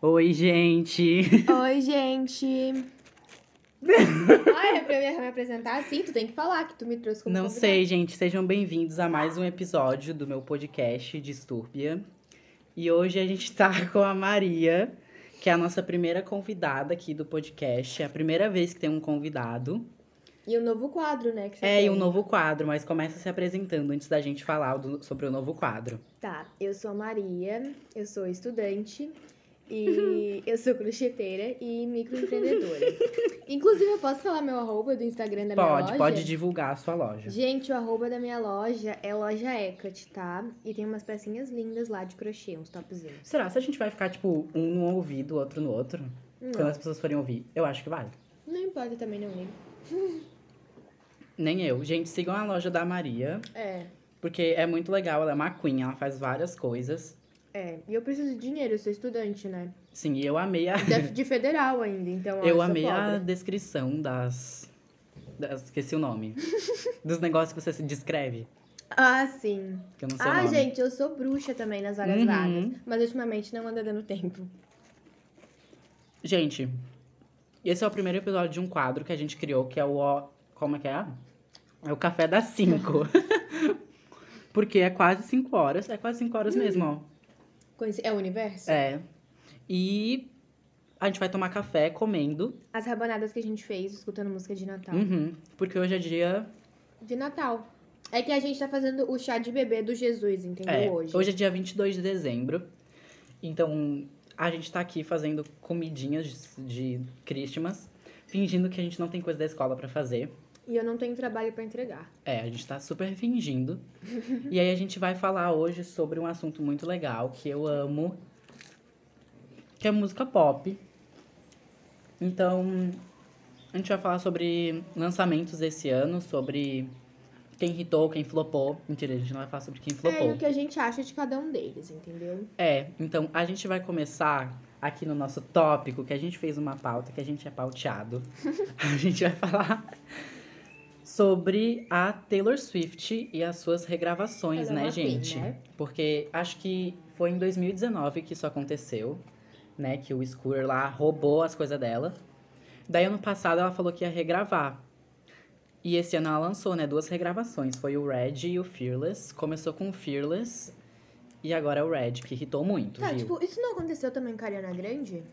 Oi, gente. Oi, gente. Ai, é pra eu me apresentar assim? Tu tem que falar que tu me trouxe como Não convidada. sei, gente. Sejam bem-vindos a mais um episódio do meu podcast Distúrbia. E hoje a gente tá com a Maria, que é a nossa primeira convidada aqui do podcast. É a primeira vez que tem um convidado. E o novo quadro, né? Que você É, tem. e um novo quadro, mas começa se apresentando antes da gente falar do- sobre o novo quadro. Tá, eu sou a Maria, eu sou estudante e eu sou crocheteira e microempreendedora. Inclusive, eu posso falar meu arroba do Instagram da minha Pode, loja? pode divulgar a sua loja. Gente, o arroba da minha loja é loja Hecate, tá? E tem umas pecinhas lindas lá de crochê, uns topzinhos. Será se a gente vai ficar, tipo, um no ouvido, outro no outro? Quando Não, as pessoas forem ouvir? Eu acho que vale. não importa também, não ligo. Nem eu. Gente, sigam a loja da Maria, É, porque é muito legal. Ela é uma queen, ela faz várias coisas. é. E eu preciso de dinheiro, eu sou estudante, né? Sim, e eu amei a, De, de federal ainda, então ó, eu sou amei Ah, a pobre. descrição das, das. Esqueci o nome. dos negócios que você se descreve, Ah, sim. que eu não sei o Ah, nome. gente, eu sou bruxa também nas horas Uhum. vagas. Mas ultimamente não anda dando tempo. Gente, esse é o primeiro episódio de um quadro que a gente criou, que é o. O- Como é que é? É o Café das 5. Porque é quase 5 horas. É quase 5 Hum. horas mesmo, ó. Conhece- É o universo? É. E a gente vai tomar café comendo. As rabanadas que a gente fez escutando música de Natal. Uhum. porque hoje é dia. De Natal. É que a gente tá fazendo o chá de bebê do Jesus, entendeu? É, hoje. hoje é dia 22 de dezembro. Então, a gente tá aqui fazendo comidinhas de, de Christmas, fingindo que a gente não tem coisa da escola pra fazer. E eu não tenho trabalho pra entregar. É, a gente tá super fingindo. e aí a gente vai falar hoje sobre um assunto muito legal que eu amo, que é música pop. Então, a gente vai falar sobre lançamentos desse ano, sobre quem hitou, quem flopou. Mentira, a gente não vai falar sobre quem É e flopou. o que a gente acha de cada um deles, entendeu? É, então a gente vai começar aqui no nosso tópico, que a gente fez uma pauta, que a gente é pauteado. a gente vai falar sobre a Taylor Swift e as suas regravações, Ela é né, uma queen, gente? né? Porque acho que foi em 2019 que isso aconteceu, né? Que o Scooter lá roubou as coisas dela. Daí ano passado ela falou que ia regravar. E esse ano ela lançou, né? Duas regravações. Foi o Red e o Fearless. Começou com o Fearless. E agora é o Red, que irritou muito, Tá, viu? tipo, isso não aconteceu também com a Ariana Grande?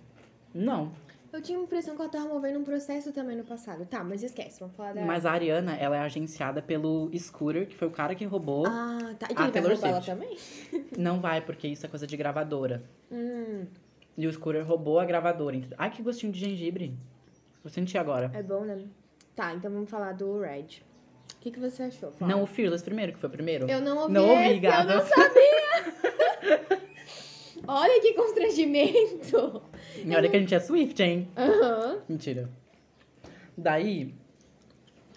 Não. Eu tinha a impressão que ela tava movendo um processo também no passado. Tá, mas esquece, vamos falar da. Mas a Ariana, ela é agenciada pelo Scooter, que foi o cara que roubou. Ah, tá. a E ele vai Taylor roubar ela Swift. também? Não vai, porque isso é coisa de gravadora. Hum, E o Scooter roubou a gravadora. ent- Ai, que gostinho de gengibre. Vou sentir agora. é bom, né? Tá, então vamos falar do Red. O que, que você achou? Fala. Não, o Fearless primeiro, que foi o primeiro. É. Eu não ouvi Não ouvi, esse, eu gata. não sabia! Olha que constrangimento! E olha que a gente é Swift, hein? Aham. Mentira. Daí,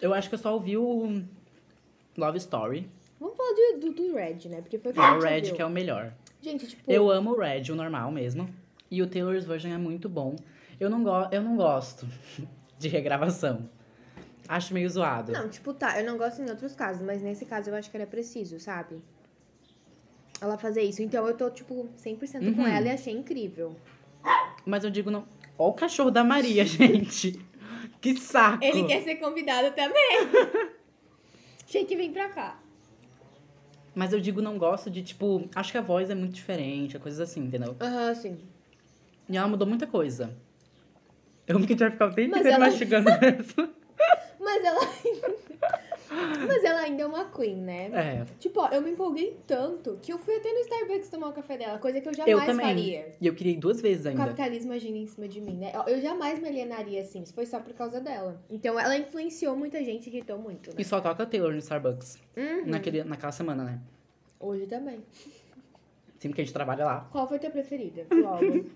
eu acho que eu só ouvi o Love Story. Vamos falar de- do, do Red, né? Porque foi o que É a o gente Red viu. que é o melhor. Gente, tipo, Eu amo o Red, o normal mesmo. E o Taylor's Version é muito bom. Eu não, go eu não gosto de regravação. Acho meio zoado. Não, tipo, tá, eu não gosto em outros casos, mas nesse caso eu acho que era preciso, sabe? Ela fazer isso. Então eu tô, tipo, 100% com Uhum. ela e achei incrível. Mas eu digo não. Ó o cachorro da Maria, gente. Que saco. Ele quer ser convidado também. achei que vem pra cá. Mas eu digo não gosto de, tipo... Acho que a voz é muito diferente, coisas assim, entendeu? Aham, sim. E ela mudou muita coisa. Eu amo que a gente vai ficar o tempo Mas inteiro ela- mastigando mesmo. Mas ela. mas ela ainda é uma queen, né? É. Tipo, ó, eu me empolguei tanto que eu fui até no Starbucks tomar o café dela, coisa que eu jamais Eu também. faria. E eu criei duas vezes O ainda. capitalismo agindo em cima de mim, né? Eu- Eu jamais me alienaria assim, se foi só por causa dela. Então ela influenciou muita gente, irritou muito, né? E só toca Taylor no Starbucks. Uhum. Naquele, naquela semana, né? Hoje também. Sempre que a gente trabalha lá. Qual foi a tua preferida? Logo.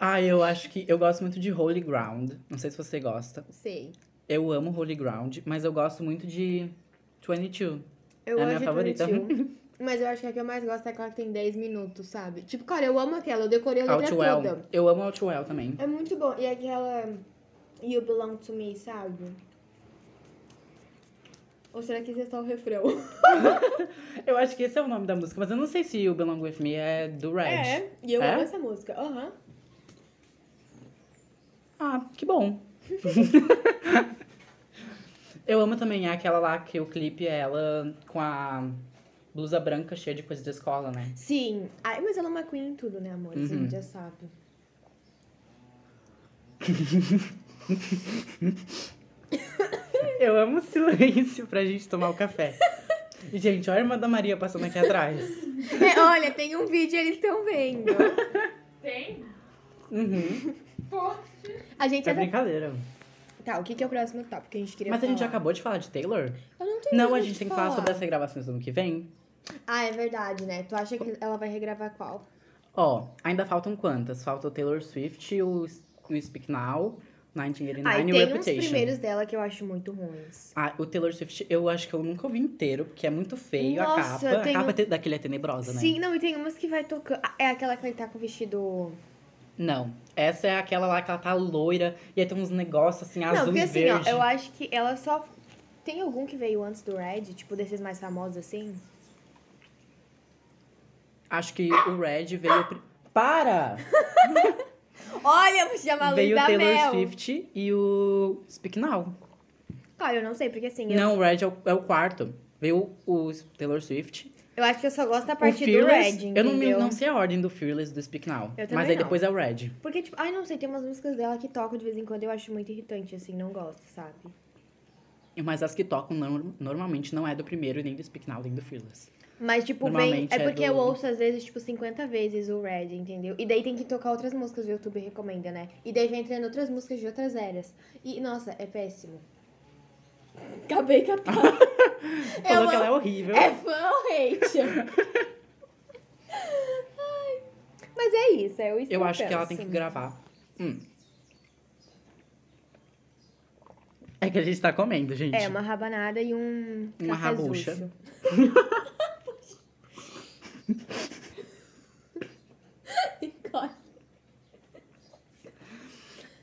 Ah, eu acho que. Eu gosto muito de Holy Ground. Não sei se você gosta. Sei. Eu amo Holy Ground, mas eu gosto muito de 22. Eu É a gosto minha de favorita. 22, Mas eu acho que a que eu mais gosto é aquela que tem 10 minutos, sabe? Tipo, cara, eu amo aquela, eu decorei a letra Outwell. toda. Eu amo Outwell também. É muito bom. E aquela You Belong to Me, sabe? Ou será que esse é só o refrão? Eu acho que esse é o nome da música, mas eu não sei se o Belong With Me é do Red. É, e eu É? amo essa música. Aham. Ah, que bom. eu amo também aquela lá que o clipe é ela com a blusa branca cheia de coisa de escola, né? Sim. Ai, mas ela é uma queen em tudo, né, amor? Isso a Uhum. gente já sabe. Eu amo o silêncio pra gente tomar o café. E, gente, olha a irmã da Maria passando aqui atrás. É, olha, tem um vídeo e eles estão vendo. Tem? Uhum. Pô. A gente É atra... brincadeira. Tá, o que, que é o próximo tópico que a gente queria Mas a gente já falar? acabou de falar de Taylor? Eu não tenho Não, mais a o gente tem que falar sobre as regravações do ano que vem. Ah, é verdade, né? Tu acha que ela vai regravar qual? Ó, ainda faltam quantas? Falta o Taylor Swift, o, o Speak Now, Ah, 1989 e e tem uns Reputation. primeiros dela que eu acho muito ruins. Ah, o Taylor Swift, eu acho que eu nunca ouvi inteiro, porque é muito feio Nossa, a eu capa. tenho- A capa te- daquele é tenebrosa, né? Sim, não, e tem umas que vai tocando. Ah, É aquela que ele tá com o vestido. Não. Essa é aquela lá que ela tá loira e aí tem uns negócios assim, não, azul porque e assim, verde. ó, eu acho que ela só. Tem algum que veio antes do Red? Tipo, desses mais famosos assim? Acho que o Red veio. pri- Para! Olha, eu vou chamar a Luísa veio o Taylor Mel. Swift e o Speak Now. Cara, eu não sei, porque assim, eu, Não, o Red é o, é o quarto. Veio o Taylor Swift. eu acho que eu só gosto da O parte do Red, Fearless. entendeu? Eu não, me- não sei a ordem do Fearless e do Speak Now. Eu também mas aí não. depois é o Red. Porque, tipo, ai, não sei, tem umas músicas dela que tocam de vez em quando, eu acho muito irritante, assim, não gosto, sabe? Mas as que tocam norm- normalmente não é do primeiro, nem do Speak Now, nem do Fearless. Mas, tipo, vem. Normalmente É é porque do- eu ouço, às vezes, tipo, 50 vezes o Red, entendeu? E daí tem que tocar outras músicas, o YouTube recomenda, né? E daí vem entrando outras músicas de outras eras. E, nossa, é péssimo. Acabei catando. Falou que ela é horrível. É fã ou hate? Ai. Mas é isso, é o Eu acho que ela tem que gravar. Hum. É que a gente tá comendo, gente. É, uma rabanada e um. Uma cafezucho. rabucha.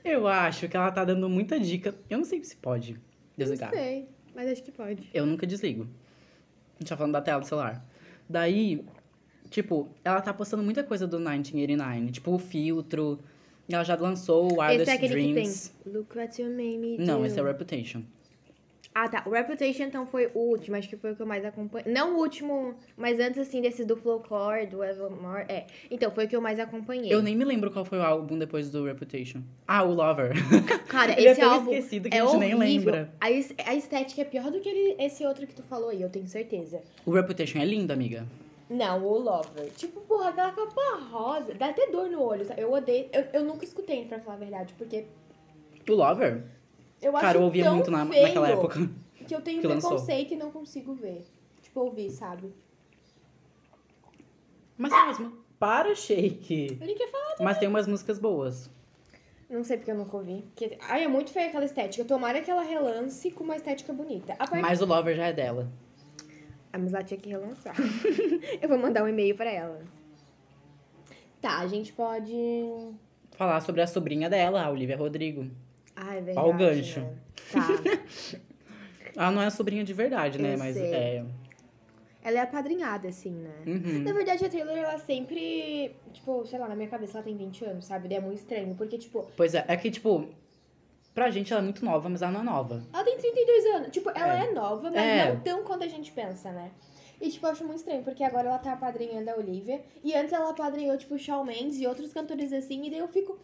Eu acho que ela tá dando muita dica. Eu não sei se pode Não desligar. sei, mas acho que pode. Eu nunca desligo. A gente tá falando da tela do celular. Daí, tipo, ela tá postando muita coisa do 1989. Tipo, o filtro. Ela já lançou o Esse Artist é aquele Dreams. que tem. Look what you made me do. Não, esse é o Reputation. Ah, tá. O Reputation, então, foi o último. Acho que foi o que eu mais acompanhei. Não o último, mas antes, assim, desse do Flowcore, do Evermore. É. Então, foi o que eu mais acompanhei. Eu nem me lembro qual foi o álbum depois do Reputation. Ah, o Lover. Cara, Ele é esse tão álbum esquecido que é a gente nem horrível. lembra. A, es- a estética é pior do que ele- esse outro que tu falou aí, eu tenho certeza. O Reputation é lindo, amiga. Não, o Lover. Tipo, porra, aquela capa rosa. Dá até dor no olho, sabe? Eu odeio. Eu, eu nunca escutei, pra falar a verdade, porque O Lover? eu acho Cara, eu ouvia tão muito na- feio naquela época. que eu tenho que lançou. preconceito e não consigo ver. Tipo, ouvir, sabe? Mas é mesmo. Para, Shake. Eu nem quero falar. Mas tem umas músicas boas. Não sei porque eu nunca ouvi. Porque... Ai, é muito feia aquela estética. Tomara que ela relance com uma estética bonita. A parte... Mas o Lover já é dela. Ah, mas ela tinha que relançar. eu vou mandar um e-mail pra ela. Tá, a gente pode. Falar sobre a sobrinha dela, a Olivia Rodrigo. Ah, é verdade. Ó o gancho. né? Tá. Ela não é sobrinha de verdade, né? Eu Mas sei. é. ela é apadrinhada, assim, né? Uhum. Na verdade, a Taylor, ela sempre. Tipo, sei lá, na minha cabeça ela tem 20 anos, sabe? Daí é muito estranho. Porque, tipo, Pois é, é que, tipo, pra gente ela é muito nova, mas ela não é nova. ela tem 32 anos. Tipo, ela é, nova, mas É. não tão quanto a gente pensa, né? E, tipo, eu acho muito estranho, porque agora ela tá apadrinhando a Olivia. E antes ela apadrinhou, tipo, o Shawn Mendes e outros cantores assim. E daí eu fico.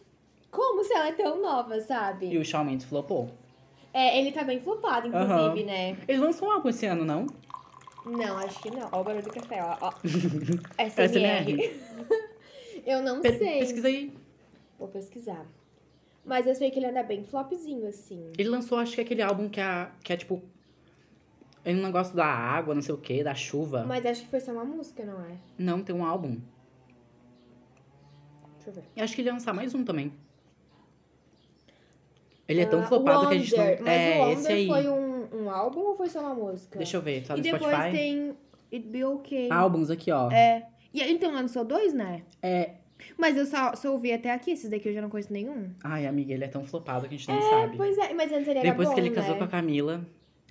Como se ela é tão nova, sabe? E o Shawn Mendes flopou. É, ele tá bem flopado, inclusive, né? Ele lançou um álbum esse ano, não? Não, acho que não. Ó, o barulho do café, ó. ó. SMR. SMR. eu não Pe- sei. Pesquisa aí. Vou pesquisar. Mas eu sei que ele anda bem flopzinho, assim. Ele lançou, acho que aquele álbum que é, que é tipo. É um negócio da água, não sei o quê, da chuva. Mas acho que foi só uma música, não é? Não, tem um álbum. Deixa eu ver. E acho que ele ia lançar mais um também. Ele é tão Ah, flopado Wonder. que a gente não. Mas é, o Wonder esse aí. foi um, um álbum ou foi só uma música? Deixa eu ver, tá no E depois Spotify? tem It Be Okay. Álbuns aqui, ó. É. E, então lançou dois, né? É. Mas eu só, só ouvi até aqui. Esses daqui eu já não conheço nenhum. Ai, amiga, ele é tão flopado que a gente não sabe. Pois é, mas antes ele era Depois bom, que ele casou né? com a Camila,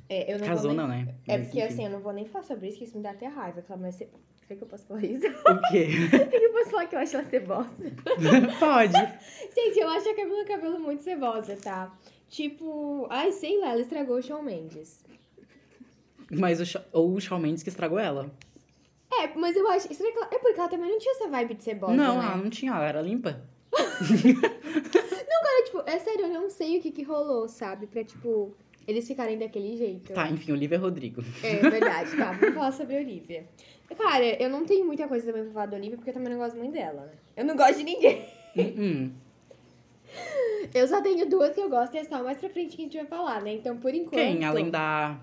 É, eu não Casou vou nem... não, né? É Mas, porque enfim. assim, eu não vou nem falar sobre isso, que isso me dá até raiva. Aquela mulher ser. Será que eu posso falar isso? O quê? Será que eu posso falar que eu acho ela cebosa? Pode. Gente, eu acho a Camila Cabelo muito cebosa, tá? Tipo, ai, sei lá, ela estragou o Shawn Mendes. Mas o, Sha- ou o Shawn Mendes que estragou ela. É, mas eu acho. Será que ela... É porque ela também não tinha essa vibe de cebosa. não, né? ela não tinha, ela era limpa. Cara, tipo, é sério, eu não sei o que que rolou, sabe? Pra, tipo, eles ficarem daquele jeito. Tá, enfim, Olivia Rodrigo. É verdade, tá. Vamos falar sobre a Olivia. Cara, eu não tenho muita coisa também pra falar da Olivia, porque eu também não gosto muito dela, né? Eu não gosto de ninguém. Hum, hum. Eu só tenho duas que eu gosto e é só mais pra frente que a gente vai falar, né? Então, por enquanto. Quem? Além da.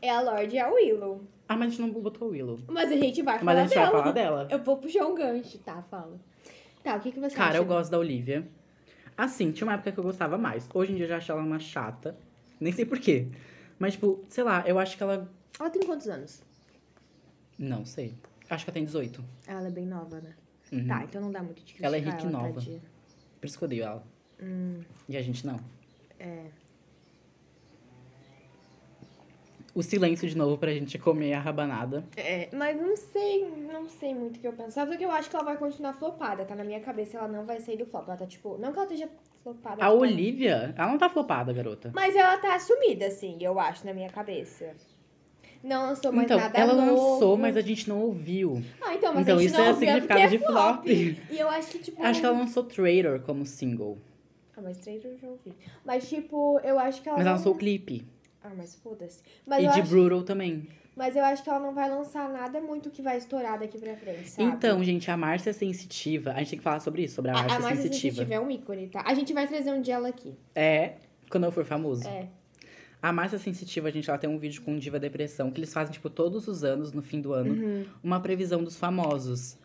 É a Lorde e a Willow. Ah, mas a gente não botou o Willow. Mas a gente vai falar Mas a gente dela. vai falar dela. Eu vou puxar um gancho, tá? Fala. Tá, o que, que você Cara, acha? eu gosto da Olivia. Assim, tinha uma época que eu gostava mais. Hoje em dia eu já acho ela uma chata. Nem sei porquê. Mas, tipo, sei lá, eu acho que ela. Ela tem quantos anos? Não sei. Acho que ela tem 18. Ah, Ela é bem nova, né? Uhum. Tá, então não dá muito de criticar Ela é rica e nova. tadinha. Por isso que eu odeio ela. E a gente não. Hum. É. O silêncio de novo pra gente comer a rabanada. É, mas não sei, não sei muito o que eu pensava, porque eu acho que ela vai continuar flopada, tá? Na minha cabeça ela não vai sair do flop. Ela tá tipo, não que ela esteja flopada. A tipo, Olivia, ela não tá flopada, garota. Mas ela tá assumida, assim, eu acho, na minha cabeça. Não lançou mais Então, nada ela novo. lançou, mas a gente não ouviu. Ah, então, mas então, a gente isso não é ouvia significado porque é de flop. E eu acho que, tipo... Acho que ela lançou Traitor como single. Ah, mas três eu já ouvi. Mas, tipo, eu acho que ela Mas ela não... lançou o clipe. Ah, mas foda-se. Mas, e eu de acho... Brutal também. mas eu acho que ela não vai lançar nada muito que vai estourar daqui pra frente, sabe? Então, gente, a Márcia Sensitiva. A gente tem que falar sobre isso, sobre a A, Márcia a Marcia Sensitiva. Sensitiva é um ícone, tá? A gente vai trazer um dia ela aqui. É, quando eu for famoso. É. A Márcia Sensitiva, gente, ela tem um vídeo com Diva Depressão, que eles fazem, tipo, todos os anos, no fim do ano, Uhum. uma previsão dos famosos.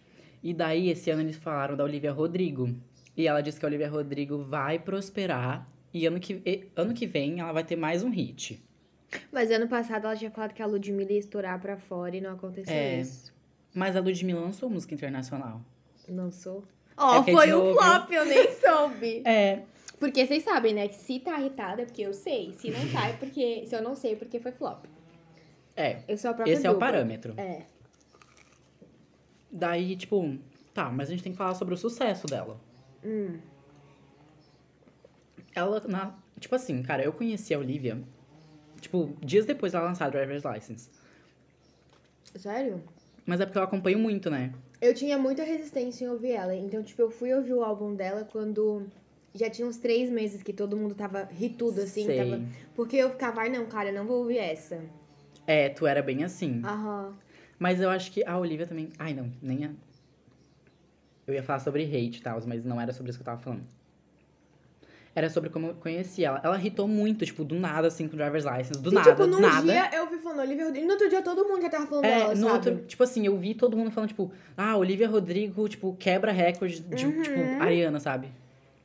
E daí, esse ano, eles falaram da Olivia Rodrigo. E ela disse que a Olivia Rodrigo vai prosperar. E ano que, e- ano que vem, ela vai ter mais um hit. Mas ano passado ela tinha falado que a Ludmilla ia estourar pra fora e não aconteceu É. isso. Mas a Ludmilla lançou música internacional. Não sou. Ó, É que a foi gente não um flop, eu nem soube. É. Porque vocês sabem, né? Que se tá irritada é porque eu sei. Se não tá, é porque. Se eu não sei, é porque foi flop. É. Eu sou a própria Esse é o Duba. parâmetro. É. Daí, tipo, tá, mas a gente tem que falar sobre o sucesso dela. Hum. Ela, na, tipo assim, cara, eu conheci a Olivia, tipo, dias depois dela lançar Driver's License. Sério? Mas é porque eu acompanho muito, né? Eu tinha muita resistência em ouvir ela. Então, tipo, eu fui ouvir o álbum dela quando já tinha uns três meses que todo mundo tava ritudo, assim. Sei. Tava... Porque eu ficava, ai não, cara, eu não vou ouvir essa. É, tu era bem assim. Aham. Mas eu acho que a Olivia também. Ai, não, nem a. Eu ia falar sobre hate e tal, mas não era sobre isso que eu tava falando. Era sobre como eu conheci ela. Ela irritou muito, tipo, do nada, assim, com Driver's License. Do Sim, nada, tipo, num nada. dia eu vi falando Olivia Rodrigo. No outro dia todo mundo já tava falando É, dela, no sabe? outro, tipo assim, eu vi todo mundo falando, tipo, ah, Olivia Rodrigo, tipo, quebra recorde de, Uhum. tipo, Ariana, sabe?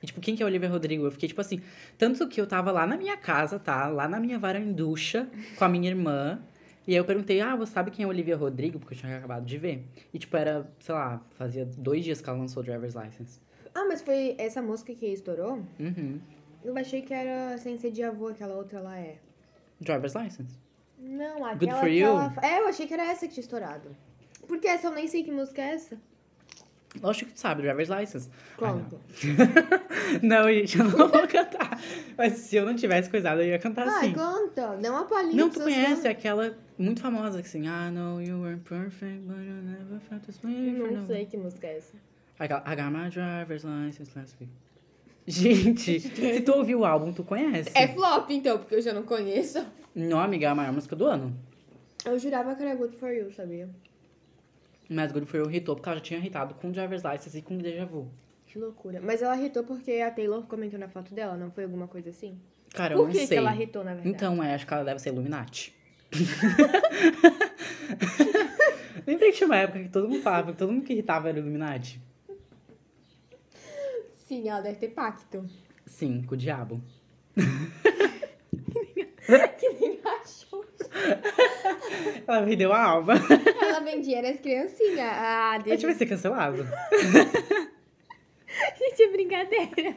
E, tipo, quem que é Olivia Rodrigo? Eu fiquei, tipo assim, tanto que eu tava lá na minha casa, tá? Lá na minha varanducha, com a minha irmã. E aí eu perguntei, ah, você sabe quem é Olivia Rodrigo? Porque eu tinha acabado de ver. E, tipo, era, sei lá, fazia dois dias que ela lançou Driver's License. Ah, mas foi essa música que estourou? Uhum. Eu achei que era Sem Ser de Avô, aquela outra lá é. Driver's License. Não, aquela Good for que you. ela... É, eu achei que era essa que tinha estourado. Porque essa eu nem sei que música é essa. Lógico que tu sabe, Driver's License. Conta. Não, gente, eu não vou cantar. Mas se eu não tivesse coisado, eu ia cantar Vai, assim. conta. Dá uma palhinha. Não, pra tu vocês conhece aquela muito famosa, assim, I know you were perfect, but you never felt this way falarem. for Não no- sei que música é essa. Aquela, I got my driver's license last week. Gente, se tu ouvir o álbum, tu conhece. É flop, então, porque eu já não conheço. Não, amiga, é a maior música do ano. Eu jurava que era Good For You, sabia? Mas Good For You hitou, porque ela já tinha irritado com Driver's License e com Deja Vu. Que loucura. Mas ela irritou porque a Taylor comentou na foto dela, não foi alguma coisa assim? Cara, eu Por não que, que sei. ela irritou, na verdade? então, é, acho que ela deve ser Illuminati. Lembrei que tinha uma época que todo mundo falava, que todo mundo que irritava era Illuminati. Sim, ela deve ter pacto. Sim, com o diabo. que nem achou. Ela vendeu a alma. Ela vendia nas criancinhas. Ah, A gente deixa vai ser cancelado. Gente, é brincadeira.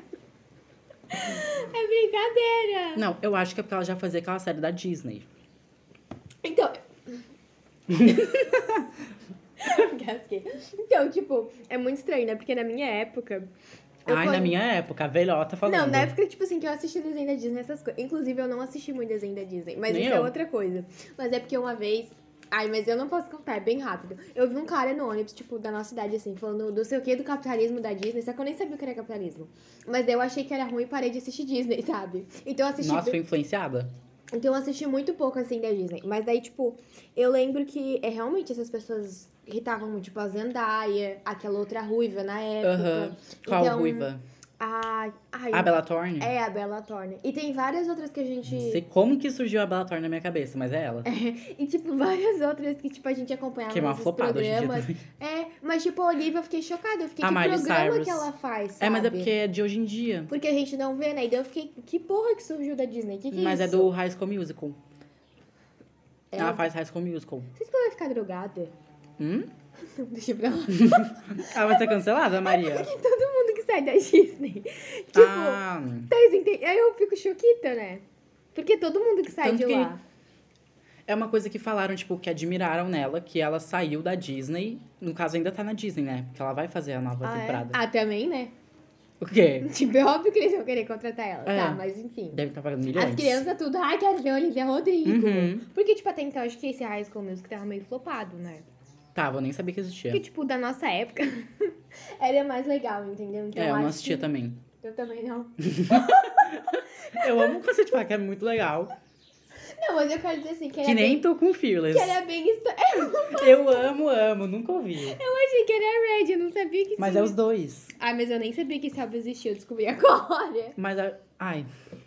É brincadeira. Não, eu acho que é porque ela já fazia aquela série da Disney. Então. Gasguei. Então, tipo, é muito estranho, né? Porque na minha época. eu Ai, quando- na minha época, a velhota falando. Não, na época, tipo assim, que eu assisti desenho da Disney, essas coisas. Inclusive, eu não assisti muito desenho da Disney, mas Nem isso é eu. outra coisa. Mas é porque uma vez. Ai, mas eu não posso contar, é bem rápido. Eu vi um cara no ônibus, tipo, da nossa cidade, assim, falando do sei o que do capitalismo da Disney, só que eu nem sabia o que era capitalismo. Mas daí eu achei que era ruim e parei de assistir Disney, sabe? Então eu assisti Nossa, foi influenciada? então eu assisti muito pouco, assim, da Disney. Mas daí, tipo, eu lembro que é, realmente essas pessoas irritavam muito, tipo, a Zendaya, aquela outra ruiva na época. Aham. Ah, Qual Então, ruiva? A... Ai, A Bella Thorne? É, a Bella Thorne. E tem várias outras que a gente... Não sei como que surgiu a Bella Thorne na minha cabeça, mas é ela. E, tipo, várias outras que, tipo, a gente acompanhava que é uma nesses flopada hoje em dia programas. também. É, mas, tipo, a Olivia, eu fiquei chocada. Eu fiquei, A que Miley programa Cyrus. que ela faz, sabe? É, mas é porque é de hoje em dia. Porque a gente não vê, né? E daí eu fiquei, que porra que surgiu da Disney? Que que mas é é isso? É. do High School Musical. Ela- Ela faz High School Musical. Vocês que eu ia ficar drogada? Hum? Não, deixa pra lá. Ela vai ser cancelada, Maria. é Porque todo mundo que sai da Disney. Tipo, ah, tá entendendo? Aí eu fico choquita, né? Porque todo mundo que sai Tanto de que- lá. é uma coisa que falaram, tipo, que admiraram nela, que ela saiu da Disney. No caso, ainda tá na Disney, né? Porque ela vai fazer a nova Ah, é? temporada. ah, também, né? O quê? Tipo, é óbvio que eles vão querer contratar ela. É. Tá, mas enfim. Deve estar pagando milhões. As crianças tudo, ai, quero ver a Olivia Rodrigo. Uhum. Porque, tipo, até então, acho que esse High School Music tava meio flopado, né? É. Tava, eu Tá, nem sabia que existia. Porque, tipo, da nossa época, era mais legal, entendeu? Então, é, eu acho não que- assistia também. Eu também não. Eu amo o Cacete Faca, é muito legal. Não, mas eu quero dizer assim, que era Que nem bem... tô com Fearless. Que era bem... esto- Eu amo, amo, nunca ouvi. Eu achei que era Red, eu não sabia que Mas tinha. é os dois. Ah, mas eu nem sabia que esse álbum existia, eu descobri agora. Mas, a- ai,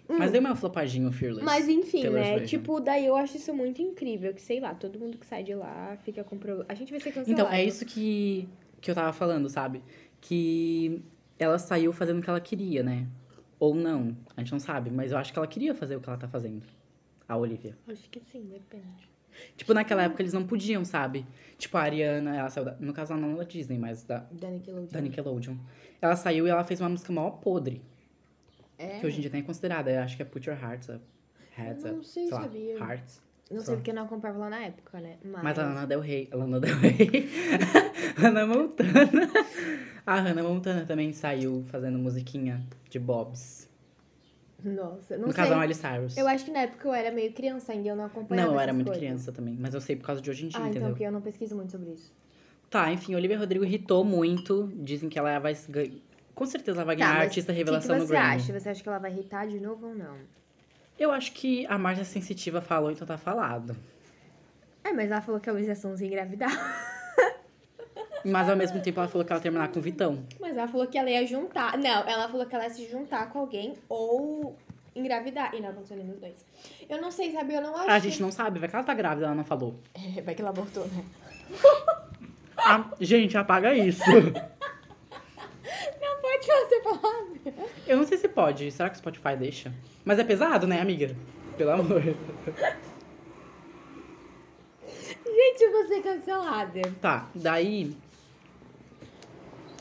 mas deu uma flopadinha o Fearless. Hum. Mas enfim, Taylor né? Swift. Tipo, daí eu acho isso muito incrível. Que sei lá, todo mundo que sai de lá fica com problema. A gente vai ser cancelado. Então, é isso que, que eu tava falando, sabe? Que ela saiu fazendo o que ela queria, né? Ou não, a gente não sabe, mas eu acho que ela queria fazer o que ela tá fazendo, a Olivia. Acho que sim, depende. Tipo, naquela época eles não podiam, sabe? Tipo, a Ariana, ela saiu da, No caso, ela não é da Disney, mas da, Da Nickelodeon. da Nickelodeon. Ela saiu e ela fez uma música mó podre, É. que hoje em dia nem é considerada. Eu acho que é Put Your Hearts Up. Heads Eu não Up, sei, lá, sabia. Hearts. Não sei porque eu não acompanhava lá na época, né? Mas. Mas a Lana Del Rey, a Lana Del Rey, Hannah Montana. A Hannah Montana também saiu fazendo musiquinha de bobs. Nossa, não no sei. caso, a Miley Cyrus. Eu acho que na época eu era meio criança ainda, eu não acompanhava. não, eu era essas muito coisas. criança também, mas eu sei por causa de hoje em dia, Ah, então entendeu? porque eu não pesquiso muito sobre isso. Tá, enfim, Olivia Rodrigo irritou muito. Dizem que ela vai se ganhar. Com certeza ela vai ganhar Tá, mas artista o que revelação que no Tipo, você Grammy. acha? Você acha que ela vai irritar de novo ou não? Eu acho que a Marcia Sensitiva falou, então tá falado. É, mas ela falou que a Luísa Sons ia engravidar. Mas ao mesmo tempo ela falou que ela ia terminar com o Vitão. Mas ela falou que ela ia juntar. Não, ela falou que ela ia se juntar com alguém ou engravidar. E não aconteceu nenhum dos dois. Eu não sei, sabe? Eu não acho. A gente não sabe, vai que ela tá grávida, ela não falou. É, vai que ela abortou, né? Ah, gente, apaga isso. Não pode você falar. Eu não sei se pode. Será que o Spotify deixa? Mas é pesado, né, amiga? Pelo amor. Gente, eu vou ser cancelada. Tá, daí.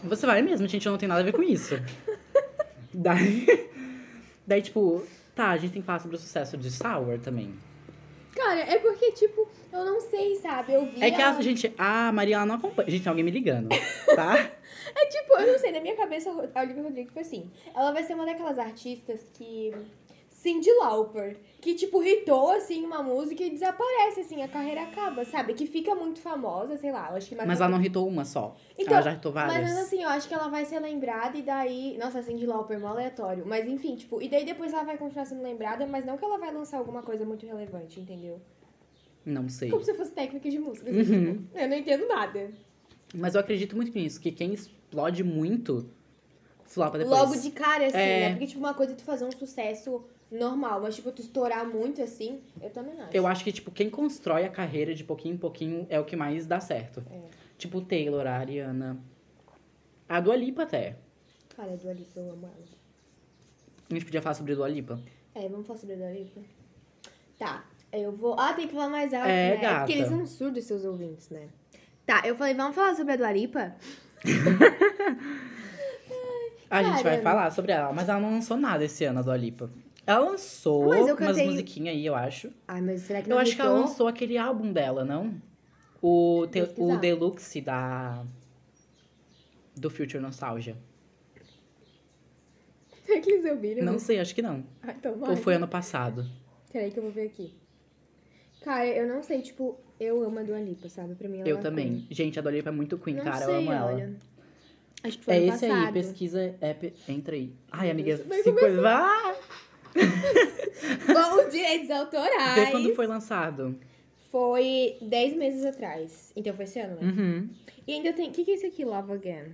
Você vai mesmo, gente. Eu não tenho nada a ver com isso. Daí. Daí, tipo, tá, a gente tem que falar sobre o sucesso de Sour também. Cara, é porque, tipo, eu não sei, sabe? Eu vi. É que a- a gente. A Maria ela não acompanha. Gente, tem alguém me ligando, tá? É tipo, eu não sei, na minha cabeça a Olivia Rodrigo foi assim. Ela vai ser uma daquelas artistas que. Cindy Lauper, que tipo hitou assim uma música e desaparece assim, a carreira acaba, sabe? Que fica muito famosa, sei lá, eu acho que mais Mas ela não hitou uma só. Então, ela já hitou Mas várias. mesmo assim, eu acho que ela vai ser lembrada e daí. Nossa, Cindy Lauper, é mó aleatório. Mas enfim, tipo, e daí depois ela vai continuar sendo lembrada, mas não que ela vai lançar alguma coisa muito relevante, entendeu? Não sei. Como se eu fosse técnica de música. assim, Uhum. tipo, eu não entendo nada. Mas eu acredito muito nisso, que quem explode muito flopa depois. Logo de cara, assim, É. né? Porque, tipo, uma coisa é tu fazer um sucesso normal, mas, tipo, tu estourar muito assim, eu também acho. Eu acho que, tipo, quem constrói a carreira de pouquinho em pouquinho é o que mais dá certo. É. Tipo, Taylor, a Ariana. A Dua Lipa até. Cara, a Dua Lipa, eu amo ela. A gente podia falar sobre Dua Lipa. É, vamos falar sobre a Dua Lipa? Tá, eu vou... Ah, tem que falar mais alto, É, né? É gata. porque eles não surdos, seus ouvintes, né? Tá, eu falei, vamos falar sobre a Dua Lipa? A gente vai Cara. falar sobre ela, mas ela não lançou nada esse ano, a Dua Lipa. Ela lançou Mas eu umas cantei- musiquinhas aí, eu acho. Ai, mas será que Eu não acho que ela irritou? lançou aquele álbum dela, não? O, te- Pesquisar. o Deluxe da. Do Future Nostalgia. Será que eles ouviram? Não sei, acho que não. Ai, tomara. Ou foi ano passado. Peraí que eu vou ver aqui. Cara, eu não sei, tipo, eu amo a Dua Lipa, sabe? Pra mim ela é Eu uma também. coisa. Gente, a Dua Lipa é muito Queen, Não cara. sei, eu amo ela. olha. Acho que foi É ano esse aí, passado. pesquisa. É, pe- entra aí. Ai, amiga, Deus, vai se coisa. Vá! Bom, os direitos Vê autorais. quando foi lançado. Foi 10 meses atrás. Então foi esse ano, né? Uhum. E ainda tem. O que, que é isso aqui, Love Again?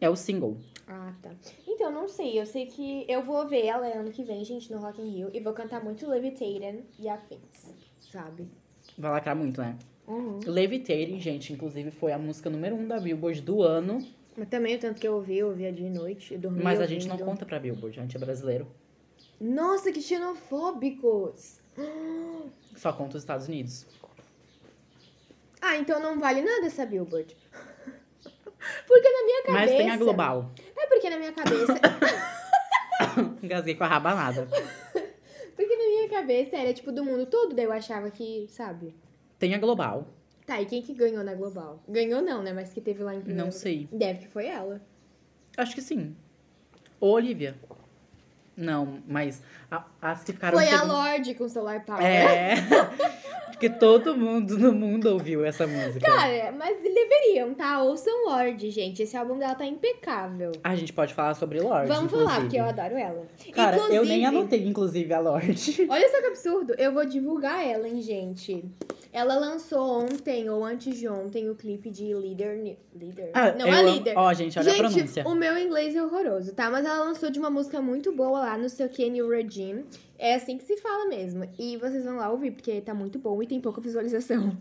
É o single. Ah, tá. Então, não sei. Eu sei que eu vou ver ela ano que vem, gente, no Rock in Rio. E vou cantar muito Levitating e afins, sabe? Vai lacrar muito, né? Uhum. Levitating, gente, inclusive foi a música número um da Billboard do ano. Mas também o tanto que eu ouvi, eu ouvia dia e noite, eu dormia Mas a gente não ouvindo. conta pra Billboard, a gente é brasileiro. Nossa, que xenofóbicos! Só conta os Estados Unidos. Ah, então não vale nada essa Billboard. Porque na minha cabeça. Mas tem a global. É porque na minha cabeça. Engasguei com a rabanada. porque na minha cabeça era tipo do mundo todo, daí eu achava que, sabe? Tem a global. Tá, e quem que ganhou na Global? Ganhou não, né? Mas que teve lá em primeiro. Não sei. Deve que foi ela. Acho que sim. Ou Olivia. Não, mas a- as que ficaram foi em a segundo- Lorde com o Solar Power. É. Porque todo mundo no mundo ouviu essa música. Cara, mas deveriam, tá? Ouçam Lorde, gente. Esse álbum dela tá impecável. A gente pode falar sobre Lorde. Vamos falar, inclusive. porque eu adoro ela. Cara, Inclusive, eu nem anotei, inclusive, a Lorde. Olha só que absurdo. Eu vou divulgar ela, hein, gente. Ela lançou ontem ou antes de ontem o clipe de Leader. Ni- Leader? Não, Ah, eu a amo- Leader. Ó, gente, olha a pronúncia. o meu inglês é horroroso, tá? Mas ela lançou de uma música muito boa lá no seu Kenny Regime. É assim que se fala mesmo. E vocês vão lá ouvir, porque tá muito bom e tem pouca visualização.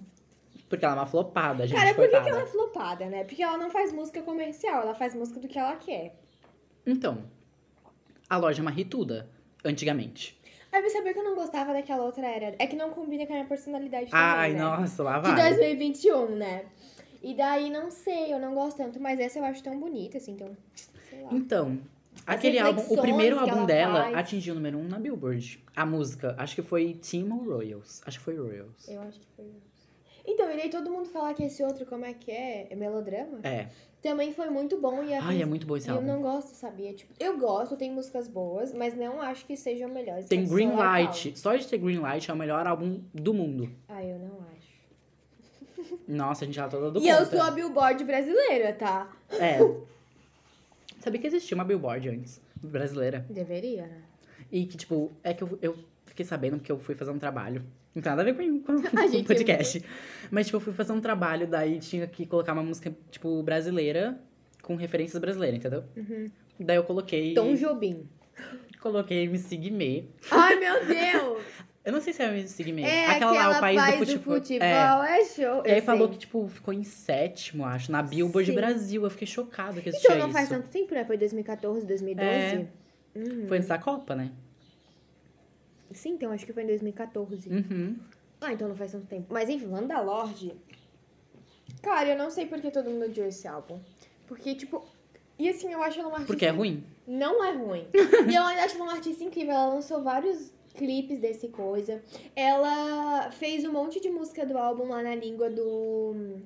Porque ela é uma flopada, gente, Cara, por que, coitada. que ela é flopada, né? Porque ela não faz música comercial, ela faz música do que ela quer. Então, a loja é uma rituda, antigamente. Aí você sabia que eu não gostava daquela outra era. É que não combina com a minha personalidade Ai, também, né? nossa, lá De vai. 2021, né? E daí, não sei, eu não gosto tanto, mas essa eu acho tão bonita, assim, então. Sei lá. Então, aquele álbum, o reflexões primeiro que álbum ela dela faz. atingiu o número um na Billboard. A música, acho que foi Team ou Royals. Acho que foi Royals. Eu acho que foi. Então, e daí todo mundo falar que esse outro, como é que é? É melodrama? É. Também foi muito bom e a Ai, é muito bom esse eu álbum. não gosto, sabia? Tipo, eu gosto, tem músicas boas, mas não acho que sejam melhores. Tem que a Green Solar Power. Light. Só de ter Green Light é o melhor álbum do mundo. Ah, eu não acho. Nossa, a gente já tá toda do e eu conta. sou a Billboard brasileira, tá? É. Sabia que existia uma Billboard antes, brasileira. Deveria, né? E que, tipo, é que eu, eu fiquei sabendo porque eu fui fazer um trabalho. Não tem nada a ver com, com, com A gente é podcast. Mas, tipo, eu fui fazer um trabalho, daí tinha que colocar uma música, tipo, brasileira, com referências brasileiras, entendeu? Daí eu coloquei. Uhum. Tom Jobim. Coloquei MC Guimê. Ai, meu Deus! Eu não sei se é MC Guimê. É aquela, lá, o país, do futebol. É. é, show. E eu aí falou sei. que, tipo, ficou em sétimo, acho, na Billboard Sim. Brasil. Eu fiquei chocada que existia Então não faz isso. tanto tempo, né? Foi 2014, 2012? É. Uhum. Foi antes da Copa, né? Sim, então acho que foi em 2014. Uhum. Ah, então não faz tanto tempo. Mas enfim, falando da Lorde. Cara, eu não sei por que todo mundo odiou esse álbum. Porque, tipo. E assim, eu acho ela uma artista. Porque é ruim. Não é ruim. e eu ainda acho ela uma artista incrível. Ela lançou vários clipes desse coisa. Ela fez um monte de música do álbum lá na língua do.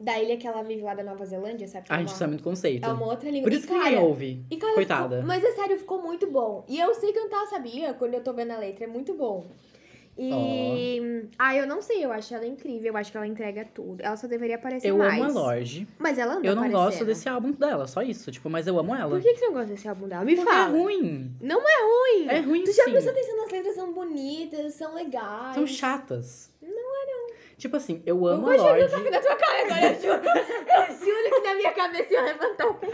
Da ilha que ela vive lá da Nova Zelândia, sabe? A gente É uma- sabe muito conceito. É uma outra língua. Por isso E, que cara, ninguém ouve. E, cara, Coitada. ficou- mas é sério, ficou muito bom. E eu sei cantar, sabia? Quando eu tô vendo a letra, é muito bom. E. Ah, eu não sei, eu acho ela incrível, eu acho que ela entrega tudo. Ela só deveria aparecer Eu mais. amo a Lorde. Mas ela anda Eu não gosto aparecendo. desse álbum dela, só isso. Tipo, mas eu amo ela. né? Por que, que você não gosta desse álbum dela? Me Porque é fala. ruim. Não é ruim. É ruim Tu já sim. prestou atenção nas letras? São bonitas, são legais. São chatas. Não é não. Tipo assim, eu Eu amo a vou jogar o Lorde. café na tua cara agora, eu juro. Eu juro que na minha cabeça ia levantar o pé.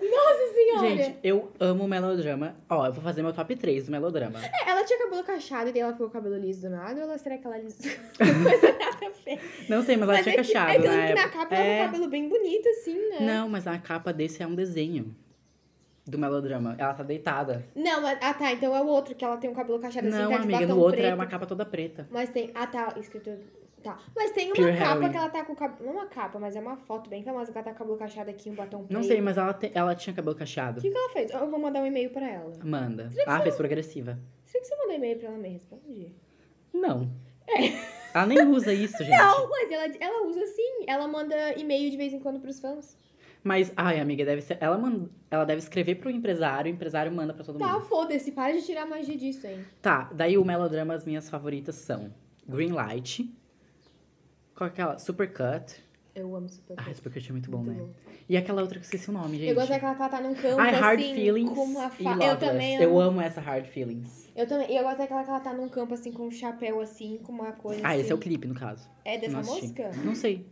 Nossa senhora. Gente, eu amo melodrama. Ó, eu vou fazer meu top 3 do melodrama. É, Ela tinha cabelo cachado e daí ela ficou com o cabelo liso do nada, ou ela será que ela lisou? Coisa nada a ver. Não sei, mas ela Mas tinha é que, cachado é que na na época. capa ela é... tem um cabelo bem bonito, assim, né? Não, mas a capa desse é um desenho do melodrama. Ela tá deitada. Não, mas, ah tá, então é o outro que ela tem um cabelo cachado assim, não, tá de amiga, batom no outro preto. é uma capa toda preta. Mas tem, ah tá, escrito Tá. Mas tem uma Pure capa Heroine. que ela tá com o cabelo. Não uma capa, mas é uma foto bem famosa que ela tá com o cabelo cacheado aqui, um batom preto. Não sei, mas ela, te- ela tinha cabelo cacheado. O que, que ela fez? Eu vou mandar um e-mail pra ela. Manda. Ah, é um fez progressiva. Será que se eu mandar e-mail pra ela me responde? Não. Ela nem usa isso, gente. É. Não, mas ela, ela usa sim. Ela manda e-mail de vez em quando pros fãs. Mas, ai, amiga, deve ser. Ela, manda, ela deve escrever pro empresário, o empresário manda pra todo Tá, mundo. foda-se. Para de tirar a magia disso, hein. Tá, daí o melodrama, as minhas favoritas são Greenlight. Qual é aquela? Supercut. Eu amo super. Ah, Cut. Supercut é muito bom, Muito né? bom. E aquela outra que eu esqueci o nome, gente. Eu gosto daquela que ela tá num canto Ai, assim, Hard Feelings com uma e fa... Loveless. Eu também Eu amo. amo essa Hard Feelings. Eu também. E eu gosto daquela que ela tá num campo assim com um chapéu assim, com uma coisa. Ah, assim. esse é o clipe, no caso. É dessa Não assisti. música? Não sei.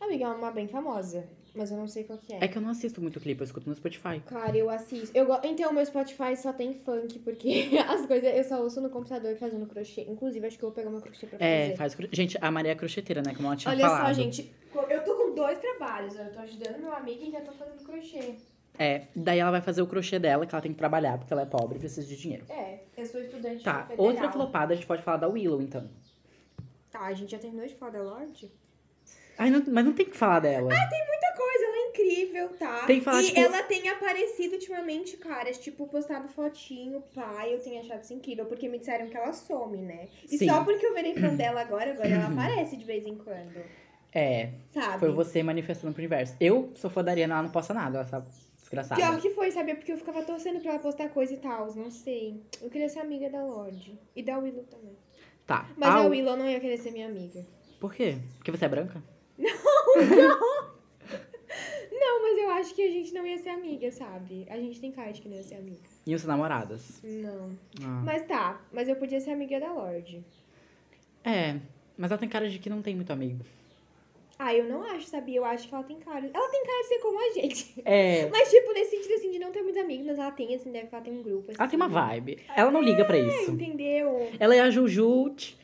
Amiga, é uma bem famosa. Mas eu não sei qual que é. É que eu não assisto muito clipe, eu escuto no Spotify. Cara, eu assisto. Eu go... Então, o meu Spotify só tem funk, porque as coisas eu só ouço no computador fazendo crochê. Inclusive, acho que eu vou pegar meu crochê pra É, fazer. faz. cro- Gente, a Maria é crocheteira, né? Como ela tinha Olha falado. só, gente. Eu tô com dois trabalhos. Eu tô ajudando meu amigo e já tô fazendo crochê. É, daí ela vai fazer o crochê dela, que ela tem que trabalhar, porque ela é pobre e precisa de dinheiro. É, eu sou estudante Tá, federal. outra flopada, a gente pode falar da Willow, então. Tá, a gente já terminou de falar da Lorde? Ai, não- mas não tem que falar dela. Ah, Muita coisa, ela é incrível, tá? Tem que falar, e tipo- ela tem aparecido ultimamente, cara, tipo, postado fotinho, pai, eu tenho achado isso incrível, porque me disseram que ela some, né? E Sim. só porque eu virei fã dela agora, agora ela aparece de vez em quando, É, sabe? foi você manifestando pro universo. Eu sou fã da Ariana, ela não posta nada, ela tá desgraçada. Pior que foi, sabe? É Porque eu ficava torcendo pra ela postar coisa e tal, não sei. Eu queria ser amiga da Lorde. E da Willow também. Tá. Mas é Ah, a Willow não ia querer ser minha amiga. Por quê? Porque você é branca? Não, mas eu acho que a gente não ia ser amiga, sabe? A gente tem cara de que não ia ser amiga. E os namoradas? Não. Ah. Mas tá, mas eu podia ser amiga da Lorde. É, mas ela tem cara de que não tem muito amigo. Ah, eu não acho, sabia? Eu acho que ela tem cara. Ela tem cara de ser como a gente. É, Mas, tipo, nesse sentido, assim, de não ter muitos amigos, mas ela tem, assim, deve que ela tem um grupo. Assim, ela tem uma vibe. Ela não liga pra É, isso. entendeu? Ela é a Jujut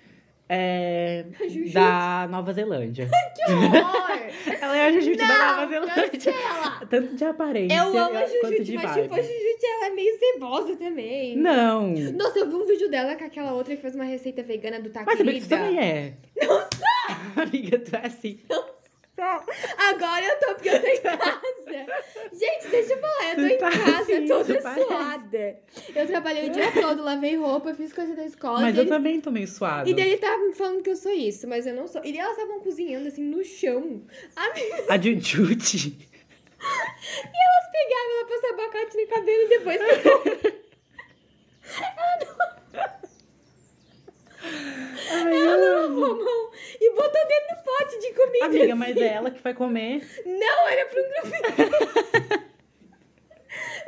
é, Jujute. da Nova Zelândia. Que horror! Ela é a Jujut da Nova não, Zelândia. cancela! Tanto de aparência Eu amo a quanto Jujute, de mas, vibe. tipo, a Jujute, ela é meio cebosa também. Não. Nossa, eu vi um vídeo dela com aquela outra que fez uma receita vegana do Mas sabia Taquerida. que tu também é. Não sei. Amiga, tu é assim. Agora eu tô, porque eu tô em casa. Gente, deixa eu falar, eu tô Tu em tá casa assim, toda tu parece. suada. Eu trabalhei o dia todo, lavei roupa, fiz coisa da escola. Mas e, eu ele, também tô meio suada. e daí ele tava me falando que eu sou isso, mas eu não sou. E daí elas estavam cozinhando assim no chão. A Jujute. Elas pegavam, ela passou abacate no cabelo e depois pegou. Ai, Ela eu... lavou a mão e botou dentro do pote de comida. Amiga, mas é ela que vai comer. Não, era pra um grupo. assim.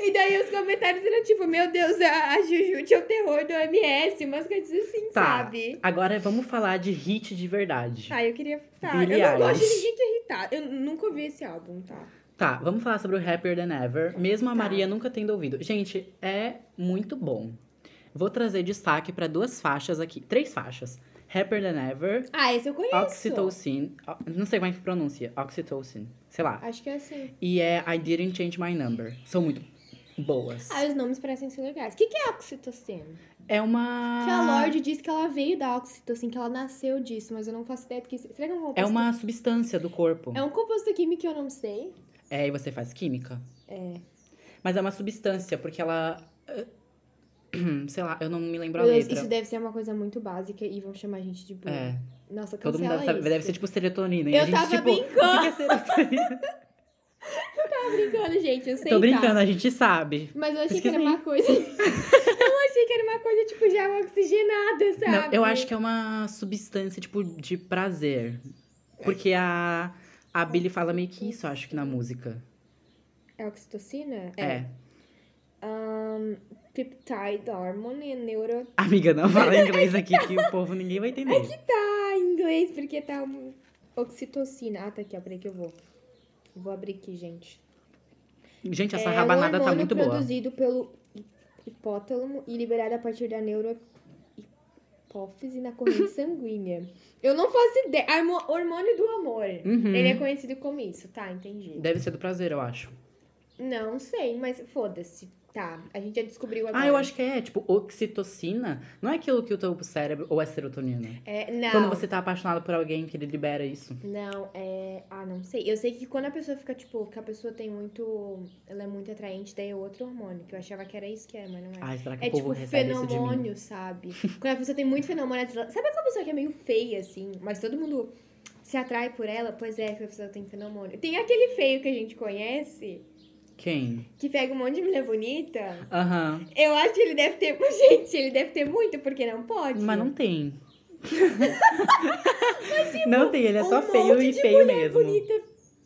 E daí os comentários eram tipo, meu Deus, a, a Jujute é o terror do MS, umas coisas assim, Tá. sabe? Agora vamos falar de hit de verdade. Ah, eu queria. Tá, Billie eu não gosto de Eilish. ninguém que é irritado. Eu nunca ouvi esse álbum, tá? Tá, vamos falar sobre o Happier Than Ever, mesmo a Tá. Maria nunca tendo ouvido. Gente, é muito bom. Vou trazer destaque pra duas faixas aqui, três faixas. Happier Than Ever, Ah, esse eu conheço. Oxytocin, o- não sei como é que pronuncia, Oxytocin, sei lá. Acho que é assim. E é I Didn't Change My Number. São muito boas. Ah, os nomes parecem ser legais. O que, que é oxitocina? É uma Que a Lorde disse que ela veio da oxitocina, que ela nasceu disso, mas eu não faço ideia do que. isso- Será que é um composto? é uma substância do corpo. É um composto químico que eu não sei. É, e você faz química. É. Mas é uma substância, porque ela eh, sei lá, eu não me lembro a Meu Deus, letra. isso deve ser uma coisa muito básica e vão chamar a gente de burro. É. Nossa, Todo mundo cancela deve, saber, isso. deve ser tipo serotonina. e Eu a gente, tava tipo, brincando. o que que é serotonina? Tô brincando, gente, eu sei. Tô tá? brincando, a gente sabe. Mas eu achei que Pesquisa era aí. uma coisa. eu achei que era uma coisa, tipo, já oxigenada, sabe? Não, eu acho que é uma substância, tipo, de prazer. Porque a, a Billy fala meio que isso, eu acho que na música. É oxitocina? É. Ahn, peptide hormone neuro. Amiga, não fala inglês aqui que o povo ninguém vai entender. Ah, em inglês, porque tá um- oxitocina. Ah, tá aqui, ó. Peraí que eu vou. Vou abrir aqui, gente. Gente, essa é rabanada um tá hormônio muito boa. produzido pelo hi- hipótamo e liberado a partir da neuro hipófise na corrente sanguínea. Eu não faço ideia. Ah, hormo- hormônio do amor. Uhum. Ele é conhecido como isso, tá? Entendi. Deve ser do prazer, eu acho. Não sei, mas foda-se. Tá. A gente já descobriu agora. Ah, eu acho que é, tipo, oxitocina não é aquilo que o teu cérebro. Ou é serotonina. É, não. Quando você tá apaixonado por alguém que ele libera isso. Não, é. Ah, não sei. Eu sei que quando a pessoa fica, tipo, que a pessoa tem muito. Ela é muito atraente, daí é outro hormônio, que eu achava que era isso que é, mas não é. Ai, será que É Ah, o povo tipo recebe isso de mim? fenômeno, sabe? Quando a pessoa tem muito fenômeno, ela- sabe aquela pessoa que é meio feia, assim, mas todo mundo se atrai por ela? Pois é, que a pessoa tem fenômeno. Tem aquele feio que a gente conhece, Quem? que pega um monte de mulher bonita. Aham. Eu acho que ele deve ter. Gente, ele deve ter muito, porque não pode. Mas não tem. não tem, ele é só um feio monte e de feio mulher mesmo. bonita,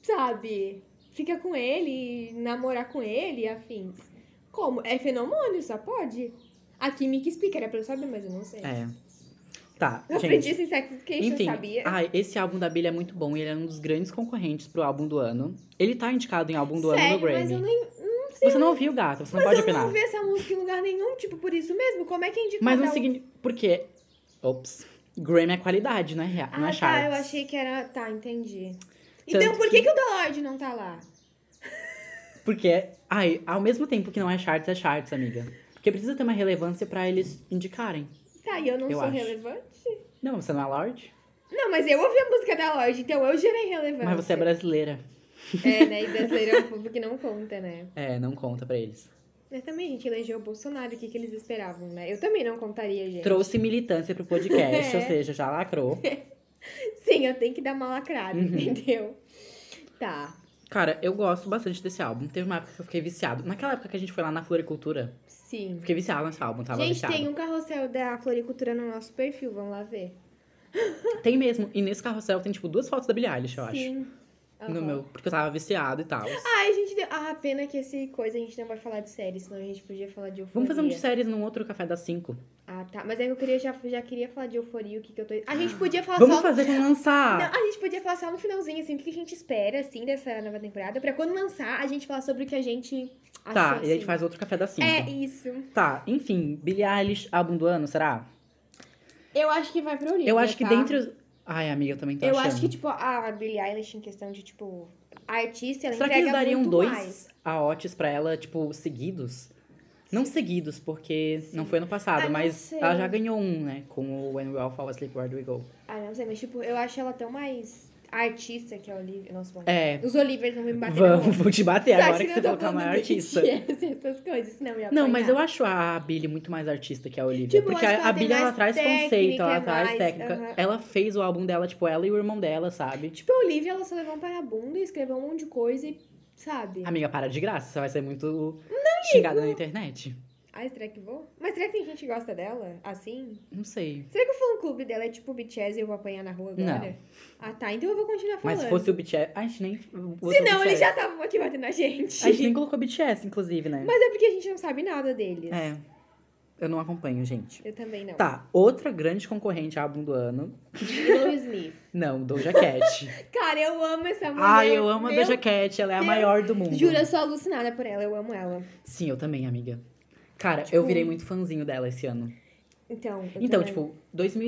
sabe? Fica com ele, namorar com ele, afins. Como? É fenômeno, só pode? A química explica, era pra eu saber, mas eu não sei. É. Tá, Eu aprendi gente. esse sex education, Enfim, sabia? ai, esse álbum da Billie é muito bom e ele é um dos grandes concorrentes pro álbum do ano. Ele tá indicado em álbum do ano Sério, no mas eu Grammy. nem, Você não ouviu, gata, você não pode eu opinar. não vi essa música em lugar nenhum, tipo, por isso mesmo. Como é que indica Mas cada não um? significa. Porque. Ops. Grammy é qualidade, não é, rea- não é Ah, tá, eu charts. achei que era... Tá, entendi. Tanto Então, por que, que o da Lorde não tá lá? Porque, ai, ao mesmo tempo que não é charts, é charts, amiga. Porque precisa ter uma relevância pra eles indicarem. Tá, e eu não Eu sou acho. relevante? Não, você não é Lorde? Não, mas eu ouvi a música da Lorde, então eu gerei relevância. Mas você é brasileira. É, né? E brasileiro é um povo que não conta, né? É, não conta pra eles. Mas também a gente elegeu o Bolsonaro, o que, que eles esperavam, né? Eu também não contaria, gente. Trouxe militância pro podcast, É. ou seja, já lacrou. Sim, eu tenho que dar uma lacrada, Uhum. entendeu? Tá. Cara, eu gosto bastante desse álbum. Teve uma época que eu fiquei viciado. Naquela época que a gente foi lá na Floricultura, Sim. fiquei viciado nesse álbum, tava gente, viciado. tem um carrossel da floricultura no nosso perfil, vamos lá ver. Tem mesmo. E nesse carrossel tem, tipo, duas fotos da Billie Eilish, eu acho. Sim. No Aham. meu, porque eu tava viciado e tal. Ai, gente, deu... ah, pena que esse coisa a gente não vai falar de série, senão a gente podia falar de euforia. Vamos fazer um de séries num outro Café das Cinco. Ah, tá. Mas é que eu queria, já, já queria falar de euforia, o que que eu tô... A gente podia falar Ah. Vamos só... um fazer quando lançar. Não, a gente podia falar só no finalzinho, assim, o que a gente espera, assim, dessa nova temporada, pra quando lançar, a gente falar sobre o que a gente achou, Tá, e a assim. gente faz outro Café das Cinco. É isso. Tá, enfim, Billie Eilish, álbum do ano, será? Eu acho que vai pro Olivia, eu acho que tá? dentre os... Ai, amiga, eu também tô Eu achando. acho que, tipo, a Billie Eilish, em questão de, tipo, a artista, ela Será que entrega eles dariam muito dois mais. a Otis pra ela, tipo, seguidos? Não seguidos, porque não foi ano passado, Ah, não mas sei. ela já ganhou um, né? Com o When We All Fall Asleep, Where Do We Go? Ah, não sei, mas, tipo, eu acho ela tão mais artista que a Olivia. Nossa, bom. É, Os Olivers vão me bater na vamos, mão. vou te bater Você acha agora que eu você tô falou que ela é a falando maior do artista. BTS, essas coisas, senão eu ia Não, mas eu apanhar. acho a Billie muito mais artista que a Olivia. Tipo, eu porque acho a, que ela a tem Billie, ela mais traz conceito, técnica, é ela traz mais- técnica. aham. Ela fez o álbum dela, tipo, ela e o irmão dela, sabe? Tipo, a Olivia, ela só levou um para a bunda e escreveu um monte de coisa e, sabe? Amiga, para de graça, você vai ser muito xingada na internet. Ai, Ah, será que vou? Mas será que tem gente que gosta dela, assim? Não sei. Será que o fã-clube dela é tipo o BTS e eu vou apanhar na rua agora? Não. Ah, tá. Então eu vou continuar falando. Mas se fosse o BTS... A gente nem... Se Senão, eles já estavam aqui batendo a gente. A gente nem colocou BTS, inclusive, né? Mas é porque a gente não sabe nada deles. É. Eu não acompanho, gente. Eu também não. Tá, outra grande concorrente álbum do ano. Willow Smith. Não, Doja Cat. Cara, eu amo essa mulher. Ai, eu amo a Meu Doja Cat, ela é a Deus. maior do mundo. Juro, eu sou alucinada por ela, eu amo ela. Sim, eu também, amiga. Cara, Tipo- eu virei muito fãzinho dela esse ano. Então, eu Então, também- tipo,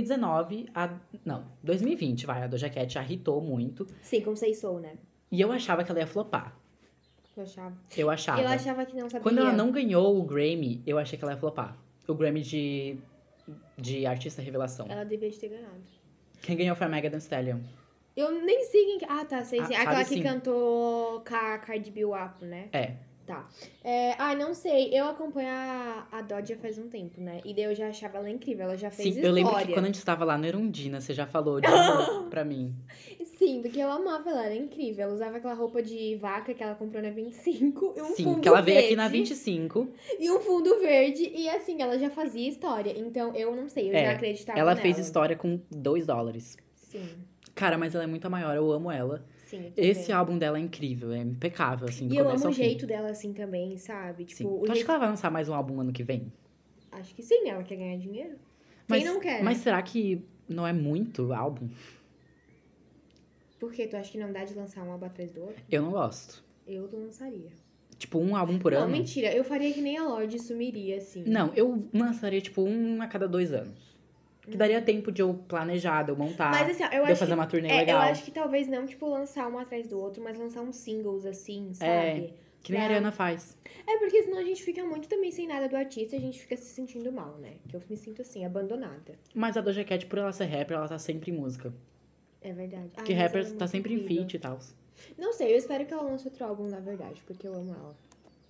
2019, a... não, 2020, vai, a Doja Cat irritou muito. Sim, como sei sou, né? E eu achava que ela ia flopar. Eu achava. Eu achava. Eu achava que não sabia. Tá, Quando ela não ganhou o Grammy, eu achei que ela ia flopar. O Grammy de, de artista revelação. Ela devia ter ganhado. Quem ganhou foi a Megan Thee Stallion. Eu nem sei quem. que- Ah, tá, sei, Ah, sim. sabe Aquela que sim. cantou Ca- Cardi B Wapo, né? É. Tá. É, ah, não sei. Eu acompanho a, a Dodja faz um tempo, né? E daí eu já achava ela incrível. Ela já fez Sim, história. eu lembro que quando a gente estava lá no Erundina, você já falou de novo pra mim. Sim, porque eu amava ela. Era incrível. Ela usava aquela roupa de vaca que ela comprou na 25. E um Sim, fundo que ela veio verde, aqui na 25. E um fundo verde. E assim, ela já fazia história. Então eu não sei. Eu É, já acreditava ela nela. fez história com 2 dólares. Sim, Cara, mas ela é muito a maior, eu amo ela. sim. eu Esse também. álbum dela é incrível, é impecável, assim, do E eu começo amo o ao fim. jeito dela assim também, sabe? Tipo, Sim. o Tu acha jeito- que ela vai lançar mais um álbum ano que vem? Acho que sim, ela quer ganhar dinheiro. Mas, não quer? né? Mas será que não é muito álbum? Por que tu acha que não dá de lançar um álbum atrás do outro? Eu não gosto. Eu lançaria. Tipo, um álbum por não, ano? mentira. Eu faria que nem a Lorde sumiria, assim. Não, eu lançaria, tipo, um a cada dois anos. Que daria tempo de eu planejar, de eu montar, Hum. Mas assim, ó, eu de eu acho, fazer que, uma turnê é, eu legal. É. acho que talvez não, tipo, lançar um atrás do outro, mas lançar uns singles, assim, sabe? Que nem a Pra- Ariana faz. É porque senão a gente fica muito também sem nada do artista e a gente fica se sentindo mal, né? Que eu me sinto assim, abandonada. Mas a Doja Cat, por ela ser rapper, ela tá sempre em música. É verdade. Porque Ai, mas ela é rapper tá muito sempre em incrível. feat e tal. Não sei, eu espero que ela lance outro álbum, na verdade, porque eu amo ela.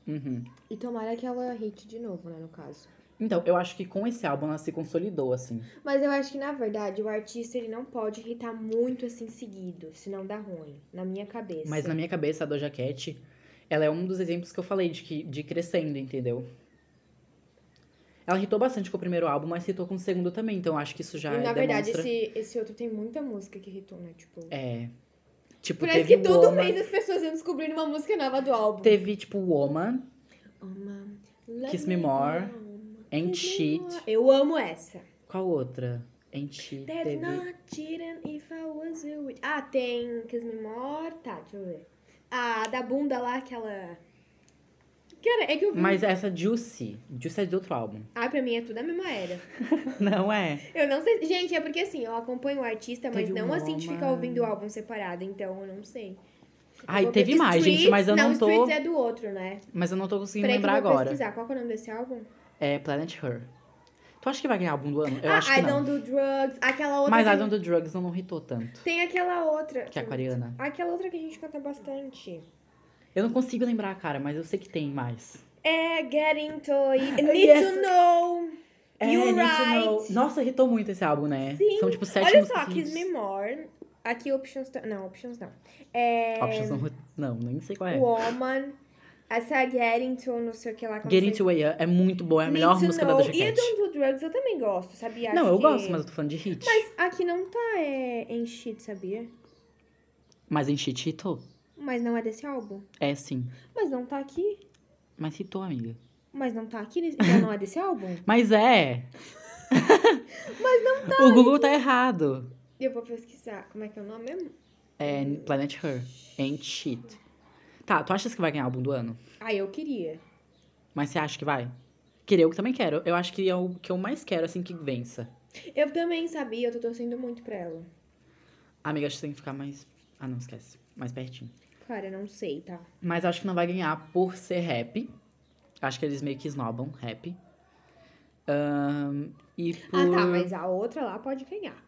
Uhum. E tomara que ela hit de novo, né, no caso. Então, eu acho que com esse álbum ela se consolidou, assim. Mas eu acho que, na verdade, o artista, ele não pode hitar muito assim seguido, senão dá ruim, na minha cabeça. Mas na minha cabeça, a Doja Cat, ela é um dos exemplos que eu falei de, que, de crescendo, entendeu? Ela hitou bastante com o primeiro álbum, mas hitou com o segundo também. Então, eu acho que isso já E, na verdade, demonstra... esse, esse outro tem muita música que irritou, né? Tipo. É. Tipo, Parece teve que todo Woman, mês as pessoas iam descobrindo uma música nova do álbum. Teve, tipo, Woman Uma- Kiss Me More. and Shit. Eu amo essa. Qual outra? And Shit. That's Teve... not cheating if I was you. with- Ah, tem Kiss Me More. Tá, deixa eu ver. Ah, da bunda lá, aquela. Cara, é que eu vi. Mas essa Juicy. Juicy é de outro álbum. Ah, pra mim é tudo a mesma era. Não é? Eu não sei. Gente, é porque assim, eu acompanho o artista, mas Teve um não uma, assim de ficar mano. ouvindo o álbum separado, então eu não sei. Ai, Eu vou teve ver mais, gente, Streets- mas eu não, tô. Streets é do outro, né? Mas eu não tô conseguindo Peraí que eu lembrar vou agora. pesquisar. Qual que é o nome desse álbum? É Planet Her. Tu acha que vai ganhar álbum do ano? Eu ah, acho I que não. Don't Do Drugs. é Aquela outra. Mas que- I Don't Do Drugs não, não hitou tanto Tem aquela outra. que é a Aquariana. Aquela outra que a gente canta bastante. Eu não consigo lembrar, cara, mas eu sei que tem mais. É, get into it. Need Yes. to know. You É, Need to Right. Know. Nossa, hitou muito esse álbum, né? Sim. São tipo sete Olha músicas. só, Kiss Me More. Aqui Options... ta- Não, Options não. É... Options não, não, nem sei qual é. Woman. Essa Get Into, não sei o que lá. como Get se- Into Way Up é muito boa, é a Need melhor to música know. da Doja E a Cat. Don't Do Drugs eu também gosto, sabia? Não, Acho eu que- gosto, mas eu tô falando de hit. Mas, Mas aqui não tá é, em shit, sabia? em shit hitou? Mas não é desse álbum. É sim. Mas não tá aqui. Mas hitou, amiga. Mas não tá aqui, nesse- então não é desse álbum? Mas é. mas não tá. O Google tá errado. Eu vou pesquisar. Como é que é o nome mesmo? É Planet Her. And Shit. Tá, tu achas que vai ganhar álbum do ano? Ah, eu queria. Mas você acha que vai? Querer eu também quero. Eu acho que é o que eu mais quero, assim, que vença. Eu também sabia, eu tô torcendo muito pra ela. Amiga, acho que tem que ficar mais. Ah, não, esquece. Mais pertinho. Cara, não sei, tá? Mas acho que não vai ganhar por ser rap. Acho que eles meio que esnobam rap. Ahn, e por. Ah, tá, mas a outra lá pode ganhar.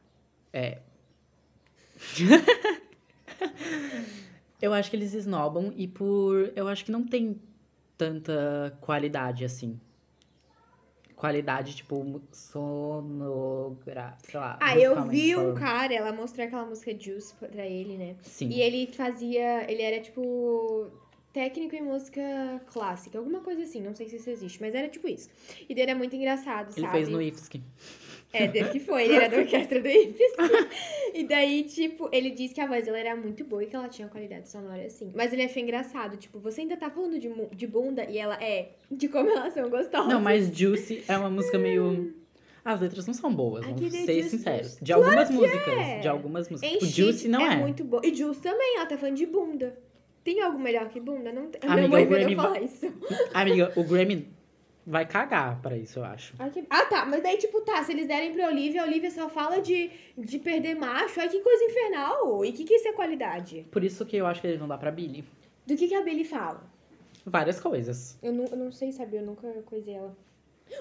Eu acho que eles esnobam e por. Eu acho que não tem tanta qualidade assim. Qualidade, tipo, sonogra. Sei lá. Ah, eu musicalmente vi um falando. cara, ela mostrou aquela música Juice pra ele, né? Sim. E ele fazia. Ele era tipo. Técnico em música clássica, alguma coisa assim, não sei se isso existe, mas era tipo isso. E daí era muito engraçado, Ele sabe? fez no IFSC. É, dele que foi, ele era da orquestra do IFSC. e daí, tipo, ele disse que a voz dela era muito boa e que ela tinha uma qualidade sonora assim. Mas ele achou engraçado, tipo, você ainda tá falando de, mu- de bunda e ela é, de como elas são gostosas. Não, mas Juicy é uma música meio. As letras não são boas, vamos Aquele ser Juicy- sinceros. Juicy. De algumas músicas. é. De algumas músicas. Em o Juicy Chic não é. muito boa. E Juice também, ela tá falando de bunda. Tem algo melhor que bunda? Não tem. A Ah, Amiga, minha mãe o veio Grammy eu falar isso. Amiga, o Grammy vai cagar pra isso, eu acho. Ai, que- Ah, tá. Mas daí, tipo, tá, se eles derem pra Olivia, a Olivia só fala de, de perder macho. Ai, que coisa infernal. E que que isso é qualidade? Por isso que eu acho que eles vão dar pra Billy. Do que que a Billy fala? Várias coisas. Eu não, eu não sei, sabe? Eu nunca coisei ela.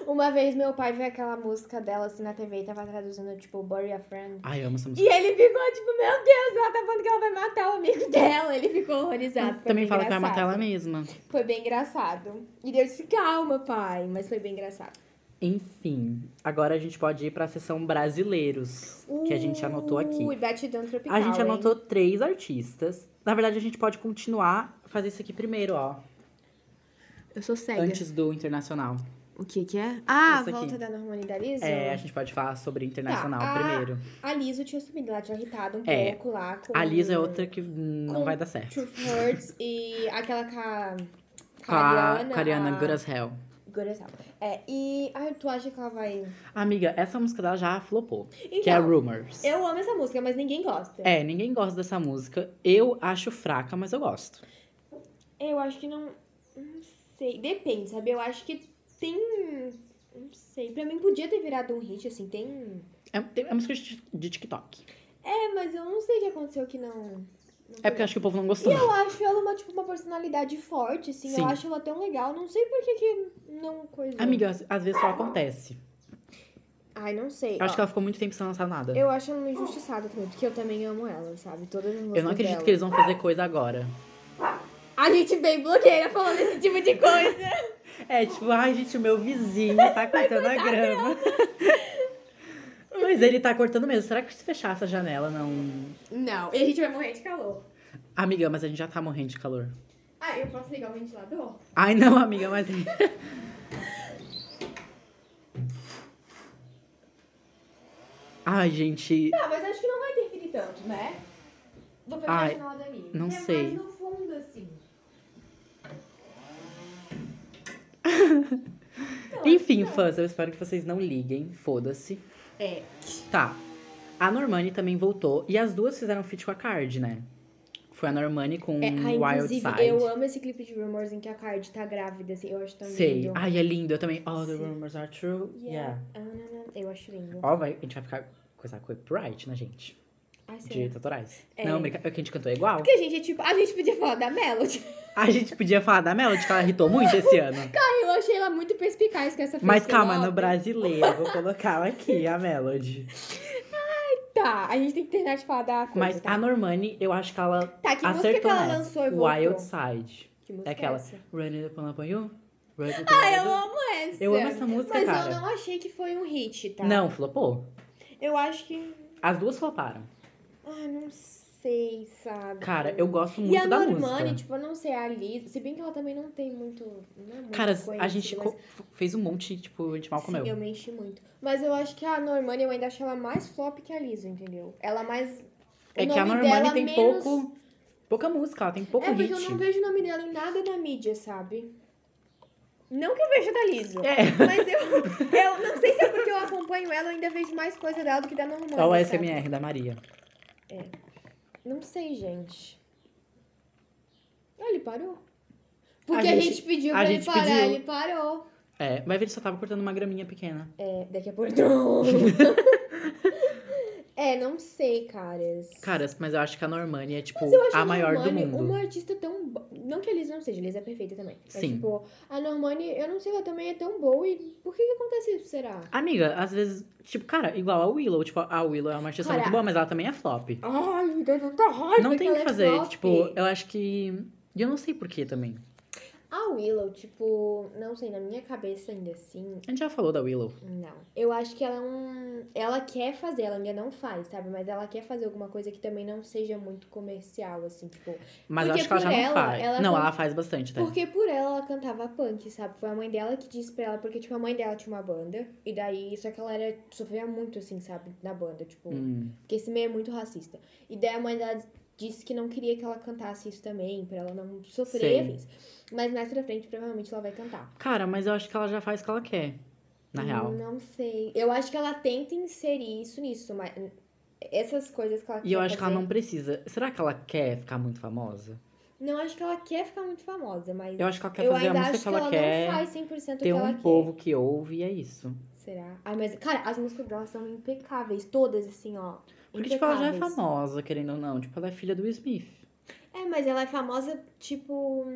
Uma vez meu pai viu aquela música dela assim na TV e tava traduzindo, tipo, Bury a Friend. Ai, amo essa música. E ele ficou tipo, meu Deus, ela tá falando que ela vai matar o amigo dela. Ele ficou horrorizado. Foi Também bem fala que vai matar é engraçado. ela mesma. Foi bem engraçado. E Deus disse, calma, pai. Mas foi bem engraçado. Enfim, agora a gente pode ir pra sessão brasileiros, que a gente anotou aqui. Ui, batidão tropical. A gente hein? anotou três artistas. Na verdade, a gente pode continuar fazer isso aqui primeiro, ó. Eu sou cega. Antes do internacional. O que que é? Ah, Isso aqui. volta da normalidade. É, a gente pode falar sobre internacional Tá, a- primeiro. A Liso tinha subido, ela tinha irritado um É. pouco lá. Com... A Lisa é outra que não com vai dar certo. Truth Hurts e aquela com a. Com a com a Ariana a- Good as Hell. Good as hell. É, e. Ai, tu acha que ela vai. Amiga, essa música dela já flopou. que é Então, Rumors. eu amo essa música, mas ninguém gosta. É, ninguém gosta dessa música. Eu acho fraca, mas eu gosto. É, Eu acho que não. Não sei. Depende, sabe? Eu acho que tem. Não sei. Pra mim podia ter virado um hit, assim, tem. É, é música de, de TikTok. É, mas eu não sei o que aconteceu que não. É porque eu acho que o povo não gostou. E eu acho ela uma, tipo, uma personalidade forte, assim. Sim. Eu acho ela tão legal. Não sei por que que não coisou. Amiga, às- às vezes só acontece. Ai, não sei. Eu acho Ó, que ela ficou muito tempo sem lançar nada. Eu acho ela uma injustiçada também, porque eu também amo ela, sabe? Todas as músicas Eu não acredito dela. que eles vão fazer coisa agora. A gente bem blogueira falando esse tipo de coisa. É, tipo, ai, gente, o meu vizinho tá cortando a grama. Mas ele tá cortando mesmo. Será que se fechar essa janela não. Não, e a gente vai morrer de calor. Amiga, mas a gente já tá morrendo de calor. Ah, eu posso ligar o ventilador? Ai, não, amiga, mas. ai, gente. Tá, mas acho que não vai interferir tanto, né? Vou pegar Ai, a janela dali. não é sei. mais no fundo, assim. Não, Enfim, acho que fãs, eu espero que vocês não liguem. Foda-se. não. É. Tá. A Normani também voltou. E as duas fizeram feat com a Card, né? Foi a Normani com É, ai, Wild inclusive, Side. eu amo esse clipe de Rumors em que a Cardi tá grávida, assim. Eu acho tão Sei. lindo. Ai, é lindo. Eu também. All the Sim. rumors are true. Yeah. Yeah. Ah, não, não, Eu acho lindo. Ó, vai, a gente vai ficar coisa copyright, né, gente? Ai, sério. Direitos autorais. É. Não, brinca... é que a gente cantou igual. Porque a gente, é tipo, a gente podia falar da Melody. A gente podia falar da Melody, que ela irritou muito esse ano. Ai, eu achei ela muito perspicaz com essa Mas face calma, logo. no brasileiro, eu vou colocar ela aqui, a Melody. Tá, a gente tem que terminar de falar da coisa, Mas é. tá? a Normani, eu acho que ela Tá, que música que acertou ela nessa. lançou e voltou? Wild Side. Que música é aquela. essa? Run it upon upon you. Run it upon Ah, eu upon you. amo essa. Eu amo essa música, Mas cara. eu não achei que foi um hit, tá? Não, flopou. Eu acho que... As duas floparam. Ai, não sei, sabe? Cara, eu gosto muito e a da Normani, música. tipo, eu não sei, a Liz, se bem que ela também não tem muito. Não é muito Cara, a conhecida, gente mas- co- fez um monte, tipo, a gente mal Sim, comeu. eu me enchi muito. Mas eu acho que a Normani eu ainda acho ela mais flop que a Liz, entendeu? Ela mais. É o que a nome Normani dela tem menos- pouco. Pouca música, ela tem pouco É porque hit. eu não vejo o nome dela em nada na mídia, sabe? Não que eu vejo da Liz. É. Mas eu, eu não sei se é porque eu acompanho ela, eu ainda vejo mais coisa dela é do que da Normani. Olha o sabe? SMR da Maria. Não sei, gente. Ah, ele parou. Porque A a gente, gente- pediu a pra gente ele parar, pediu. ele parou. É, vai ver, ele só tava cortando uma graminha pequena. É, daqui a pouco. Não. é, não sei, caras. Cara, mas eu acho que a Normani é, tipo, Mas eu acho a maior Normani do mundo. Uma artista tão. bo- Não que a Liz não seja, a Liz é perfeita também. Mas, Sim. tipo, a Normani, eu não sei, ela também é tão boa e por que, que acontece isso, será? Amiga, às vezes, tipo, cara, igual a Willow. Tipo, a Willow é uma artista Cara, muito boa, mas ela também é flop. Ai, me deu tanta raiva. Não tem o ela que é fazer. flop. Tipo, eu acho que. E eu não sei porquê também. A Willow, tipo, não sei, na minha cabeça ainda assim, A gente já falou da Willow. não. Eu acho que ela é um. Ela quer fazer, ela ainda não faz, sabe? Mas ela quer fazer alguma coisa que também não seja muito comercial, assim, tipo. Mas eu Porque acho que ela já por não ela, faz. ela não, não- ela faz bastante, tá? Porque por ela ela cantava punk, sabe? Foi a mãe dela que disse pra ela, porque, tipo, a mãe dela tinha uma banda. E daí, só que ela era, sofria muito, assim, sabe? Na banda, tipo. Hum. Porque esse meio é muito racista. E daí a mãe dela disse que não queria que ela cantasse isso também, pra ela não sofrer, Sei. enfim. Mas mais pra frente, provavelmente ela vai cantar. Cara, mas eu acho que ela já faz o que ela quer. Na real. Não sei. Eu acho que ela tenta inserir isso nisso, mas. Essas coisas que ela E eu quer acho que ela fazer- não precisa. Será que ela quer ficar muito famosa? Não acho que ela quer ficar muito famosa, mas. Eu acho que ela quer eu fazer a ainda música acho que ela, quer. não faz 100% o que ter ela um quer. povo que ouve e é isso. Será? Ai, mas, cara, as músicas dela são impecáveis, todas assim, ó. Porque, tipo, ela já é impecáveis. famosa, querendo ou não. Tipo, ela é filha do Smith. É, mas ela é famosa, tipo.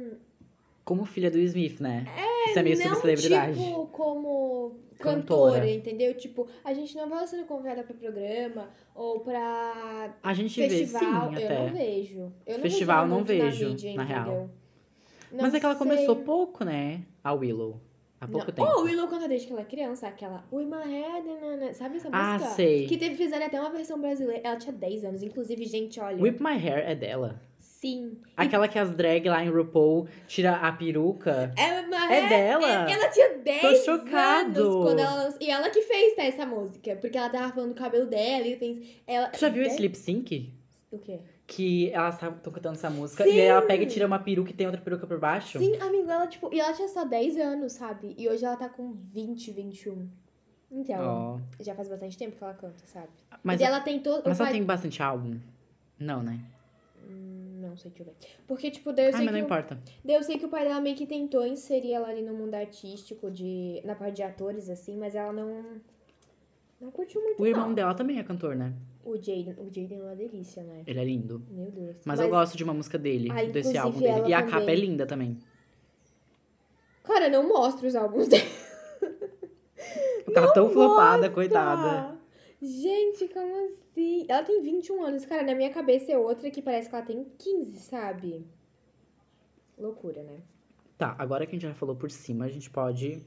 Como filha do Smith, né? É, isso é meio não subcelebridade. tipo como Cantora. cantora, entendeu? Tipo, a gente não vê ela sendo convidada pra programa ou pra A gente festival. vê sim, eu até. não vejo. Eu não Festival, vejo ela não muito vejo, na, mídia, na real. entendeu? Não Mas é que ela sei. começou pouco, né? A Willow. Há pouco não. tempo. Oh, Willow canta desde que ela é criança, aquela We My Head, nanana. sabe essa ah, música? sei. Que teve, fizeram até uma versão brasileira. Ela tinha 10 anos, inclusive, gente, olha. Whip My Hair é dela. Sim. Aquela que as drag lá em RuPaul tira a peruca. É, uma É dela? é- Ela tinha 10 chocado. anos quando ela lançou. E ela que fez tá, essa música. Porque ela tava falando do cabelo dela e fez. Ela... Tu já viu dez- esse lip sync? O quê? Que elas estão cantando essa música Sim! e aí ela pega e tira uma peruca e tem outra peruca por baixo. Sim, amigo, ela, tipo. E ela tinha só 10 anos, sabe? E hoje ela tá com 20, 21. Então, Ó. já faz bastante tempo que ela canta, sabe? Mas, é, e ela tentou. mas o ela pai- tem bastante álbum? Não, né? Hum, Não sei, deixa eu ver. Porque, tipo, daí eu ah, sei mas não que o- importa. Daí eu sei que o pai dela meio que tentou inserir ela ali no mundo artístico, de... na parte de atores, assim, mas ela não. Não curtiu muito. O irmão não. dela também é cantor, né? O Jaden, o Jaden é uma delícia, né? Ele é lindo. Meu Deus. Mas, eu gosto de uma música dele, Ah, desse inclusive álbum ela dele. E a também. capa é linda também. Cara, não mostra os álbuns dela. Tá tão flopada, coitada. Gente, como assim? Ela tem 21 anos, cara. Na minha cabeça é outra que parece que ela tem 15, sabe? Loucura, né? Tá, agora que a gente já falou por cima, a gente pode.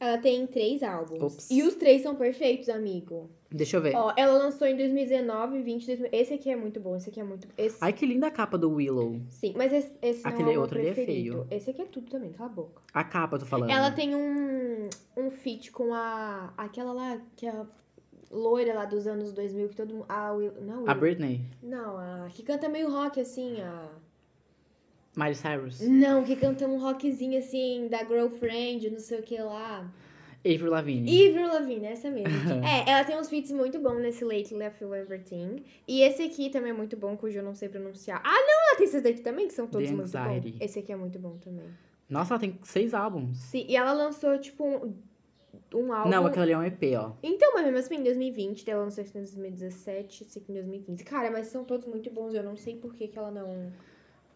Ela tem três álbuns. Ops. E os três são perfeitos, amigo. Deixa eu ver. Ó, ela lançou em 2019, 20, 2000. Esse aqui é muito bom, esse aqui é muito. Esse... Ai, que linda a capa do Willow. Sim, mas esse, esse não Aquele é o meu outro ali é preferido. Esse aqui é tudo também, cala a boca. A capa, eu tô falando. Ela tem um, um feat com a. aquela lá, que é a loira lá dos anos 2000, que todo mundo. A Will, não, A Will, Britney. Não, a. Que canta meio rock assim, a. Miley Cyrus. Não, que canta um rockzinho assim, da girlfriend, não sei o que lá. Avril Lavigne. Avril Lavigne, essa mesmo. é, ela tem uns feats muito bons nesse Lately I Feel Everything. E esse aqui também é muito bom, cujo eu não sei pronunciar. Ah, não, ela tem esses daqui também, que são todos The muito Anxiety. bons. Esse aqui é muito bom também. Nossa, ela tem seis álbuns. Sim, e ela lançou, tipo, um, um álbum... Não, aquela ali é um EP, ó. Então, mas mesmo assim, em 2020, daí ela lançou esse em 2017, esse aqui em 2015. Cara, mas são todos muito bons, eu não sei por que que ela não...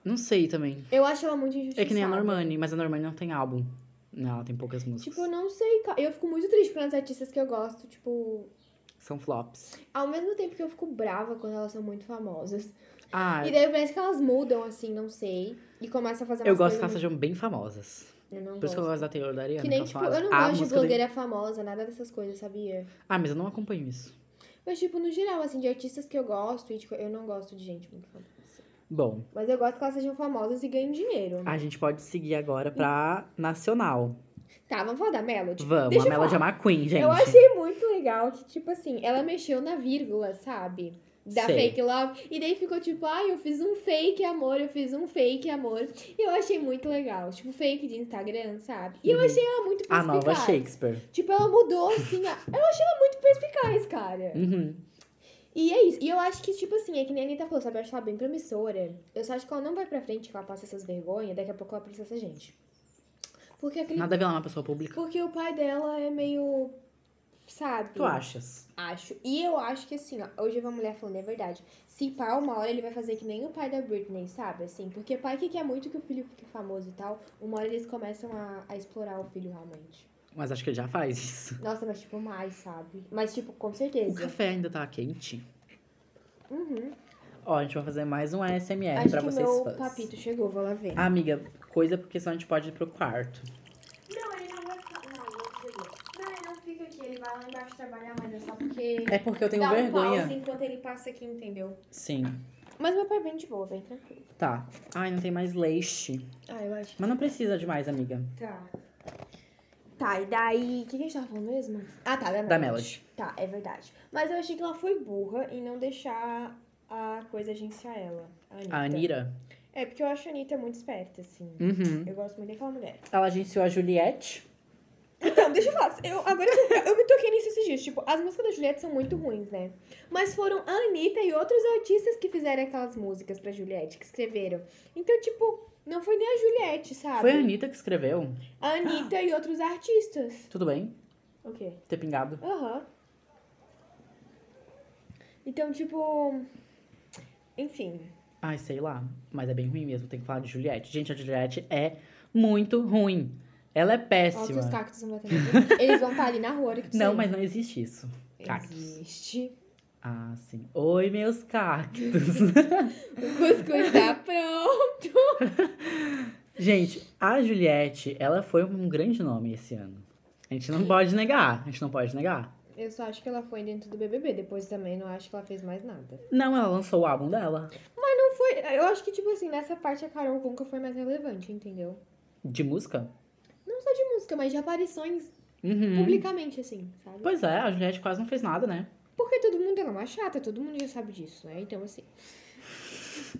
Não sei também. Eu acho ela muito injustiçada. É que nem a Normani, mas a Normani não tem álbum. Não, ela tem poucas músicas. Tipo, eu não sei, ca- eu fico muito triste pelas artistas que eu gosto, tipo... São flops. Ao mesmo tempo que eu fico brava quando elas são muito famosas. Ah, E daí parece que elas mudam, assim, não sei. E começam a fazer eu umas gosto que elas coisas sejam bem famosas. muito- Eu não Por isso que eu gosto. gosto da Taylor da Ariana. Que nem, elas tipo, são eu as- não a gosto de música da- blogueira famosa, nada dessas coisas, sabia? Ah, mas eu não acompanho isso. Mas, tipo, no geral, assim, de artistas que eu gosto, e, tipo, eu não gosto de gente muito famosa. Bom, Mas eu gosto que elas sejam famosas e ganhem dinheiro. a gente pode seguir agora pra nacional. Tá, vamos falar da Melody? Vamos, Hum. Deixa a eu Melody é falar. uma queen, gente. Eu achei muito legal que, tipo assim, ela mexeu na vírgula, sabe? Da Sei. fake love. E daí ficou tipo, ai, eu fiz um fake amor, eu fiz um fake amor. E eu achei muito legal. Tipo, fake de Instagram, sabe? E Uhum. eu achei ela muito A perspicaz. nova Shakespeare. Tipo, ela mudou, assim. a- Eu achei ela muito perspicaz, cara. Uhum. E é isso. E eu acho que, tipo assim, é que nem a Anitta falou, sabe? Eu acho ela bem promissora. Eu só acho que ela não vai pra frente, que ela passa essas vergonhas. Daqui a pouco ela processa a gente. Porque aquele Nada a ver ela é uma pessoa pública. porque o pai dela é meio. Sabe? Tu achas? Acho. E eu acho que assim, ó, hoje eu vi uma mulher falando, é verdade. Se pá, uma hora ele vai fazer que nem o pai da Britney, sabe? Assim, porque pai que quer muito que o filho fique famoso e tal, uma hora eles começam a, a explorar o filho realmente. Mas acho que ele já faz isso. Nossa, mas tipo, mais, sabe? Mas tipo, com O certeza. café ainda tá quente. Uhum. Ó, a gente vai fazer mais um ASMR acho pra que vocês meu fãs. Ah. papito chegou, vou lá ver. Amiga, coisa porque senão a gente pode ir pro quarto. Não, ele não vai ficar. Não, não chegou. Não, ele não fica aqui. Ele vai lá embaixo trabalhar, mas é só porque. É porque eu tenho Dá um vergonha. pause enquanto ele passa aqui, entendeu? Sim. Mas meu pai é bem de boa, vem tranquilo. Tá. Ai, não tem mais leite. Ah, eu acho. Mas não precisa de mais, amiga. Tá. Tá, e daí. O que, que a gente tava falando mesmo? Ah, tá, da Da Melody. Tá, é verdade. Mas eu achei que ela foi burra em não deixar a coisa agenciar ela. A Anitta. A Anira. É, porque eu acho a Anitta muito esperta, assim. Uhum. Eu gosto muito daquela mulher. Ela agenciou a Juliette. Então, deixa eu falar. Eu, agora eu, eu me toquei nisso esses dias. Tipo, as músicas da Juliette são muito ruins, né? Mas foram a Anitta e outros artistas que fizeram aquelas músicas pra Juliette, que escreveram. Então, tipo, não foi nem a Juliette, sabe? Foi a Anitta que escreveu. A Anitta e outros artistas. Tudo bem? O quê? Ter pingado. Aham. Então, tipo. Enfim. Ai, sei lá. Mas é bem ruim mesmo. Tem que falar de Juliette. Gente, a Juliette é muito ruim. Ela é Ó, que péssima. os cactos não batem na gente. Eles vão estar ali na rua, olha que não, mas não existe isso. cactos. Existe. Ah, sim. Oi, meus cactos. O cuscuz tá pronto. Gente, a Juliette, ela foi um grande nome esse ano. A gente não pode negar, a gente não pode negar. Eu só acho que ela foi dentro do BBB. Depois também não acho que ela fez mais nada. Não, ela lançou o álbum dela, Não foi. Eu acho que, tipo assim, nessa parte a Carol Conca foi mais relevante, entendeu? de música. Não só de música, mas de aparições Uhum. publicamente, assim, sabe? Pois é, a Juliette quase não fez nada, né? Porque todo mundo ela é uma chata, todo mundo já sabe disso, né? Então, assim.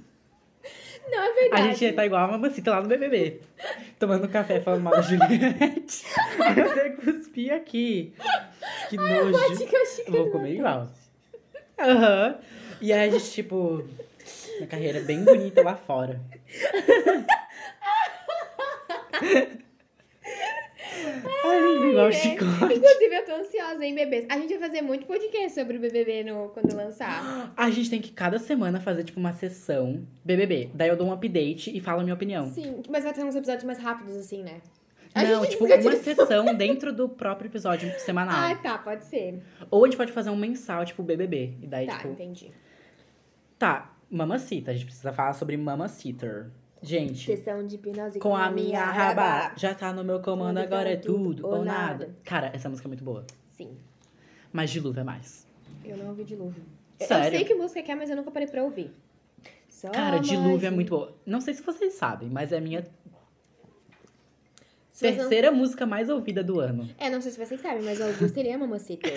Não, é A verdade. gente tá igual a mamacita lá no BBB. Tomando café, falando mal da Juliette. eu até cuspi aqui. Que nojo. Chica, chica. Eu vou comer igual. Aham. E aí a gente, tipo... Uma carreira é bem bonita lá fora. Ai, igual né? chicote. Inclusive, eu tô ansiosa, hein, bebês? A gente vai fazer muito podcast sobre o BBB no, quando lançar. A gente tem que cada semana fazer, tipo, uma sessão BBB. Daí eu dou um update e falo a minha opinião. Sim, mas vai ter uns episódios mais rápidos, assim, né? A Não, gente tipo, discute uma sessão dentro do próprio episódio Ah, semanal. tá, pode ser. Ou a gente pode fazer um mensal, tipo, BBB. E daí, tá, tipo, entendi. tá, mamacita. A gente precisa falar sobre mamacita. Gente, Sessão de hipnose tipo, com a minha raba, já tá no meu comando, agora é tudo ou nada. Cara, essa música é muito boa. Sim, Mas de luva é mais. eu não ouvi dilúvio. Eu- Eu Sério. sei que música que é, mas eu nunca parei pra ouvir. Só Cara, mais Dilúvio é um. muito boa. Não sei se vocês sabem, mas é a minha Se você não- terceira música mais ouvida do ano. É, não sei se vocês sabem, mas o Augusto, ele ama Mamacita.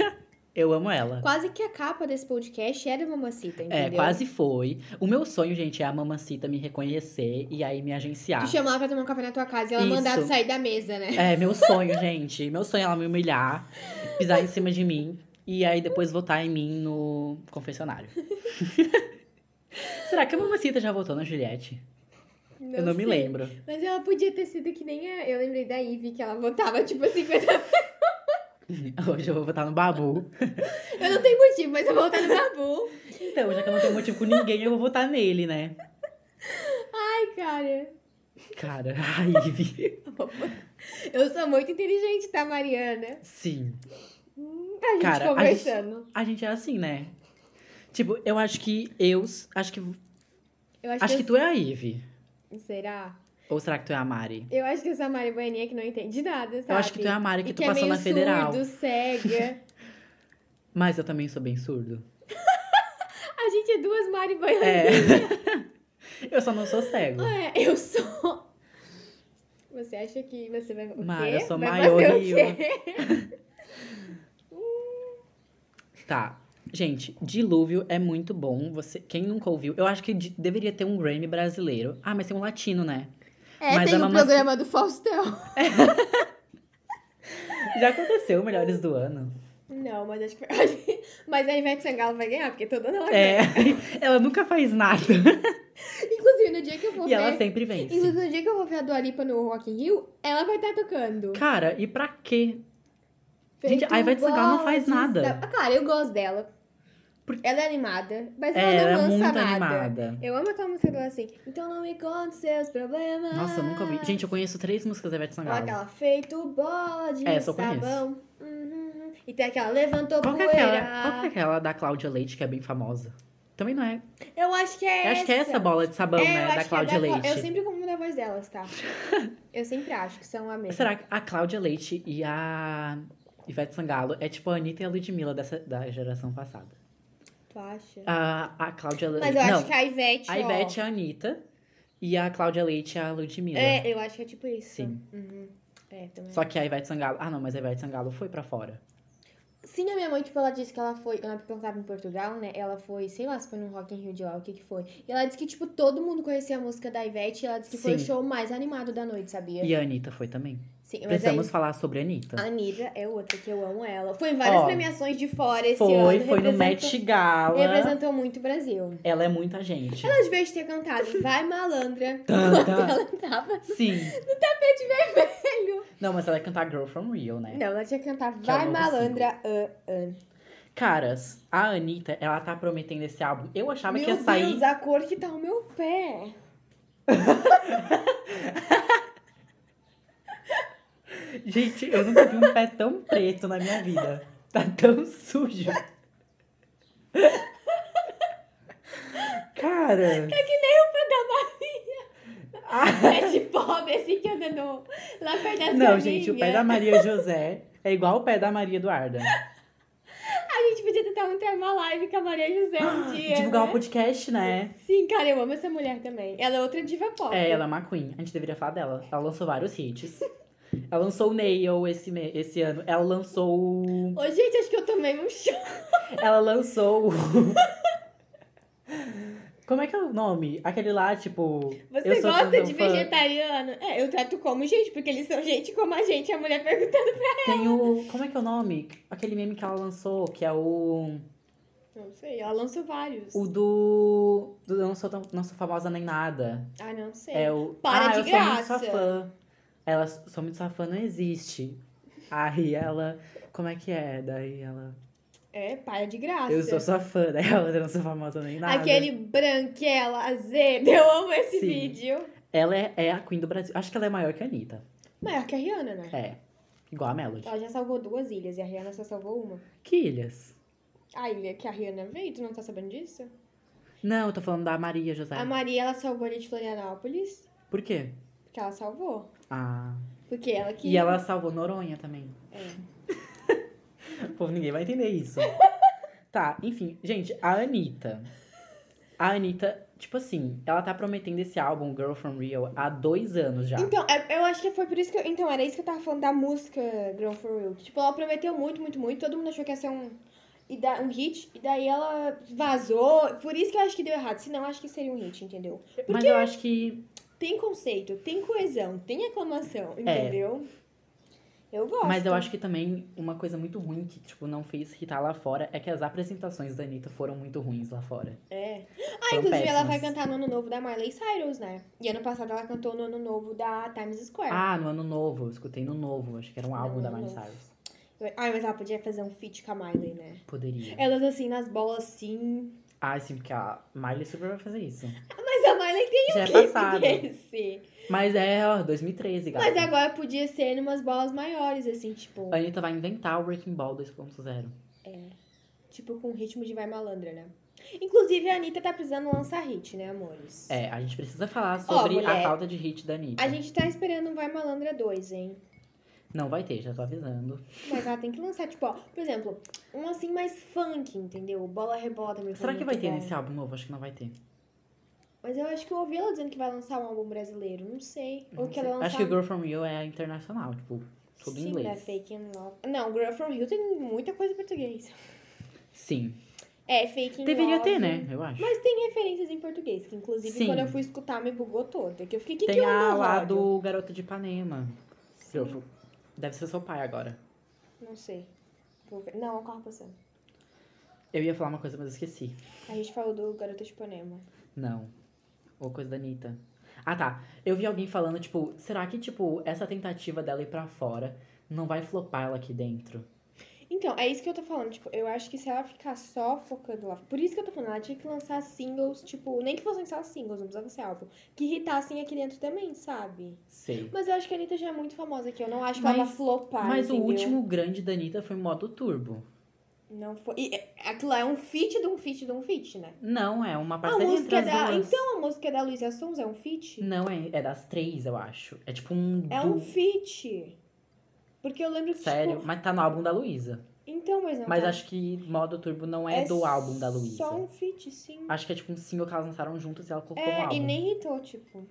Eu amo ela. Quase que a capa desse podcast era Mamacita, entendeu? É, quase foi. O meu sonho, gente, é a mamacita me reconhecer e aí me agenciar. Tu chamar ela pra tomar um café na tua casa e ela mandar tu Tá. Isso. sair da mesa, né? É, meu sonho, gente. Meu sonho é ela me humilhar, pisar em cima de mim e aí depois votar em mim no confessionário. Será que a mamacita já votou na Juliette? Eu não me sei. lembro. Mas ela podia ter sido que nem a... Eu lembrei da Ivy, que ela votava, tipo, 50... Hoje eu vou votar no Babu. Eu não tenho motivo, mas eu vou votar no Babu. Então, já que eu não tenho motivo com ninguém, eu vou votar nele, né? Ai, cara. Cara, a Ivy. Eu sou muito inteligente, tá, Mariana? Sim. A gente Cara, a conversando. A gente é assim, né? Tipo, eu acho que eu. Acho que. Eu acho, Acho que que, tu é a Ivy. eu... Será? Ou será que tu é a Mari? Eu acho que eu sou a Mari Boaninha que não entende nada, sabe? Eu acho que tu é a Mari que E tu passou é meio na federal. surdo, cega. Mas eu também sou bem surdo. a gente é duas Mari Boaninha. É. eu só não sou cego. É, eu sou. Você acha que você vai. O Mara, quê? eu sou vai maior fazer o e eu- quê? Tá. Gente, Dilúvio é muito bom. Você, quem nunca ouviu, eu acho que de- deveria ter um Grammy brasileiro. Ah, mas tem um latino, né? É, Mas tem a o mamacita- programa do Faustão. Já aconteceu o Melhores do Ano. Não, mas acho que. mas a Ivete Sangalo vai ganhar, porque toda ela É. ganha. Ela nunca faz nada. Inclusive, no dia que eu vou E ver. ela sempre vence. Inclusive, no dia que eu vou ver a Dua Lipa no Rock in Rio, ela vai estar tocando. Cara, e pra quê? Gente, a Ivete Sangalo não faz nada. Ah, Cara, eu gosto dela. Ela é animada, mas ela É, não ela é lança muito nada. animada. Eu amo aquela música dela assim. Então não me conte seus problemas. Nossa, eu nunca ouvi. Gente, eu conheço três músicas da Ivete Olha Sangalo. aquela feito bola de Essa eu É, conheço. sabão. Uhum. E tem aquela levantou Qual que, é poeira. aquela, qual que é aquela da Cláudia Leite que é bem famosa? Também não é. Eu acho que é Eu essa. acho que é essa bola de sabão, É, eu né? acho Da que Cláudia é Clá- Leite. Eu sempre confundo a voz delas, tá? eu sempre acho que são a mesma. Será que a Cláudia Leite e a Ivete Sangalo é tipo a Anitta e a Ludmilla dessa, da geração passada? Tu acha? é A, a Cláudia Leite. Mas eu não, acho que a Ivete, a ó, Ivete é a Anitta e a Cláudia Leite é a Ludmilla. É, eu acho que é tipo isso. Sim. Uhum. É, também. Só que a Ivete Sangalo. Ah, não, mas a Ivete Sangalo foi pra fora. Sim, a minha mãe, tipo, ela disse que ela foi. Ela, porque ela tava em Portugal, né? Ela foi, sei lá, se foi no Rock in Rio de lá, o que que foi. E ela disse que, tipo, todo mundo conhecia a música da Ivete. E ela disse que foi o Sim. show mais animado da noite, sabia? E a Anitta foi também. Sim, mas aí- Precisamos falar sobre a Anitta. A Anitta é outra que eu amo ela. Foi em várias Ó, premiações de fora esse ano. Foi, foi no representou- Met Gala. Representou muito o Brasil. Ela é muita gente. Ela é devia ter cantado em Vai Malandra Tá, quando tá. ela tava Sim. tapete vermelho. Não, mas ela vai cantar Girl From Real, né? Não, ela tinha que cantar Que é o Vai novo Malandra. ah, ah. Caras, a Anitta, ela tá prometendo esse álbum. Eu achava Meu que ia Deus, sair. a cor que tá o meu pé. Gente, eu nunca vi um pé tão preto na minha vida. Tá tão sujo. Cara. Pé de pobre, assim, que anda no... lá perto das Não, galinhas. gente, o pé da Maria José é igual o pé da Maria Eduarda. A gente podia tentar entrar uma live com a Maria José um dia, Divulgar o né? podcast, né? Sim, cara, eu amo essa mulher também. Ela é outra diva pop. É, ela é uma queen. A gente deveria falar dela. Ela lançou vários hits. Ela lançou o Nail esse, me- esse ano. Ela lançou o. Ô, gente, acho que eu tomei um chá. Ela lançou o. Como é que é o nome? Aquele lá, tipo. Você eu sou gosta tão de fã. vegetariano? É, eu trato como gente, porque eles são gente como a gente. A mulher pergunta. Tem o. Como é que é o nome? Aquele meme que ela lançou, que é o. Não sei, ela lançou vários. O do. do eu não sou, tão, não sou famosa nem nada. Ah, não sei. É o. Para ah, de eu sou muito graça. sua fã. Ela, sou muito sua fã, não existe. Aí ela, como é que é? Daí ela, É, para de graça. eu sou sua fã. Daí ela, eu não sou famosa nem nada. Aquele branquela, azedo. Eu amo esse Sim. vídeo. Ela é, é a Queen do Brasil. Acho que ela é maior que a Anitta. Maior que a Rihanna, né? É, igual a Melody. Ela já salvou duas ilhas e a Rihanna só salvou uma. Que ilhas? A ilha que a Rihanna veio, tu não tá sabendo disso? Não, eu tô falando da Maria José. A Maria, ela salvou a ilha de Florianópolis, Por quê? porque ela salvou. Ah. Porque ela que... E ela salvou Noronha também. É. Pô, ninguém vai entender isso. tá, enfim. Gente, a Anitta. A Anitta, tipo assim, ela tá prometendo esse álbum, Girl From Rio, há dois anos já. Então, é- eu acho que foi por isso que... eu- Então, era isso que eu tava falando da música Girl For Real. Tipo, ela prometeu muito, muito, muito. Todo mundo achou que ia ser um... E da, um hit, e daí ela vazou. Por isso que eu acho que deu errado. Senão, eu acho que seria um hit, entendeu? Mas eu acho que Tem conceito, tem coesão, tem aclamação, entendeu? Eu gosto. É. Mas eu acho que também uma coisa muito ruim que, tipo, não fez irritar lá fora é que as apresentações da Anitta foram muito ruins lá fora. É. Ah, Foram inclusive ela vai péssimas. cantar no ano novo da Miley Cyrus, né? E ano passado ela cantou no ano novo da Times Square. Ah, no ano novo, eu escutei no novo, acho que era um álbum É. no da Ano Miley Novo. Cyrus. Ah. Eu- Ai, mas ela podia fazer um feat com a Miley, né? Poderia. Elas assim, nas bolas assim. Ah, sim, porque a Miley super vai fazer isso. Mas a Miley tem Já é clipe passado. desse. Mas é, ó, 2013, galera. Mas agora podia ser numas bolas maiores, assim, tipo. A Anitta vai inventar o Breaking Ball 2.0. Tipo, com ritmo de vai malandra, né? Inclusive, a Anitta tá precisando lançar hit, né, amores? É, a gente precisa falar sobre a mulher. falta de hit da Anitta. A gente tá esperando um Vai Malandra 2, hein? Não vai ter, já tô avisando. Mas ela tem que lançar, tipo, ó, por exemplo, um assim mais funk, entendeu? Bola rebola também. foi Será que muito vai ter bom. nesse álbum novo? Acho que não vai ter. Mas eu acho que eu ouvi ela dizendo que vai lançar um álbum brasileiro, não sei. Ou Não que sei. ela lançar... Acho que Girl From Rio é internacional, tipo, tudo em Sim, inglês. da Fake in Love. Não, Girl From Hill tem muita coisa em português. Sim. É, Fake in Deveria Love. ter, né? Eu acho. Mas tem referências em português, que inclusive Sim. quando eu fui escutar me bugou toda. Que eu fiquei, que tem que eu a não lá olho? do Garota de Ipanema. Eu vou- Deve ser seu pai agora. Não sei. Vou ver. Não, é o carro passando. Eu ia falar uma coisa, mas eu esqueci. A gente falou do Garota de Ipanema. Não. Ou coisa da Anitta. Ah, tá. Eu vi alguém falando, tipo, será que, tipo, essa tentativa dela ir pra fora não vai flopar ela aqui dentro? Então, é isso que eu tô falando. Tipo, eu acho que se ela ficar só focando lá. Por isso que eu tô falando, ela tinha que lançar singles, tipo, nem que fossem só singles, não precisava ser álbum. Que irritassem aqui dentro também, sabe? Sei. Mas eu acho que a Anitta já é muito famosa aqui. Eu não acho que ela Mas- vai flopar. Mas o entendeu? último grande da Anitta foi modo turbo. Não foi. E, é, aquilo lá é um feat de um feat de um feat, né? Não, é uma A parceria entre música as da. duas. Então a música da Luísa Sons é um feat? Não, é, é das três, eu acho. É tipo um. É du- um feat. Porque eu lembro que. Sério, Tipo... mas tá no álbum da Luísa. Então, mas não. Mas tá. acho que modo turbo não é, do álbum da Luísa. Só um feat, sim. Acho que é tipo um single que elas lançaram juntos e ela colocou um É, álbum. e nem irritou, tipo.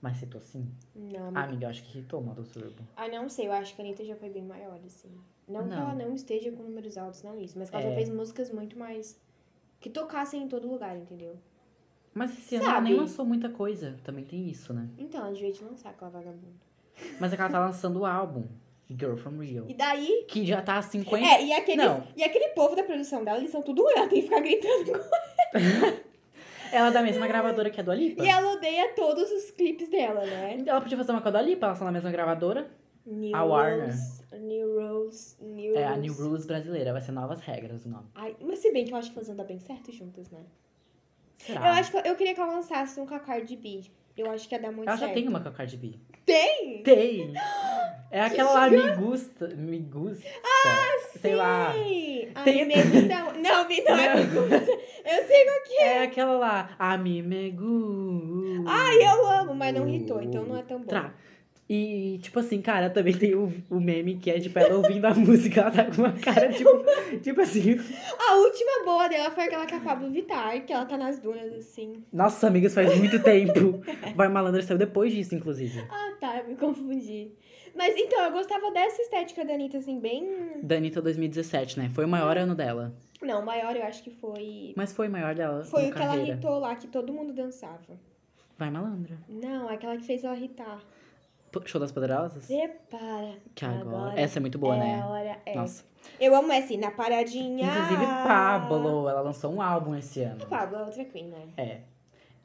Mas citou sim. Não, Ah, amiga, eu acho que irritou o modo turbo. Ah, não sei, eu acho que a Anitta já foi bem maior, assim. Não, que Não. ela não esteja com números altos, não isso, mas que ela É. já fez músicas muito mais. que tocassem em todo lugar, entendeu? Mas esse ano ela Sabe? nem lançou muita coisa. Também tem isso, né? Então, ela devia te lançar aquela vagabunda. Mas é que ela tá lançando o álbum. Girl From Rio. E daí. Que já tá há 50... É, e, aqueles, Não. e aquele povo da produção dela, eles são tudo ela, tem que ficar gritando. com- Ela é da mesma gravadora que a Dua Lipa. Então, E ela odeia todos os clipes dela, né? Ela podia fazer uma com a Dua Lipa, elas são da mesma gravadora. New A Warner. Rules, New Rules, New né? É a Rules. New Rules brasileira, vai ser Novas Regras o nome. Ai, mas se bem que eu acho que elas andam bem certo juntas, né? Será? Eu acho que eu queria que ela lançasse um com a Cardi B. Eu acho que ia dar muito Ela certo. já tem uma com a Cardi B. Tem? Tem! É aquela lá, me gusta, me gusta. Ah, sei lá. Ai, Tem- me gusta- Não, me não é me gusta. Eu sei qual que É aquela lá, a mim me gu- Ai, eu amo, mas não irritou, então não é tão bom. Tá. E, tipo assim, cara, também tem o, o meme que é, tipo, ela ouvindo a música, ela tá com uma cara, tipo, tipo assim... A última boa dela foi aquela com a Pablo Vittar, que ela tá nas dunas assim. Nossa, amigos, faz muito tempo. Vai Malandra saiu depois disso, inclusive. Ah, tá, eu me confundi. Mas então, eu gostava dessa estética da Anitta, assim, bem. Da Anitta 2017, né? Foi o maior ano dela. Não, maior eu acho que foi. Mas foi o maior dela Foi como o que ela carreira. irritou lá, que todo mundo dançava. Vai Malandra. Não, aquela que fez ela irritar. P- Show das Poderosas? Repara. Que agora... Agora Essa é muito boa, é né? a hora, é. Nossa. Eu amo essa, assim, na paradinha. Inclusive, Pablo, ela lançou um álbum esse ano. Pablo é outra queen, né? É.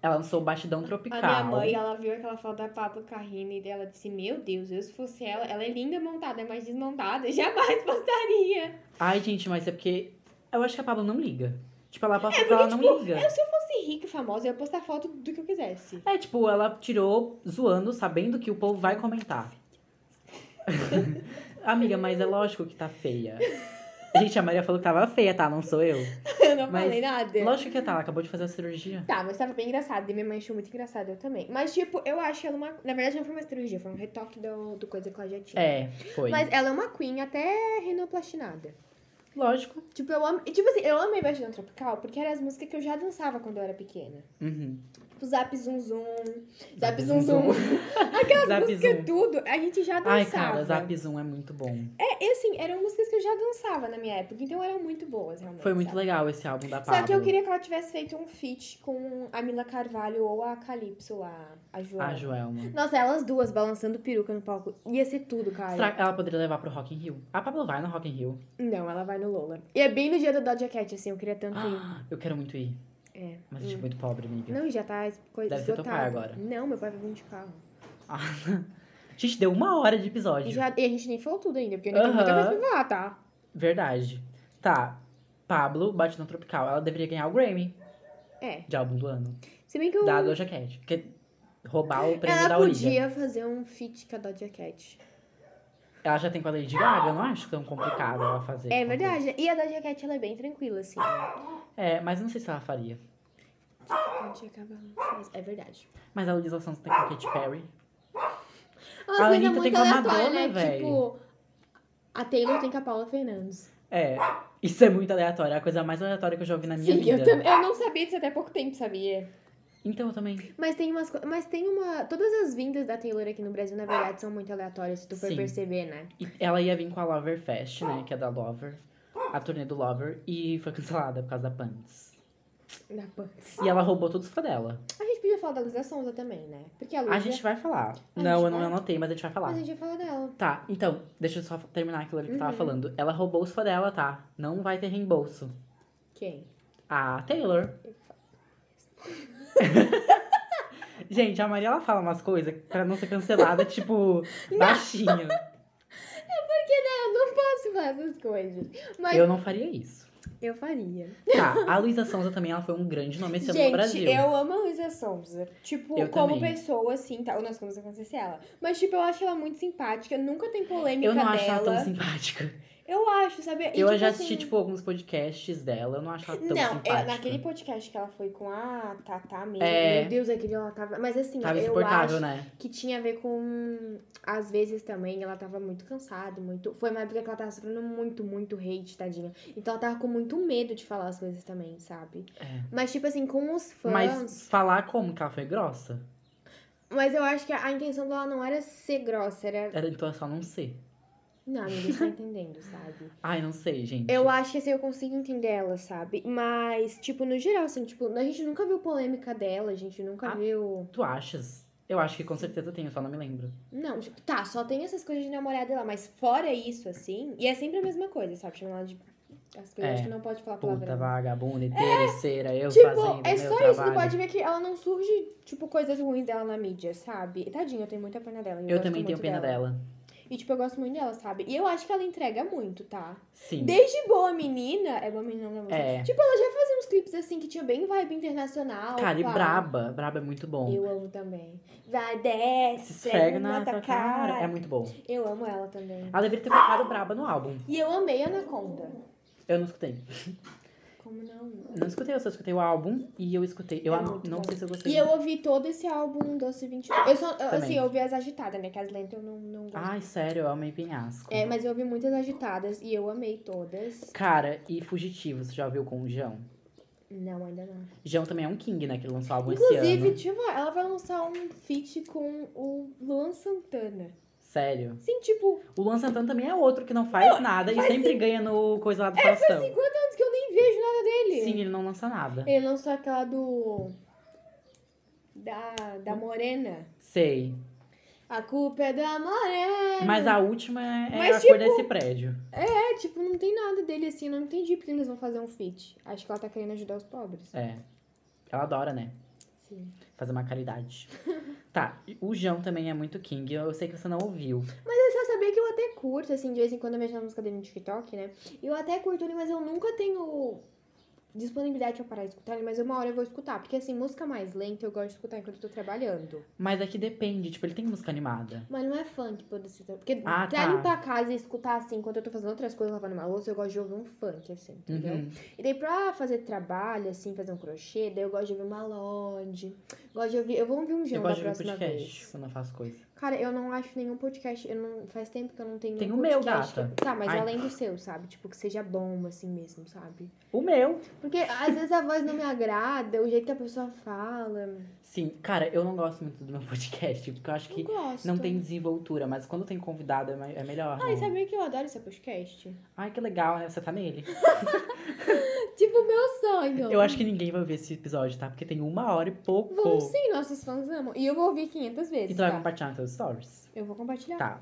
Ela lançou o Batidão A Tropical. minha mãe, ela viu aquela foto da Pablo Carrini e dela disse: Meu Deus, eu se fosse ela, ela é linda montada, mas desmontada, jamais postaria. Ai, gente, mas é porque. Eu acho que a Pablo não liga. Tipo, É ela passa ela não liga. Eu, se eu fosse rica e famosa, eu ia postar foto do que eu quisesse. É, tipo, ela tirou zoando, sabendo que o povo vai comentar. Amiga, mas é lógico que tá feia. Gente, a Maria falou que tava feia, tá? Não sou eu. Eu não Mas falei nada. Lógico que tá, ela acabou de fazer a cirurgia. Tá, mas tava bem engraçado. E minha mãe achou muito engraçado, eu também. Mas, tipo, eu acho ela uma. Na verdade, não foi uma cirurgia, foi um retoque do, do coisa que ela já tinha. É, foi. Mas ela é uma queen até renoplastinada. Lógico. Tipo, eu amo. e, Tipo assim, eu amei Batidão Tropical porque eram as músicas que eu já dançava quando eu era pequena. Uhum. Tipo, Zap Zum Zum, Zap Zap Zum Zum Zum. Aquelas Zap músicas Zum. tudo, a gente já dançava. Ai, cara, Zap Zoom é muito bom. É, e assim, eram músicas que eu já dançava na minha época, então eram muito boas, realmente. Foi muito sabe? legal esse álbum da Pablo. Só que eu queria que ela tivesse feito um feat com a Mila Carvalho ou a Calypso lá, a Joana. A Joelma. Nossa, elas duas balançando peruca no palco. Ia ser tudo, cara. Será que ela poderia levar pro Rock in Rio? A Pablo vai no Rock in Rio. Não, ela vai no Lola. E é bem no dia do Doja Cat, assim, eu queria tanto ir. Ah, eu quero muito ir. É. Mas eu sou muito pobre, amiga. Não, e já tá es- coisa Deve ser teu pai esgotada. agora. Não, meu pai vai vir de carro. Gente, deu uma hora de episódio. E, já, e a gente nem falou tudo ainda, porque ainda tem muita Uhum. Aham. coisa pra falar, tá? Verdade. Tá. Pablo, Batidão Tropical. Ela deveria ganhar o Grammy É. de álbum do ano. Se bem que eu... Da Doja Cat. Porque roubar o prêmio ela da Olivia. podia fazer um feat com a Doja Cat. Ela já tem com a Lady Gaga. Eu não acho tão complicado ela fazer. É com a verdade. né? E a Doja Cat, ela é bem tranquila, assim. Doja. É, mas eu não sei se ela faria. Doja Cat, É verdade. Mas a Luísa Sons tem com a Katy Perry. A Umas coisas Anitta tem muito com a aleatórias, Madonna, né? véi. Tipo, a Taylor tem com a Paula Fernandes. É. Isso é muito aleatório. É a coisa mais aleatória que eu já ouvi na minha Sim, vida. eu, também, eu não sabia disso até pouco tempo, sabia? Então eu também. Mas tem umas co- Mas tem uma. Todas as vindas da Taylor aqui no Brasil, na verdade, são muito aleatórias, se tu for Sim. perceber, né? E ela ia vir com a Lover Fest, né? Que é da Lover. A turnê do Lover. E foi cancelada por causa da Pants. Na pan- E ela roubou todos os fãs dela. A gente podia falar da Luísa Sonza também, né? Porque a Luísa. A gente vai falar. A Não, gente eu não vai. anotei, mas a gente vai falar. Mas a gente ia falar dela. Tá, então, deixa eu só terminar aquilo ali que eu tava Uhum. falando. Ela roubou os fãs dela, tá? Não vai ter reembolso. Quem? A Taylor. Gente, a Maria ela fala umas coisas pra não ser cancelada, tipo, baixinho. Eu não posso falar essas coisas. Mas eu, Eu não faria isso. faria. Tá, a Luísa Sonza também ela foi um grande nome esse ano Gente, no Brasil. eu amo a Luísa Sonza. Tipo, Eu como também. pessoa, assim, tá? Ou nós vamos acontecer ela. Mas, tipo, eu acho ela muito simpática. Nunca tem polêmica Eu não dela. acho ela tão simpática. Eu acho, sabe? E, eu tipo, já assim, assisti, tipo, alguns podcasts dela. Eu não acho ela tão Não, simpática. é, naquele podcast que ela foi com a Tatá mesmo. É. Meu Deus, aquele ela tava. Mas assim, Tava eu acho insuportável, né? que tinha a ver com. Às vezes também ela tava muito cansada, muito. Foi uma época que ela tava sofrendo muito, muito hate, tadinha. Então ela tava com muito medo de falar as coisas também, sabe? É. Mas, tipo assim, com os fãs. Mas falar como que ela foi grossa? Mas eu acho que a, a intenção dela não era ser grossa, era. Era então é só não ser. Não, ninguém tá entendendo, sabe? Ai, não sei, gente. Eu acho que assim, eu consigo entender ela, sabe? Mas, tipo, no geral, assim, tipo, a gente nunca viu polêmica dela, a gente nunca Ah. viu. Tu achas? Eu acho que com certeza tem, eu só não me lembro. Não, tipo, tá, só tem essas coisas de namorada lá, mas fora isso, assim, e é sempre a mesma coisa, sabe? Chamando ela de. As coisas É. que não pode falar Puta, palavrão. vagabunda, interesseira, eu Tá É, Tipo, fazendo é meu só isso, tu trabalho. pode ver que ela não surge, tipo, coisas ruins dela na mídia, sabe? E Tadinha, eu tenho muita pena dela. Eu gosto também muito tenho pena dela. E, tipo, eu gosto muito dela, sabe? E eu acho que ela entrega muito, tá? Sim. Desde Boa Menina. É Boa Menina, não é? É. Tipo, ela já fazia uns clipes assim que tinha bem vibe internacional. Cara, e pá. braba. Braba é muito bom. Eu amo também. Vai, desce, Se esfrega na tua cara. É muito bom. Eu amo ela também. Ela deveria ter colocado braba no álbum. E eu amei Anaconda. Eu não escutei. Como não? Não escutei, eu só escutei o álbum e eu escutei. Eu É am- muito não bom. sei se eu gostei. E eu ouvi todo esse álbum Doce 22. Eu só, eu, Também. Ah, assim, eu ouvi as agitadas, né? Que as lentas eu não, não gosto. Ai, sério, eu amei penhasco. É, mas eu ouvi muitas agitadas e eu amei todas. Cara, e Fugitivo, você já viu com o Jão? Não, ainda não. Jão também é um king, né? Que ele lançou o álbum esse Inclusive, ano. tipo, ela vai lançar um feat com o Luan Santana. Sério. Sim, tipo, O Luan Santana também é outro que não faz nada e sempre ganha no coisa lá É, do Faustão. 50 anos que eu nem vejo nada dele. Então. Sim, ele não lança nada. Ele lançou aquela do. Da, Hum. da Morena. Sei. A culpa é da Morena. Mas a última é Mas, a tipo- cor desse prédio. É, tipo, não tem nada dele assim. Eu não entendi porque eles vão fazer um feat. Acho que ela tá querendo ajudar os pobres. É. Ela É. adora, né? Sim. Fazer uma caridade. tá, o João também é muito king. Eu sei que você não ouviu. Mas eu só sabia que eu até curto, assim, de vez em quando eu vejo na música dele no TikTok, né? Eu até curto ele, mas eu nunca tenho disponibilidade pra parar de escutar ele, mas uma hora eu vou escutar. Porque, assim, música mais lenta eu gosto de escutar enquanto eu tô trabalhando. Mas é que depende, tipo, ele tem música animada. Mas não é funk, pô, desse... Porque Ah, pra tá. limpar a casa e escutar, assim, enquanto eu tô fazendo outras coisas, lavando uma louça, eu gosto de ouvir um funk, assim, entendeu? Uhum. E daí pra fazer trabalho, assim, fazer um crochê, daí eu gosto de ouvir uma Lorde. Gosto de ouvir. Eu vou ouvir um Eu João da gosto de ouvir próxima podcast vez. quando eu faço coisa. Cara, eu não acho nenhum podcast. Eu não, faz tempo que eu não tenho Tem nenhum o meu, podcast. gata. Tá, mas Ai. além do seu, sabe? Tipo, que seja bom assim mesmo, sabe? O meu. Porque às vezes a voz não me agrada, o jeito que a pessoa fala. Sim, cara, eu não gosto muito do meu podcast, porque eu acho Não que gosto. não tem desenvoltura, mas quando tem convidado é, me- é melhor. Ai, né? sabia que eu adoro esse podcast? Ai, que legal, né? Você tá nele. Tipo, meu sonho. Eu acho que ninguém vai ver esse episódio, tá? Porque tem uma hora e pouco. Vamos sim, nossos fãs amam. E eu vou ouvir 500 vezes. E tu vai tá? compartilhar nos teus stories. Eu vou compartilhar. Tá.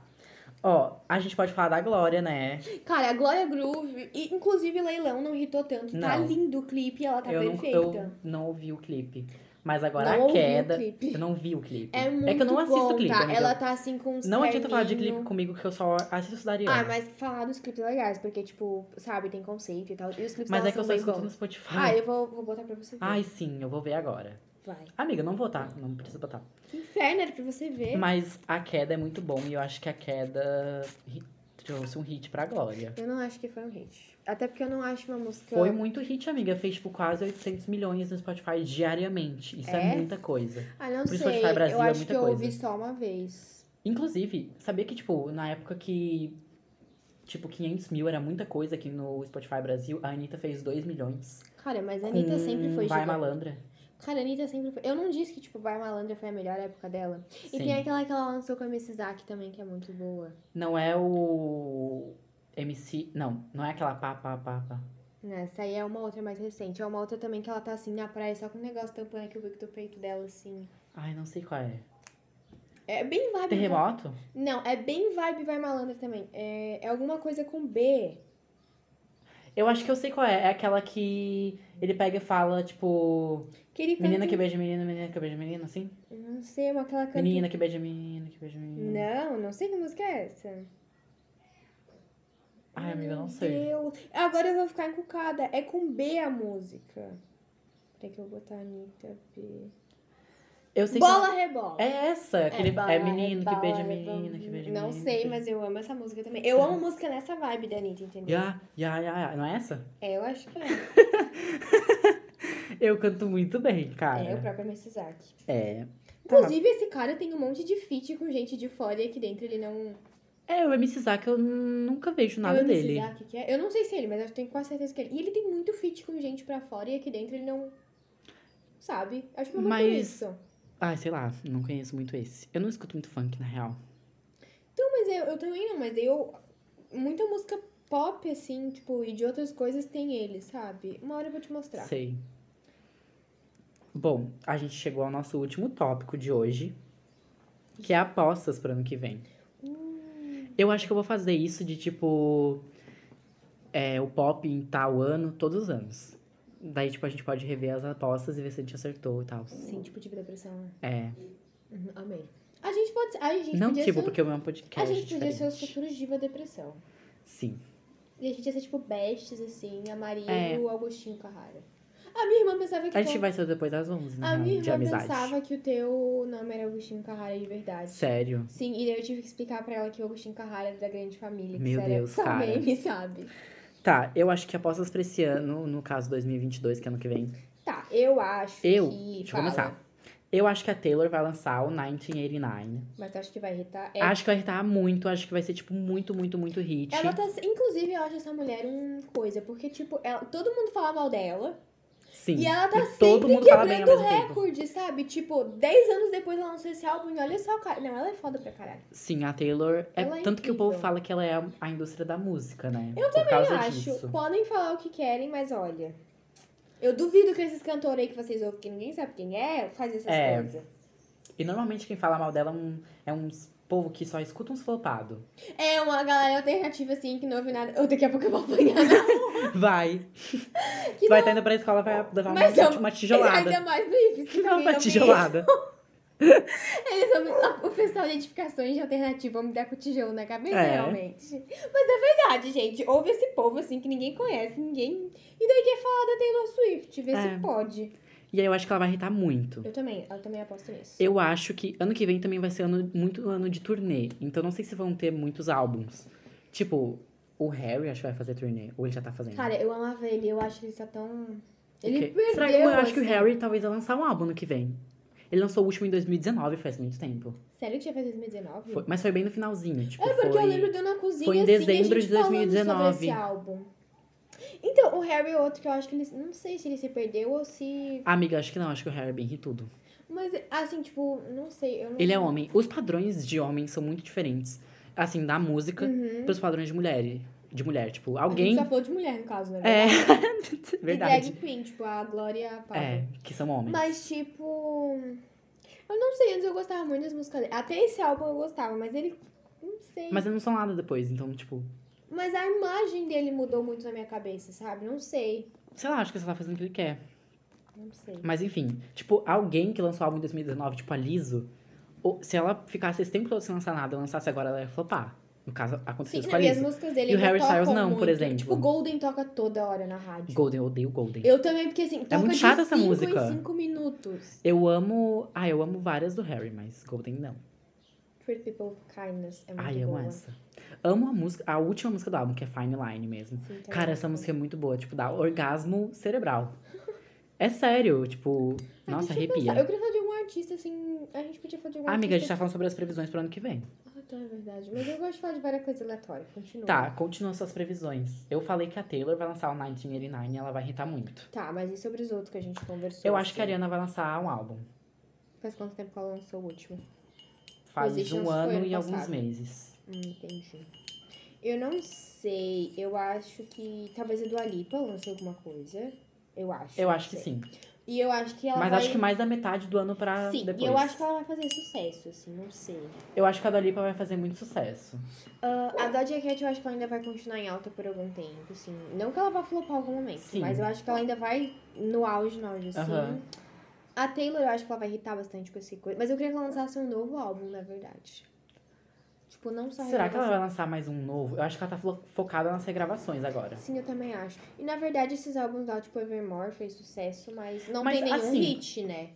Ó, a gente pode falar da Glória, né? Cara, a Glória Groove, e, inclusive Leilão não irritou tanto. Tá Não. lindo o clipe, ela tá eu, não, perfeita. eu não ouvi o clipe. Mas agora a Não ouvi o queda. clipe. Eu não vi o clipe. É muito que eu não assisto bom, clipe, tá? amiga. Ela tá assim com uns Não adianta falar de terninho. clipe comigo que eu só assisto da Ariana. Ah, mas falar dos clipes legais, porque, tipo, sabe, tem conceito e tal. E os clipes Mas dela é que eu são só bem escuto no bons. Spotify. Ah, eu vou, vou botar pra você ver. Ai, sim, eu vou ver agora. Vai. Amiga, não vou, tá? Não precisa botar. Que inferno, era pra você ver. Mas a queda é muito bom e eu acho que a queda ri- trouxe um hit pra Glória. Eu não acho que foi um hit. Até porque eu não acho uma música... Foi muito hit, amiga. Fez, tipo, quase 800 milhões no Spotify diariamente. Isso é, É? muita coisa. Ah, não Pro sei. Spotify Brasil eu é acho muita que eu coisa. ouvi só uma vez. Inclusive, sabia que, tipo, na época que, tipo, 500 mil era muita coisa aqui no Spotify Brasil, a Anitta fez 2 milhões. Cara, mas a Anitta com sempre foi Vai gigante. Malandra. Cara, a Anitta sempre foi... Eu não disse que, tipo, Vai Malandra foi a melhor época dela. E Sim. tem aquela que ela lançou com a Mrs. Zack também, que é muito boa. Não é o MC... Não, não é aquela pá, pá, pá, pá. Né, Essa aí é uma outra mais recente. É uma outra também que ela tá, assim, na praia, só com um negócio tampando aqui o bico do peito dela, assim. Ai, não sei qual é. É bem vibe. Terremoto? Não, é bem vibe vai malandra também. É, é alguma coisa com B. Eu acho que eu sei qual é. É aquela que ele pega e fala, tipo, Que ele canta... um, menina que beija menina, menina que beija menina, assim? Não sei, é uma aquela canta... um Menina que beija menina, que beija menina. Não, não sei que música é essa. Ai, amiga, eu não Meu sei. Deus. Agora eu vou ficar encucada. É com B a música. Peraí que eu vou botar Anitta B. Eu sei Bola Rebola. que é essa, que ele bola, é menino que rebola, beija rebola. menina, que beija menina. Não sei, mas eu amo essa música também. Eu amo música nessa vibe da Anitta, entendeu? Ya, ya, ya, ya. Não é essa? É, eu acho que é. Eu canto muito bem, cara. É o próprio Mrs. Zack. É. Ah, Tá. Inclusive, esse cara tem um monte de feat com gente de fora e aqui dentro ele não... É, o MC Zack eu nunca vejo nada eu dele. que é. Eu não sei se é ele, mas eu tenho quase certeza que é ele. E ele tem muito fit com gente pra fora e aqui dentro ele não. Sabe? Acho que é Mas- muito isso. Ai, sei lá, não conheço muito esse. Eu não escuto muito funk, na real. Então, mas eu, eu também não, mas daí eu. Muita música pop, assim, tipo, e de outras coisas tem ele, sabe? Uma hora eu vou te mostrar. Sei. Bom, a gente chegou ao nosso último tópico de hoje, que é apostas para ano que vem. Hum. Eu acho que eu vou fazer isso de tipo é, o pop em tal ano, todos os anos. Daí, tipo, a gente pode rever as apostas e ver se a gente acertou e tal. Sim, tipo, tive depressão. né? É. Uhum, amei. A gente pode. A gente não podia tipo, ser, porque o meu podcast. A gente podia diferente. ser os futuros Diva Depressão. Sim. E a gente ia ser, tipo, bestes, assim, a Maria É. e o Agostinho Carrara. A minha irmã pensava que. A gente todo- vai ser depois das 11, né? A minha de irmã amizade. pensava que o teu nome era Agostinho Carrara de verdade. Sério. Sim, e daí eu tive que explicar pra ela que o Agostinho Carrara era da grande família. Que Meu isso era Deus, só cara. meme, sabe? Tá, eu acho que apostas pra esse ano, no caso 2022, que é ano que vem, Tá, eu acho Eu? que... Deixa eu Fala. começar. Eu acho que a Taylor vai lançar o 1989. Mas tu acha que vai irritar? É. Acho que vai irritar muito, acho que vai ser, tipo, muito, muito, muito hit. Ela tá... Inclusive, eu acho essa mulher um coisa. Porque, tipo, ela... todo mundo fala mal dela. Sim. E ela tá sempre todo mundo fala bem ao quebrando mesmo tempo. recorde, sabe? Tipo, 10 anos depois ela lançou esse álbum. E olha só, cara... Não, ela é foda pra caralho. Sim, a Taylor. É, Ela é tanto que o povo incrível. fala que ela é a, a indústria da música, né? Eu Por Eu causa acho. disso. Podem falar o que querem, mas olha... Eu duvido que esses cantores aí que vocês ouvem, que ninguém sabe quem é, fazem essas É. coisas. E normalmente quem fala mal dela é, um, é uns povo que só escuta uns flopados. É uma galera alternativa, assim, que não ouve nada. Eu, daqui a pouco eu vou apanhar. Vai. Que vai tá indo pra escola, vai levar Mas uma, eu- uma Ainda tijolada. mais no IFES. que também Uma não tem- tijolada. Eles vão, o pessoal de edificações de alternativa vão me dar com tijolo na cabeça, É. realmente. Mas é verdade, gente. Houve esse povo, assim, que ninguém conhece, ninguém... E daí é quer falar da Taylor Swift, vê É. se pode. E aí eu acho que ela vai irritar muito. Eu também, eu também aposto nisso. Eu acho que ano que vem também vai ser ano, muito ano de turnê. Então não sei se vão ter muitos álbuns. Tipo, o Harry acho que vai fazer turnê. Ou ele já tá fazendo. Cara, eu amava ele, eu acho que ele tá tão... Ele Ok. perdeu, Será que eu acho que o assim. Harry talvez vai lançar um álbum ano que vem? Ele lançou o último em 2019, faz muito tempo. Sério que já fez 2019? Foi- mas foi bem no finalzinho, tipo, Hum. É porque foi... eu lembro de eu na cozinha foi em assim, dezembro de a gente falando 2019. sobre esse álbum. Então, o Harry é outro que eu acho que ele. Não sei se ele se perdeu ou se. Amiga, acho que não, acho que o Harry é bem tudo. Mas, assim, tipo, não sei. Eu não... Ele é homem. Os padrões de homem são muito diferentes. Assim, da música Uhum. pros padrões de mulher. De mulher, tipo, A alguém... gente só falou de mulher, no caso, né? É, E verdade. drag queen, tipo, a Glória Pablo. É, que são homens. Mas, tipo. Eu não sei, antes eu gostava muito das músicas dele. Até esse álbum eu gostava, mas ele. Não sei. Mas eu não sou nada depois, então, tipo, Mas a imagem dele mudou muito na minha cabeça, sabe? Não sei. sei lá, acho que você tá fazendo o que ele quer. Não sei. Mas enfim, tipo, alguém que lançou álbum em 2019, tipo a Liso, ou- se ela ficasse esse tempo todo sem lançar nada, lançasse agora, ela ia flopar. No caso, aconteceu Sim, é isso com a não, e as Liso. músicas dele E o ainda Harry tocam Styles não, por muito. exemplo. Tipo, Golden toca toda hora na rádio. Golden, eu odeio Golden. Eu... Eu também, porque assim, toca muito de chata essa cinco música. em 5 minutos. amo. Ah, eu amo várias do Harry, mas Golden não. Pretty People of Kindness é muito Ai, amo boa. essa. Amo a música, a última música do álbum, que é Fine Line mesmo. Sim, tá Cara, bom. essa música é muito boa, tipo, dá orgasmo cerebral. É sério, tipo, Ai, nossa, Ah, deixa eu pensar. Eu arrepia. queria falar de algum artista, assim. A gente podia falar de algum Ah, amiga, a gente artista. tá falando sobre as previsões pro ano que vem. Ah, tá, é verdade. Mas eu gosto de falar de várias coisas aleatórias. Continua. Tá, continua suas previsões. Eu falei que a Taylor vai lançar o 1989 e ela vai irritar muito. Tá, mas e sobre os outros que a gente conversou? Eu acho que a assim? Ariana vai lançar um álbum. Faz quanto tempo que ela lançou o último? Faz Positions um foi ano ano e alguns passado. meses. Hum, entendi. Eu não sei. Eu acho que. Talvez a Dua Lipa lance alguma coisa. Eu acho. Eu não acho que sei. sim. E eu acho que ela Mas vai... acho que mais da metade do ano pra Sim, depois. e eu acho que ela vai fazer sucesso, assim, não sei. Eu acho que a Dalipa vai fazer muito sucesso. Ah, a Doja Cat eu acho que ela ainda vai continuar em alta por algum tempo, assim. Não que ela vá flopar em algum momento, Sim. mas eu acho que ela ainda vai no auge, no auge, assim. Aham. A Taylor eu acho que ela vai irritar bastante com esse coisa. Mas eu queria que ela lançasse um novo álbum, na verdade. Tipo, não só Será que ela vai regravação. lançar mais um novo? Eu acho que ela tá fo- focada nas regravações agora. Sim, eu também acho. E na verdade, esses álbuns dela, tipo Evermore, fez sucesso, mas não Mas, tem nenhum assim, hit, né?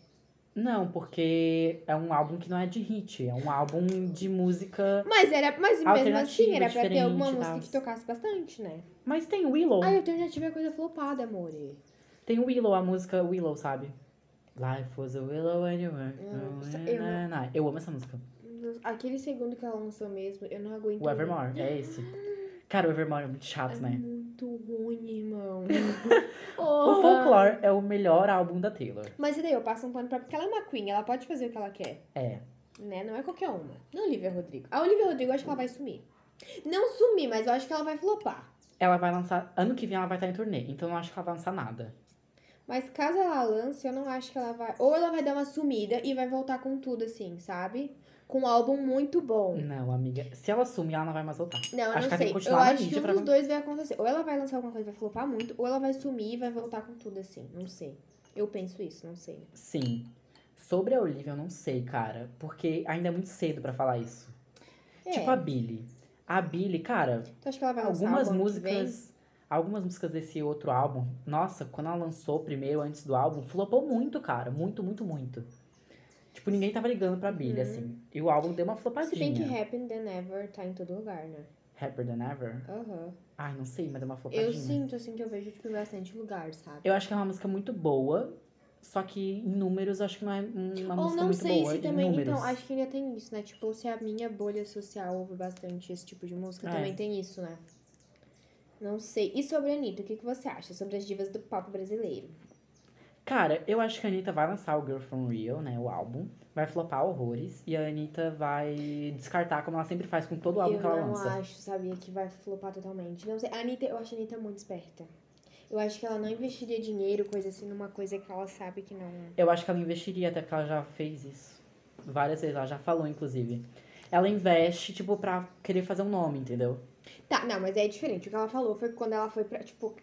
Não, porque é um álbum que não é de hit. É um álbum de música. Mas era. Mas mesmo Alternativa, assim, era pra ter alguma diferente e música tal. que tocasse bastante, né? Mas tem Willow. né? Ah, eu tenho- já tive a coisa flopada, amore. Tem Willow, a música Willow, sabe? Life was a Willow anywhere. Eu- eu- Eu amo essa música. Aquele segundo que ela lançou mesmo, eu não aguento. O Evermore, é esse. Cara, o Evermore é muito É chato, né? muito ruim, irmão. O Oh. Folklore é o melhor álbum da Taylor. Mas e daí, eu passo um pano pra... Porque ela é uma queen, ela pode fazer o que ela quer, É. né? Não é qualquer uma. Não a Olivia Rodrigo. A Olivia Rodrigo, eu acho que ela vai sumir. Não sumir, mas eu acho que ela vai flopar. Ela vai lançar. Ano que vem ela vai estar em turnê, então eu não acho que ela vai lançar nada. Mas caso ela lance, eu não acho que ela vai... Ou ela vai dar uma sumida e vai voltar com tudo, assim, sabe? Com um álbum muito bom. Não, amiga. Se ela sumir, ela não vai mais voltar. Não, eu Hum. Acho que não ela tem que sei. Eu continuar na acho que mídia um pra dos man- dois vai acontecer. Ou ela vai lançar alguma coisa e vai flopar muito, ou ela vai sumir e vai voltar com tudo, assim. Não sei. Eu penso isso, não sei. Sim. Sobre a Olivia, eu não sei, cara. Porque ainda é muito cedo pra falar isso. É. Tipo a Billy. A Billy, cara, Tu acha que ela vai lançar algumas álbum ano que vem? músicas. Algumas músicas desse outro álbum, nossa, quando ela lançou primeiro, antes do álbum, flopou muito, cara. Muito, muito, muito. Tipo, ninguém tava ligando pra Billy, Uhum. assim. E o álbum deu uma flopadinha. Se bem que Happen Than Ever tá em todo lugar, né? Happier Than Ever? Aham. Ai, não sei, mas é uma flopadinha. Eu sinto, assim, que eu vejo, tipo, em bastante lugar, sabe? Eu acho que é uma música muito boa, só que em números eu acho que não é uma Ou música não muito sei boa. se em também. números. Então, acho que ainda tem isso, né? Tipo, se a minha bolha social ouve bastante esse tipo de música, É. também tem isso, né? Não sei. E sobre a Anitta, o que, que você acha sobre as divas do pop brasileiro? Cara, eu acho que a Anitta vai lançar o Girl From Real, né? O álbum. Vai flopar horrores. E a Anitta vai descartar, como ela sempre faz com todo o álbum eu que ela não lança. acho, sabia, que vai flopar totalmente. Não sei, a Anitta, eu acho a Anitta muito esperta. Eu acho que ela não investiria dinheiro, coisa assim, numa coisa que ela sabe que não... Eu acho que ela investiria, até porque ela já fez isso. Várias vezes, ela já falou, inclusive. ela investe, tipo, pra querer fazer um nome, entendeu? Tá, não, mas é diferente. O que ela falou foi que quando ela foi pra, tipo,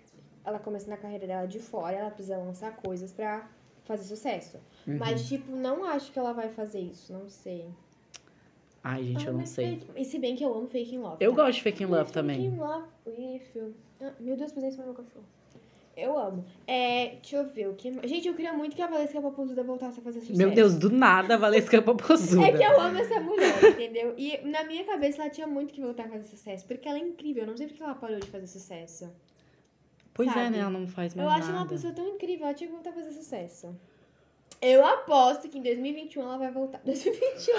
ela começando a carreira dela de fora, ela precisa lançar coisas pra fazer sucesso. Uhum. Mas, tipo, não acho que ela vai fazer isso, não sei. Ai, gente, eu Ah, não mas sei. Fake- E se bem que eu amo Fake in Love. Eu tá? gosto de Fake in Love Fake também. in Love with you. Ah, Meu Deus, pensei isso no meu cachorro. Eu amo. É, deixa eu ver o que mais. Gente, eu queria muito que a Valesca Papazuda voltasse a fazer sucesso. Meu Deus, do nada a Valesca Popozuda. É que eu amo essa mulher, entendeu? E na minha cabeça ela tinha muito que voltar a fazer sucesso, porque ela é incrível. Eu não sei porque ela parou de fazer sucesso. Pois é, sabe? né? Ela não faz mais Eu acho nada. uma pessoa tão incrível, ela tinha que voltar a fazer sucesso. Eu aposto que em 2021 ela vai voltar. 2021.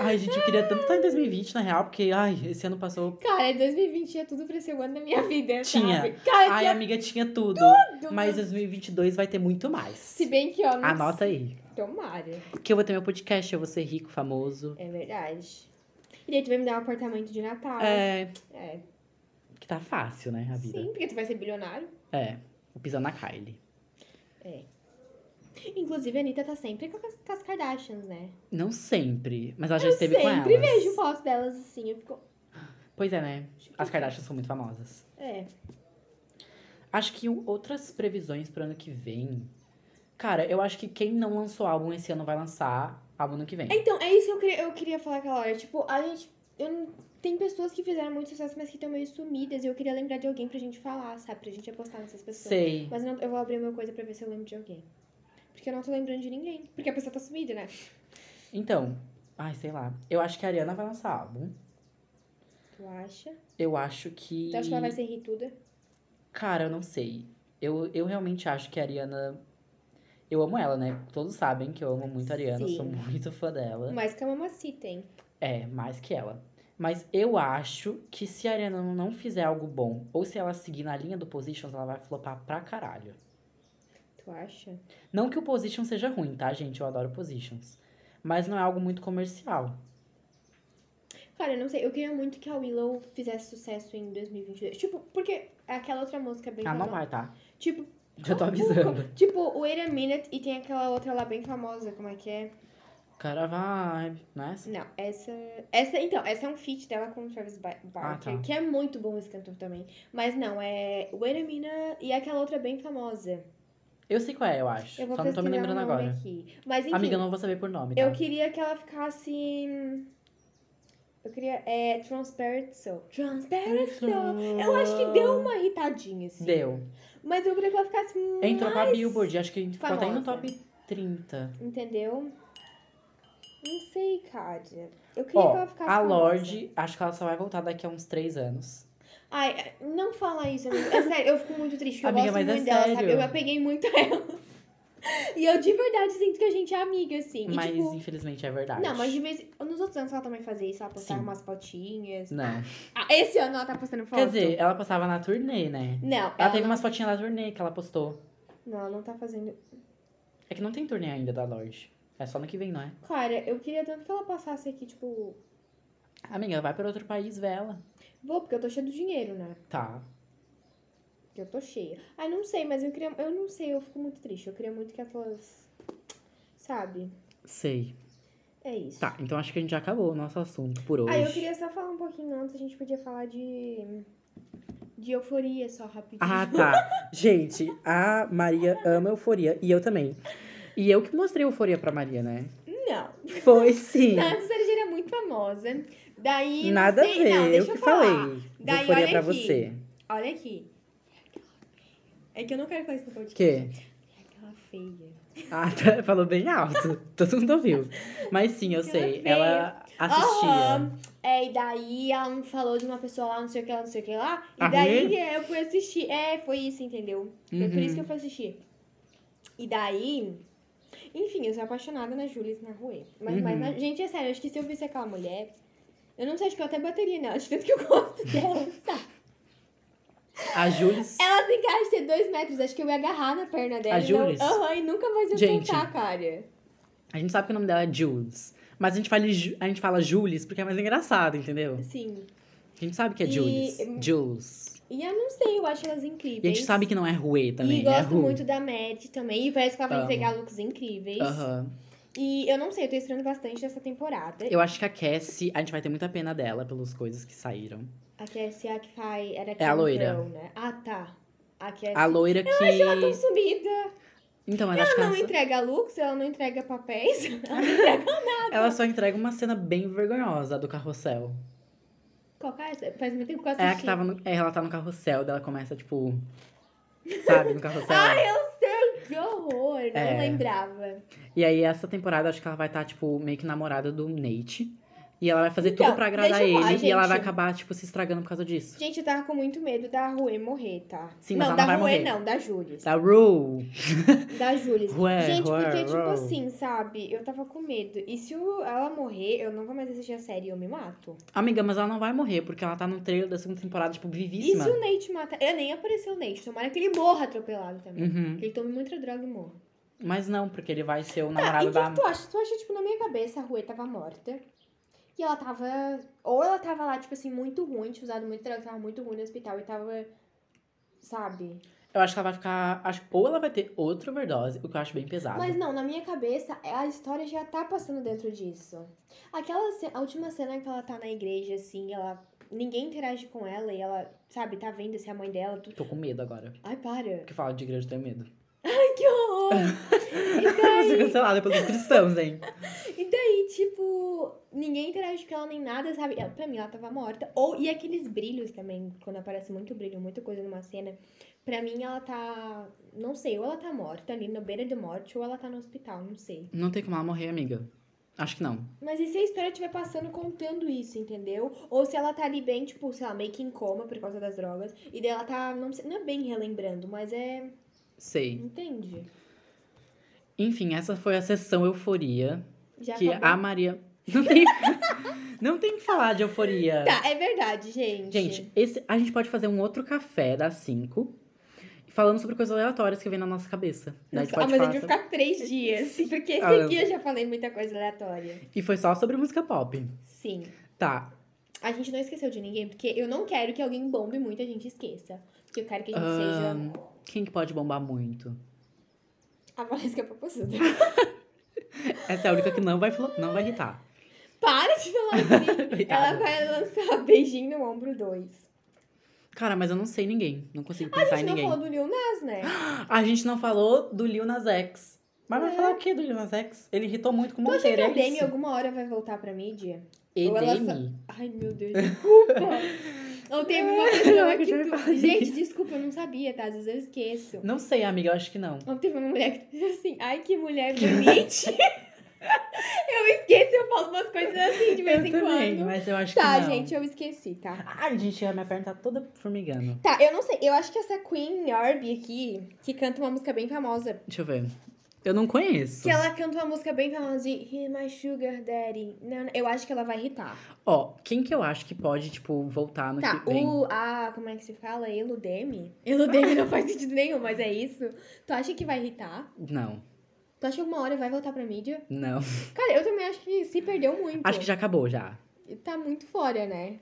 Ai, gente, eu queria tanto estar em 2020, na real, porque, ai, esse ano passou... Cara, 2020 é tudo pra ser o ano da minha vida. Tinha. Sabe? Cara, Ai, tinha amiga, tinha tudo. tudo. Mas 2022 vai ter muito mais. Se bem que, ó, não Anota aí. sei. Tomara. Que eu vou ter meu podcast, eu vou ser rico, famoso. É verdade. E daí tu vai me dar um apartamento de Natal. É, É. que tá fácil, né, a vida. Sim, porque tu vai ser bilionário. É, o pisando na Kylie. Inclusive, a Anitta tá sempre com as, com as Kardashians, né? Não sempre, mas ela já Eu esteve com elas. sempre vejo foto delas assim. Eu fico. Pois é, né? As Kardashians são muito famosas. É. Acho que o- outras previsões pro ano que vem. Cara, eu acho que quem não lançou álbum esse ano vai lançar álbum ano que vem. Então, é isso que eu queria, eu queria falar aquela hora. Tipo, a gente. Eu não- tem pessoas que fizeram muito sucesso, mas que estão meio sumidas. E eu queria lembrar de alguém pra gente falar, sabe? Pra gente apostar nessas pessoas. Sei. Mas eu, não- eu vou abrir uma coisa pra ver se eu lembro de alguém. Porque eu não tô lembrando de ninguém. Porque a pessoa tá sumida, né? Então, ai, sei lá. Eu acho que a Ariana vai lançar álbum. Tu acha? Eu acho que. Tu acha que ela vai ser rituda? Cara, eu não sei. Eu, eu realmente acho que a Ariana. Eu amo ela, né? Todos sabem que eu amo muito a Ariana, eu sou Sim. muito fã dela. Mas que a mamacita, hein? É, mais que ela. Mas eu acho que se a Ariana não fizer algo bom, ou se ela seguir na linha do Positions, ela vai flopar pra caralho. Tu acha? Não que o Positions seja ruim, tá, gente? Eu adoro Positions. Mas não é algo muito comercial. Cara, eu não sei. Eu queria muito que a Willow fizesse sucesso em 2022. Tipo, porque aquela outra música bem Ah, não famosa. vai, tá? Tipo, Já tô avisando. tipo, Wait a Minute e tem aquela outra lá bem famosa. Como é que é? Cara, vibe, não é? Não, essa. Essa, então, essa é um feat dela com o Travis Ba- Barker, Ah, tá. que é muito bom esse cantor também. Mas não, é Wait a Minute e aquela outra bem famosa. Eu sei qual é, eu acho. Eu vou Só não tô me pesquisar lembrando o nome agora. aqui. Mas enfim, Amiga, eu não vou saber por nome, tá? eu queria que ela ficasse. hum, Eu queria. É. Transparent Soul. Transparent Soul. Eu acho que deu uma irritadinha, assim. Deu. Mas eu queria que ela ficasse. hum, Entrou pra Billboard, acho que ficou até no famosa. top 30. Entendeu? Não sei, cara. Eu queria que Ó, ela ficasse. a famosa. Lorde, acho que ela só vai voltar daqui a uns 3 anos. Ai, não fala isso, amiga. É sério, eu fico muito triste. porque Amiga, eu gosto mas é muito dela, sabe? sério. Eu apeguei muito a ela. E eu de verdade sinto que a gente é amiga, assim. E, Mas tipo, infelizmente é verdade. não, mas de vez nos outros anos ela também fazia isso, ela postava Sim. umas fotinhas. Não. Ah, esse ano ela tá postando foto. Quer dizer, ela passava na turnê, né? não, ela, Ela teve não... umas fotinhas na turnê que ela postou. não, ela não tá fazendo. É que não tem turnê ainda da Lorde. É só no que vem, não é? Cara, eu queria tanto que ela passasse aqui, tipo, Amiga, vai pra outro país, vê ela. vou, porque eu tô cheia do dinheiro, né? Tá. Porque eu tô cheia. Ai, não sei, mas eu queria. Eu não sei, eu fico muito triste. Eu queria muito que aquelas. Sabe? Sei. É isso. Tá, então acho que a gente já acabou o nosso assunto por hoje. Ah, eu queria só falar um pouquinho antes, a gente podia falar de. de euforia só rapidinho. Ah, tá. gente, a Maria ama euforia e eu também. E eu que mostrei euforia pra Maria, né? Não. Foi sim. Não, essa série já era é muito famosa. Daí. não Nada sei- a ver, Não, eu deixa que eu falar. falei. Daí, euforia olha pra aqui. você. Olha aqui. É que eu não quero falar isso no podcast. É Que? Aquela feia. Ah, tá, falou bem alto. Todo mundo ouviu. Mas sim, eu Ela sei. veio. Ela assistia. Aham. É, e daí ela me falou de uma pessoa lá, não sei o que lá, não sei o que lá. E Ah, daí é, eu fui assistir. É, foi isso, entendeu? Foi É por Uhum. isso que eu fui assistir. E daí. Enfim, eu sou apaixonada na Julia na Rue. Mas, mas Uhum. na- gente, é sério, acho que se eu visse aquela mulher. Eu não sei, acho que eu até bateria nela, de tanto que eu gosto dela, sabe? A Jules. Ela tem cara de ter dois metros, acho que eu ia agarrar na perna dela. A e não- Jules? Aham, e nunca mais ia Gente. soltar, cara. A gente sabe que o nome dela é Jules. Mas a gente fala, Ju- a gente fala Jules porque é mais engraçado, entendeu? Sim. A gente sabe que é E- Jules. Jules. E eu não sei, eu acho elas incríveis. E a gente sabe que não é Rue também. E é gosto Ru. muito da Mad também. E parece que ela vai Amo. entregar looks incríveis. Aham. E eu não sei, eu tô estranhando bastante dessa temporada. Eu acho que a Cassie, a gente vai ter muita pena dela pelas coisas que saíram. A Cassie é a que faz. Era É a loira. Cameron, né? Ah, tá. A Cassie. A loira que. Ela tá sumida. Então, mas acho Ela que não ela, só- entrega looks, ela não entrega papéis. Ela não entrega. ela só entrega uma cena bem vergonhosa a do carrossel. Qual que é essa? Faz muito tempo que eu assisti. É a que tava no. É, ela tá no carrossel, daí ela começa, tipo. Sabe, no carrossel. Que horror, não É. lembrava. E aí, essa temporada, acho que ela vai estar, tipo, meio que namorada do Nate. E ela vai fazer Então, tudo pra agradar deixa eu ele. falar, e ela gente. vai acabar, tipo, se estragando por causa disso. Gente, eu tava com muito medo da Rue morrer, tá? Sim, mas não, ela da não vai Rue morrer. não, da Jules. Da Tá, Rue. Da Jules. Rue, é Gente, Rue, porque, tipo Rue. assim, sabe? Eu tava com medo. E se o- ela morrer, eu não vou mais assistir a série e eu me mato. Amiga, mas ela não vai morrer, porque ela tá no trailer da segunda temporada, tipo, E vivíssima. se o Nate mata? Eu nem apareceu o Nate. Tomara que ele morra atropelado também. Uhum. Que ele tome muita droga e morra. Mas não, porque ele vai ser o Tá, e namorado o que, que da. tu acha? Tu acha, tipo, na minha cabeça a Rue tava morta. E ela tava. Ou ela tava lá, tipo assim, muito ruim, tinha usado muito droga, tava muito ruim no hospital e tava. Sabe? Eu acho que ela vai ficar. Acho... Ou ela vai ter outra overdose, o que eu acho bem pesado. Mas não, na minha cabeça, a história já tá passando dentro disso. Aquela ce- a última cena que ela tá na igreja, assim, ela. Ninguém interage com ela e ela, sabe, tá vendo se é a mãe dela. Tu... Tô com medo agora. Ai, para. Porque fala de igreja, eu tenho medo. Ai, que horror! Vou ser cancelada pelos cristãos, hein? E daí, tipo, ninguém interage com ela nem nada, sabe? Ela, pra mim, ela tava morta. Ou, e aqueles brilhos também, quando aparece muito brilho, muita coisa numa cena. Pra mim, ela tá. Não sei, ou ela tá morta ali na beira de morte, ou ela tá no hospital, não sei. Não tem como ela morrer, amiga. Acho que não. Mas e se a história estiver passando contando isso, entendeu? Ou se ela tá ali bem, tipo, sei lá, meio que em coma por causa das drogas. E daí ela tá. Não, sei, não é bem relembrando, mas é. Sei. Entende? Enfim, essa foi a sessão Euforia. Já que acabou. a Maria. Não tem... não tem que falar de euforia. Tá, é verdade, gente. Gente, esse... a gente pode fazer um outro café das 5 falando sobre coisas aleatórias que vem na nossa cabeça. Daí a gente ah, pode mas a falar gente so- vai ficar três dias. Porque esse Ah, aqui eu já falei muita coisa aleatória. E foi só sobre música pop. Sim. Tá. A gente não esqueceu de ninguém, porque eu não quero que alguém bombe muito e a gente esqueça. Porque eu quero que a gente seja ahn, Quem que pode bombar muito? a é Valesca Popozuda. Essa é a única que não vai, flo- não vai irritar. Para de falar assim. Coitada. Ela vai lançar Beijinho no Ombro 2. Cara, mas eu não sei ninguém. Não consigo pensar A gente em não ninguém. falou do Lil Nas, né? A gente não falou do Lil Nas X. Mas vai É. falar o que do Lil Nas X? Ele irritou muito com o Tu acha que Monteiro. a é Demi isso. alguma hora vai voltar pra mídia? E ou ela Demi? Ai, meu Deus, desculpa. Não teve uma pessoa que Eu já tu... falei. Gente, desculpa, eu não sabia, tá? Às vezes eu esqueço. Não sei, amiga. Eu acho que não. Ontem teve uma mulher que disse assim, ai que mulher bonita. eu esqueço, eu falo umas coisas assim de vez eu em também, quando. mas eu acho Tá, que não. gente, eu esqueci, tá? Ai, gente, a minha perna tá toda formigando. Tá, eu não sei, eu acho que essa Queen Orbe aqui, que canta uma música bem famosa, Deixa eu ver. Eu não conheço. que ela canta uma música bem famosa de He My Sugar Daddy, não, não, eu acho que ela vai irritar. Ó, quem que eu acho que pode, tipo, voltar no Tá, que vem? o, a, como é que se fala? Eludeme? Eludeme não faz sentido nenhum, mas é isso. Tu acha que vai irritar? Não, Tu acha que alguma hora vai voltar pra mídia? não. Cara, eu também acho que se perdeu muito. Acho que já acabou, já. Tá muito fora, né?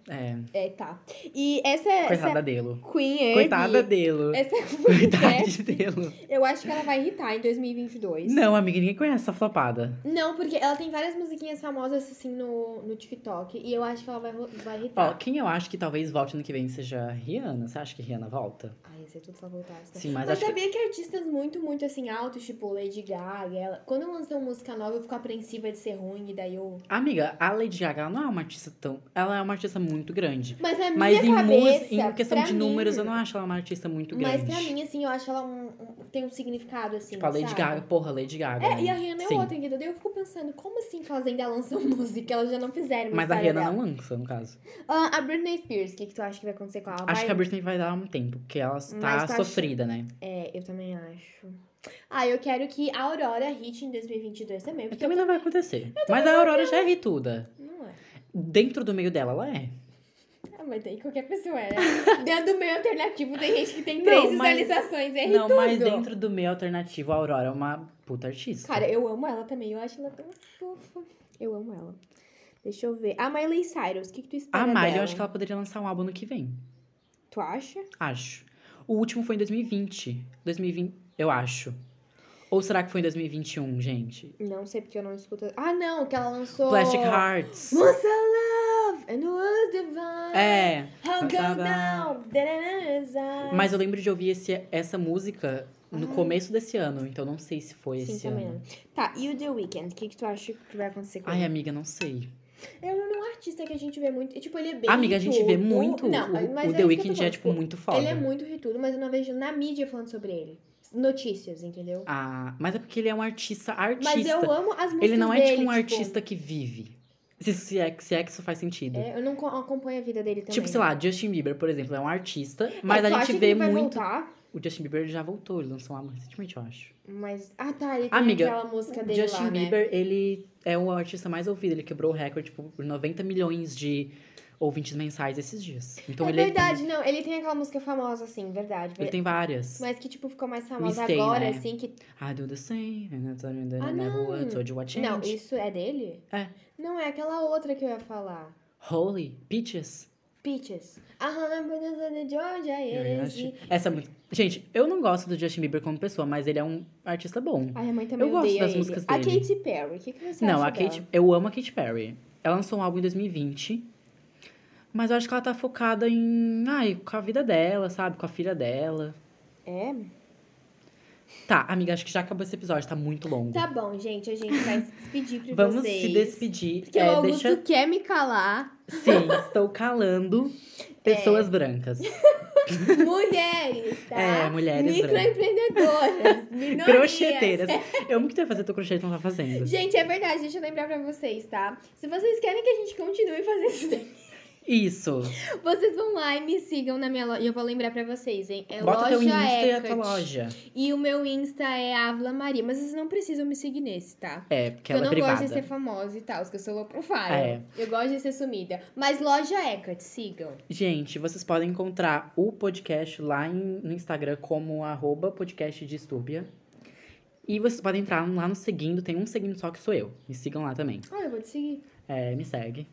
É, É, tá. E essa, essa coitada Delo. Queen Herb, Coitada Delo. essa Coitada mulher, de Delo. eu acho que ela vai irritar em 2022. Não, amiga, ninguém conhece essa flopada. Não, porque ela tem várias musiquinhas famosas, assim, no, no TikTok. E eu acho que ela vai, ro- vai Ó, irritar. quem eu acho que talvez volte no que vem seja a Rihanna. Você acha que Rihanna volta? Ai, ia ser tudo se ela voltasse. né? Sim, mas, Mas, acho que... sabia que... artistas muito, muito, assim, altos, tipo Lady Gaga, ela... Quando lançam música nova, eu fico apreensiva de ser ruim. E daí eu... Amiga, a Lady Gaga, ela não é uma artista tão... Ela é uma artista muito grande. Mas na minha Mas em, mus- cabeça, em questão pra de mim- números, eu não acho ela uma artista muito grande. Mas pra mim, assim, eu acho ela um, um- tem um significado, assim, Tipo, a Lady sabe? Gaga, porra, Lady Gaga. É, né? e a Rihanna Sim. é outra, entendeu? Daí eu fico pensando, como assim que elas ainda lançam música? Elas já não fizeram Ah, Mas a Rihanna não lança, no caso. a Britney Spears, o que, que tu acha que vai acontecer com ela? Acho Vai- que a Britney vai dar um tempo, porque ela Mas tá tu acha- sofrida, né? É, eu também acho. Ah, eu quero que a Aurora hit em 2022 também, Mas porque eu... também não vai acontecer. Mas a Aurora já é rituda. Não é. Dentro do meio dela, ela é. Ah, mas daí qualquer pessoa é. né? dentro do meio alternativo tem gente que tem três Não, mas- visualizações, é não, tudo. mas dentro do meio alternativo, a Aurora é uma puta artista. Cara, eu amo ela também, eu acho ela tão fofa. Eu amo ela. Deixa eu ver. A Miley Cyrus, o que, que tu espera a Miley, dela? eu acho que ela poderia lançar um álbum no que vem. Tu acha? Acho. O último foi em 2020. 2020, eu acho. Ou será que foi em 2021, gente? Não sei porque eu não escuto. Ah, não, que ela lançou. Plastic Hearts. Monster Love and was divine. É. How Tá, tá, go tá. down. da-da-da-da-da. Mas eu lembro de ouvir esse, essa música no Ai. começo desse ano, então não sei se foi Ah. Sim, esse também ano. não. Tá, e o The Weeknd? O que, que tu acha que vai acontecer com Ai, ele? amiga, não sei. É um artista que a gente vê muito. E, tipo, ele é bem. amiga, a gente vê ritudo. muito. Não, o, mas é o isso que The eu tô Weeknd é, falando, tipo, muito foda. Ele é muito ritudo, mas eu não vejo na mídia falando sobre ele. Notícias, entendeu? Ah, mas é porque ele é um artista artista. Mas eu amo as músicas ele não é, dele, tipo, um artista que vive. Se, se, é, se é que isso faz sentido. É, eu não co- acompanho a vida dele também. Tipo, sei lá, Justin Bieber, por exemplo, é um artista, mas É, tu a acha gente que ele vê vai muito. voltar? O Justin Bieber ele já voltou, ele lançou uma música recentemente, eu acho. mas. Ah, tá. Ele tem Amiga, aquela música dele Justin lá, né? Bieber, ele é o artista mais ouvido, ele quebrou o recorde tipo, por 90 milhões de ouvintes mensais esses dias. Então é ele verdade, não. Ele tem aquela música famosa, assim, verdade. Ele ver- tem várias. Mas que, tipo, ficou mais famosa Stay, agora, né? assim, que. I do the same, and that's what I'm doing Ah, in the não. woods, what you watching? Não, isso é dele? É. Não, é aquela outra que eu ia falar. Holy, Peaches. Peaches. Ah, remember this in the Georgia, Eu it is acho- you. Essa é muito... Gente, eu não gosto do Justin Bieber como pessoa, mas ele é um artista bom. Ai, a mãe também Eu gosto odeia das ele. músicas A dele. Katy Perry, o que, que você não, acha a Kate, dela? eu amo a Katy Perry. Ela lançou um álbum em 2020. Mas eu acho que ela tá focada em. Ai, com a vida dela, sabe? Com a filha dela. É? Tá, amiga, acho que já acabou esse episódio, tá muito longo. Tá bom, gente, a gente vai se despedir pra Vamos vocês. se despedir. Porque É, o Augusto deixa... quer me calar. Sim, estou calando pessoas brancas. Mulheres, É. tá? É, mulheres Microempreendedoras, minorias. Crocheteiras. Eu amo que tu ia fazer teu crochê e tu não tá fazendo. Gente, é verdade, deixa eu lembrar pra vocês, tá? Se vocês querem que a gente continue fazendo isso daqui, Isso. vocês vão lá e me sigam na minha loja. E eu vou lembrar pra vocês, hein? É Bota loja teu Insta e a Eckhart. tua loja. E o meu Insta é Avla Maria, mas vocês não precisam me seguir nesse, tá? É, porque Porque eu ela não é privada. gosto de ser famosa e tal, porque eu sou low profile. É. Eu gosto de ser sumida. Mas loja Eckhart, sigam. Gente, vocês podem encontrar o podcast lá em- no Instagram como arroba podcast distúrbia. E vocês podem entrar lá no seguindo, tem um seguindo só que sou eu. Me sigam lá também. Ah, eu vou te seguir. É, me segue.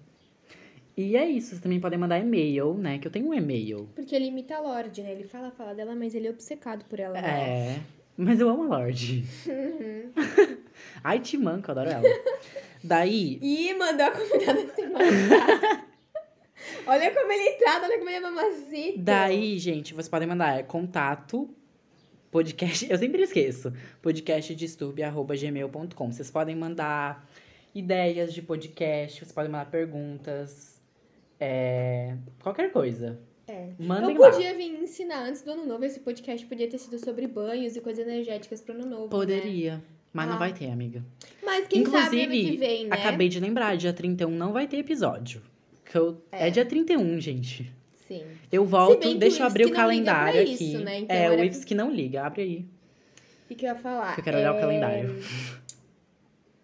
E é isso, vocês também podem mandar e-mail, né? Que eu tenho um e-mail. Porque ele imita a Lorde, né? Ele fala, fala dela, mas ele é obcecado por ela. né? É. Mas eu amo a Lorde. Ai, te manca, eu adoro ela. Daí, E mandou a convidada se matar. olha como ele é entrado, olha como ele é mamacita. Então Daí, gente, vocês podem mandar é contato podcast, eu sempre esqueço. podcastdisturbe@gmail.com. Vocês podem mandar ideias de podcast, vocês podem mandar perguntas, é, qualquer coisa. É. Mandem eu lá. podia vir ensinar antes do ano novo. Esse podcast podia ter sido sobre banhos e coisas energéticas pro ano novo. Né? Poderia, mas não Ah. vai ter, amiga. Mas quem sabe ano Inclusive, que vem, né? Acabei de lembrar, dia 31 não vai ter episódio. Que eu- é. É. dia 31, gente. Sim. Eu Se bem volto, que deixa eu o Ives abrir que o não liga pra calendário isso, aqui. né? Então é, o era- Ives que não liga, abre aí. E que eu ia falar? que eu quero olhar o É, calendário.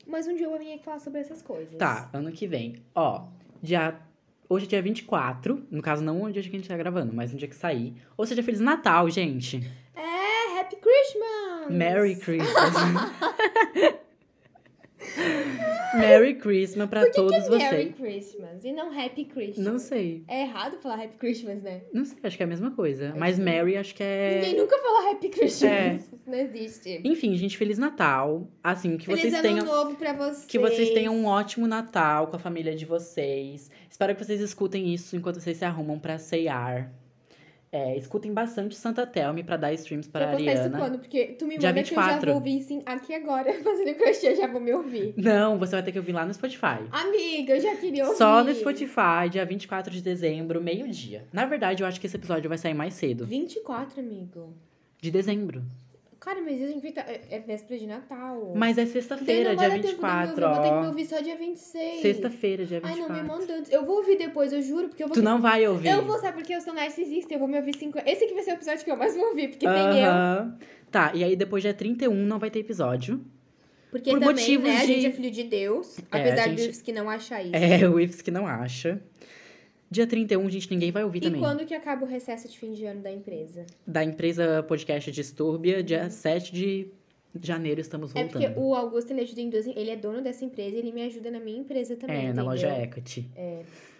Mas um dia eu vou vir aqui falar sobre essas coisas. Tá, ano que vem. Ó, dia. Hoje é dia 24. No caso, não o dia que a gente tá gravando, mas no dia que sair. Ou seja, Feliz Natal, gente. É, Happy Christmas! Merry Christmas. Merry Christmas pra todos Merry vocês. Christmas e não Happy Christmas. Não sei. É errado falar Happy Christmas, né? Não sei, acho que é a mesma coisa. Mas Merry acho que Ninguém é. nunca fala Happy Christmas. Isso não existe. Enfim, gente, Feliz Natal. Assim, que Feliz vocês ano tenham. novo pra vocês. Que vocês tenham um ótimo Natal com a família de vocês. Espero que vocês escutem isso enquanto vocês se arrumam pra ceiar. É, escutem bastante Santa Thelme pra dar streams pra eu vou postar isso Ariana. quando? Porque tu me né? Dia manda que eu já 24. vou ouvir sim, aqui agora, fazendo crochê, eu já vou me ouvir. Não, você vai ter que ouvir lá no Spotify. Amiga, eu já queria ouvir. Só no Spotify, dia 24 de dezembro, meio-dia. Na verdade, eu acho que esse episódio vai sair mais cedo. 24, amigo. De dezembro. Cara, mas isso é é véspera de Natal. Mas é Daí sexta-feira, não dia vai dar tempo de eu me ouvir, 24, Eu vou ter que me ó. ouvir só dia 26. Sexta-feira, dia Ai, não, me 24. manda antes. Eu vou ouvir depois, eu juro, porque eu vou... Tu não vai ouvir. Eu vou, sabe, porque eu sou narcisista, eu vou me ouvir cinco... Esse aqui vai ser o episódio que eu mais vou ouvir, porque tem eu. Aham. Tá, e aí depois dia 31 não vai ter episódio. Porque Por também, motivos né, a gente de- é filho de Deus, a apesar gente- dos que não acham isso. É, o IFS que não acha. Dia 31, gente, ninguém vai ouvir E também. quando que acaba o recesso de fim de ano da empresa? Da empresa podcast Distúrbia, dia 7 de janeiro estamos É voltando. porque o Augusto, ele ajuda em duas... Ele é dono dessa empresa e ele me ajuda na minha empresa também, É, na entendeu? loja Equity.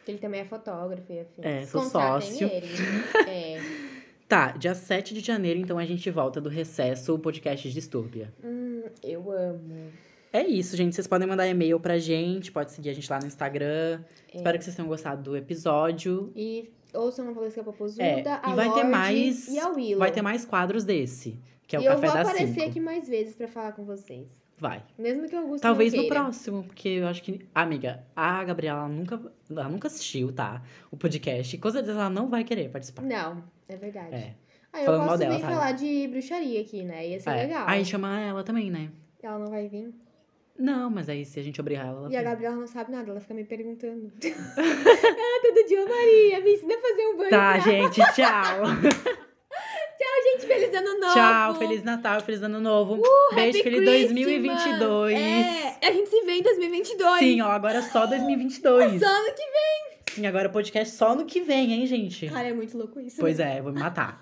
Ele também é fotógrafo e afim. É, sou sócio. Ele. É. Tá, dia 7 de janeiro, então a gente volta do recesso podcast Distúrbia. Hum, Eu amo. É isso, gente. Vocês podem mandar e-mail pra gente, pode seguir a gente lá no Instagram. É. Espero que vocês tenham gostado do episódio. E ouçam a Valesca Popozuda, É, a e vai ter Lorde mais- e a Willow. Vai ter mais quadros desse, que é o e Café eu vou das aparecer Cinco. aqui mais vezes pra falar com vocês. Vai. Mesmo que o Augusto Talvez não no queira. próximo, porque eu acho que. Amiga, a Gabriela nunca, ela nunca assistiu, tá? O podcast. E com certeza ela não vai querer participar. Não, é verdade. É. Aí eu Falando posso mal dela, vir sabe? falar de bruxaria aqui, né? Ia ser É. legal. Aí chama ela também, né? Ela não vai vir. Não, mas aí se a gente obrigar ela, ela E a vem. Gabriela não sabe nada, ela fica me perguntando. ah, todo dia, "Ô, Maria, me ensina a fazer um banho. Tá, gente, tchau. Gente, feliz ano novo. Uh, tchau, Feliz Natal, Feliz Ano Novo. Beijo, Happy feliz Christmas. 2022. É, a gente se vê em 2022. Sim, ó, agora só 2022. Só ano que Sim, agora podcast só no que vem, hein, gente? vem. Cara, é muito louco isso. né? Pois é, vou me matar.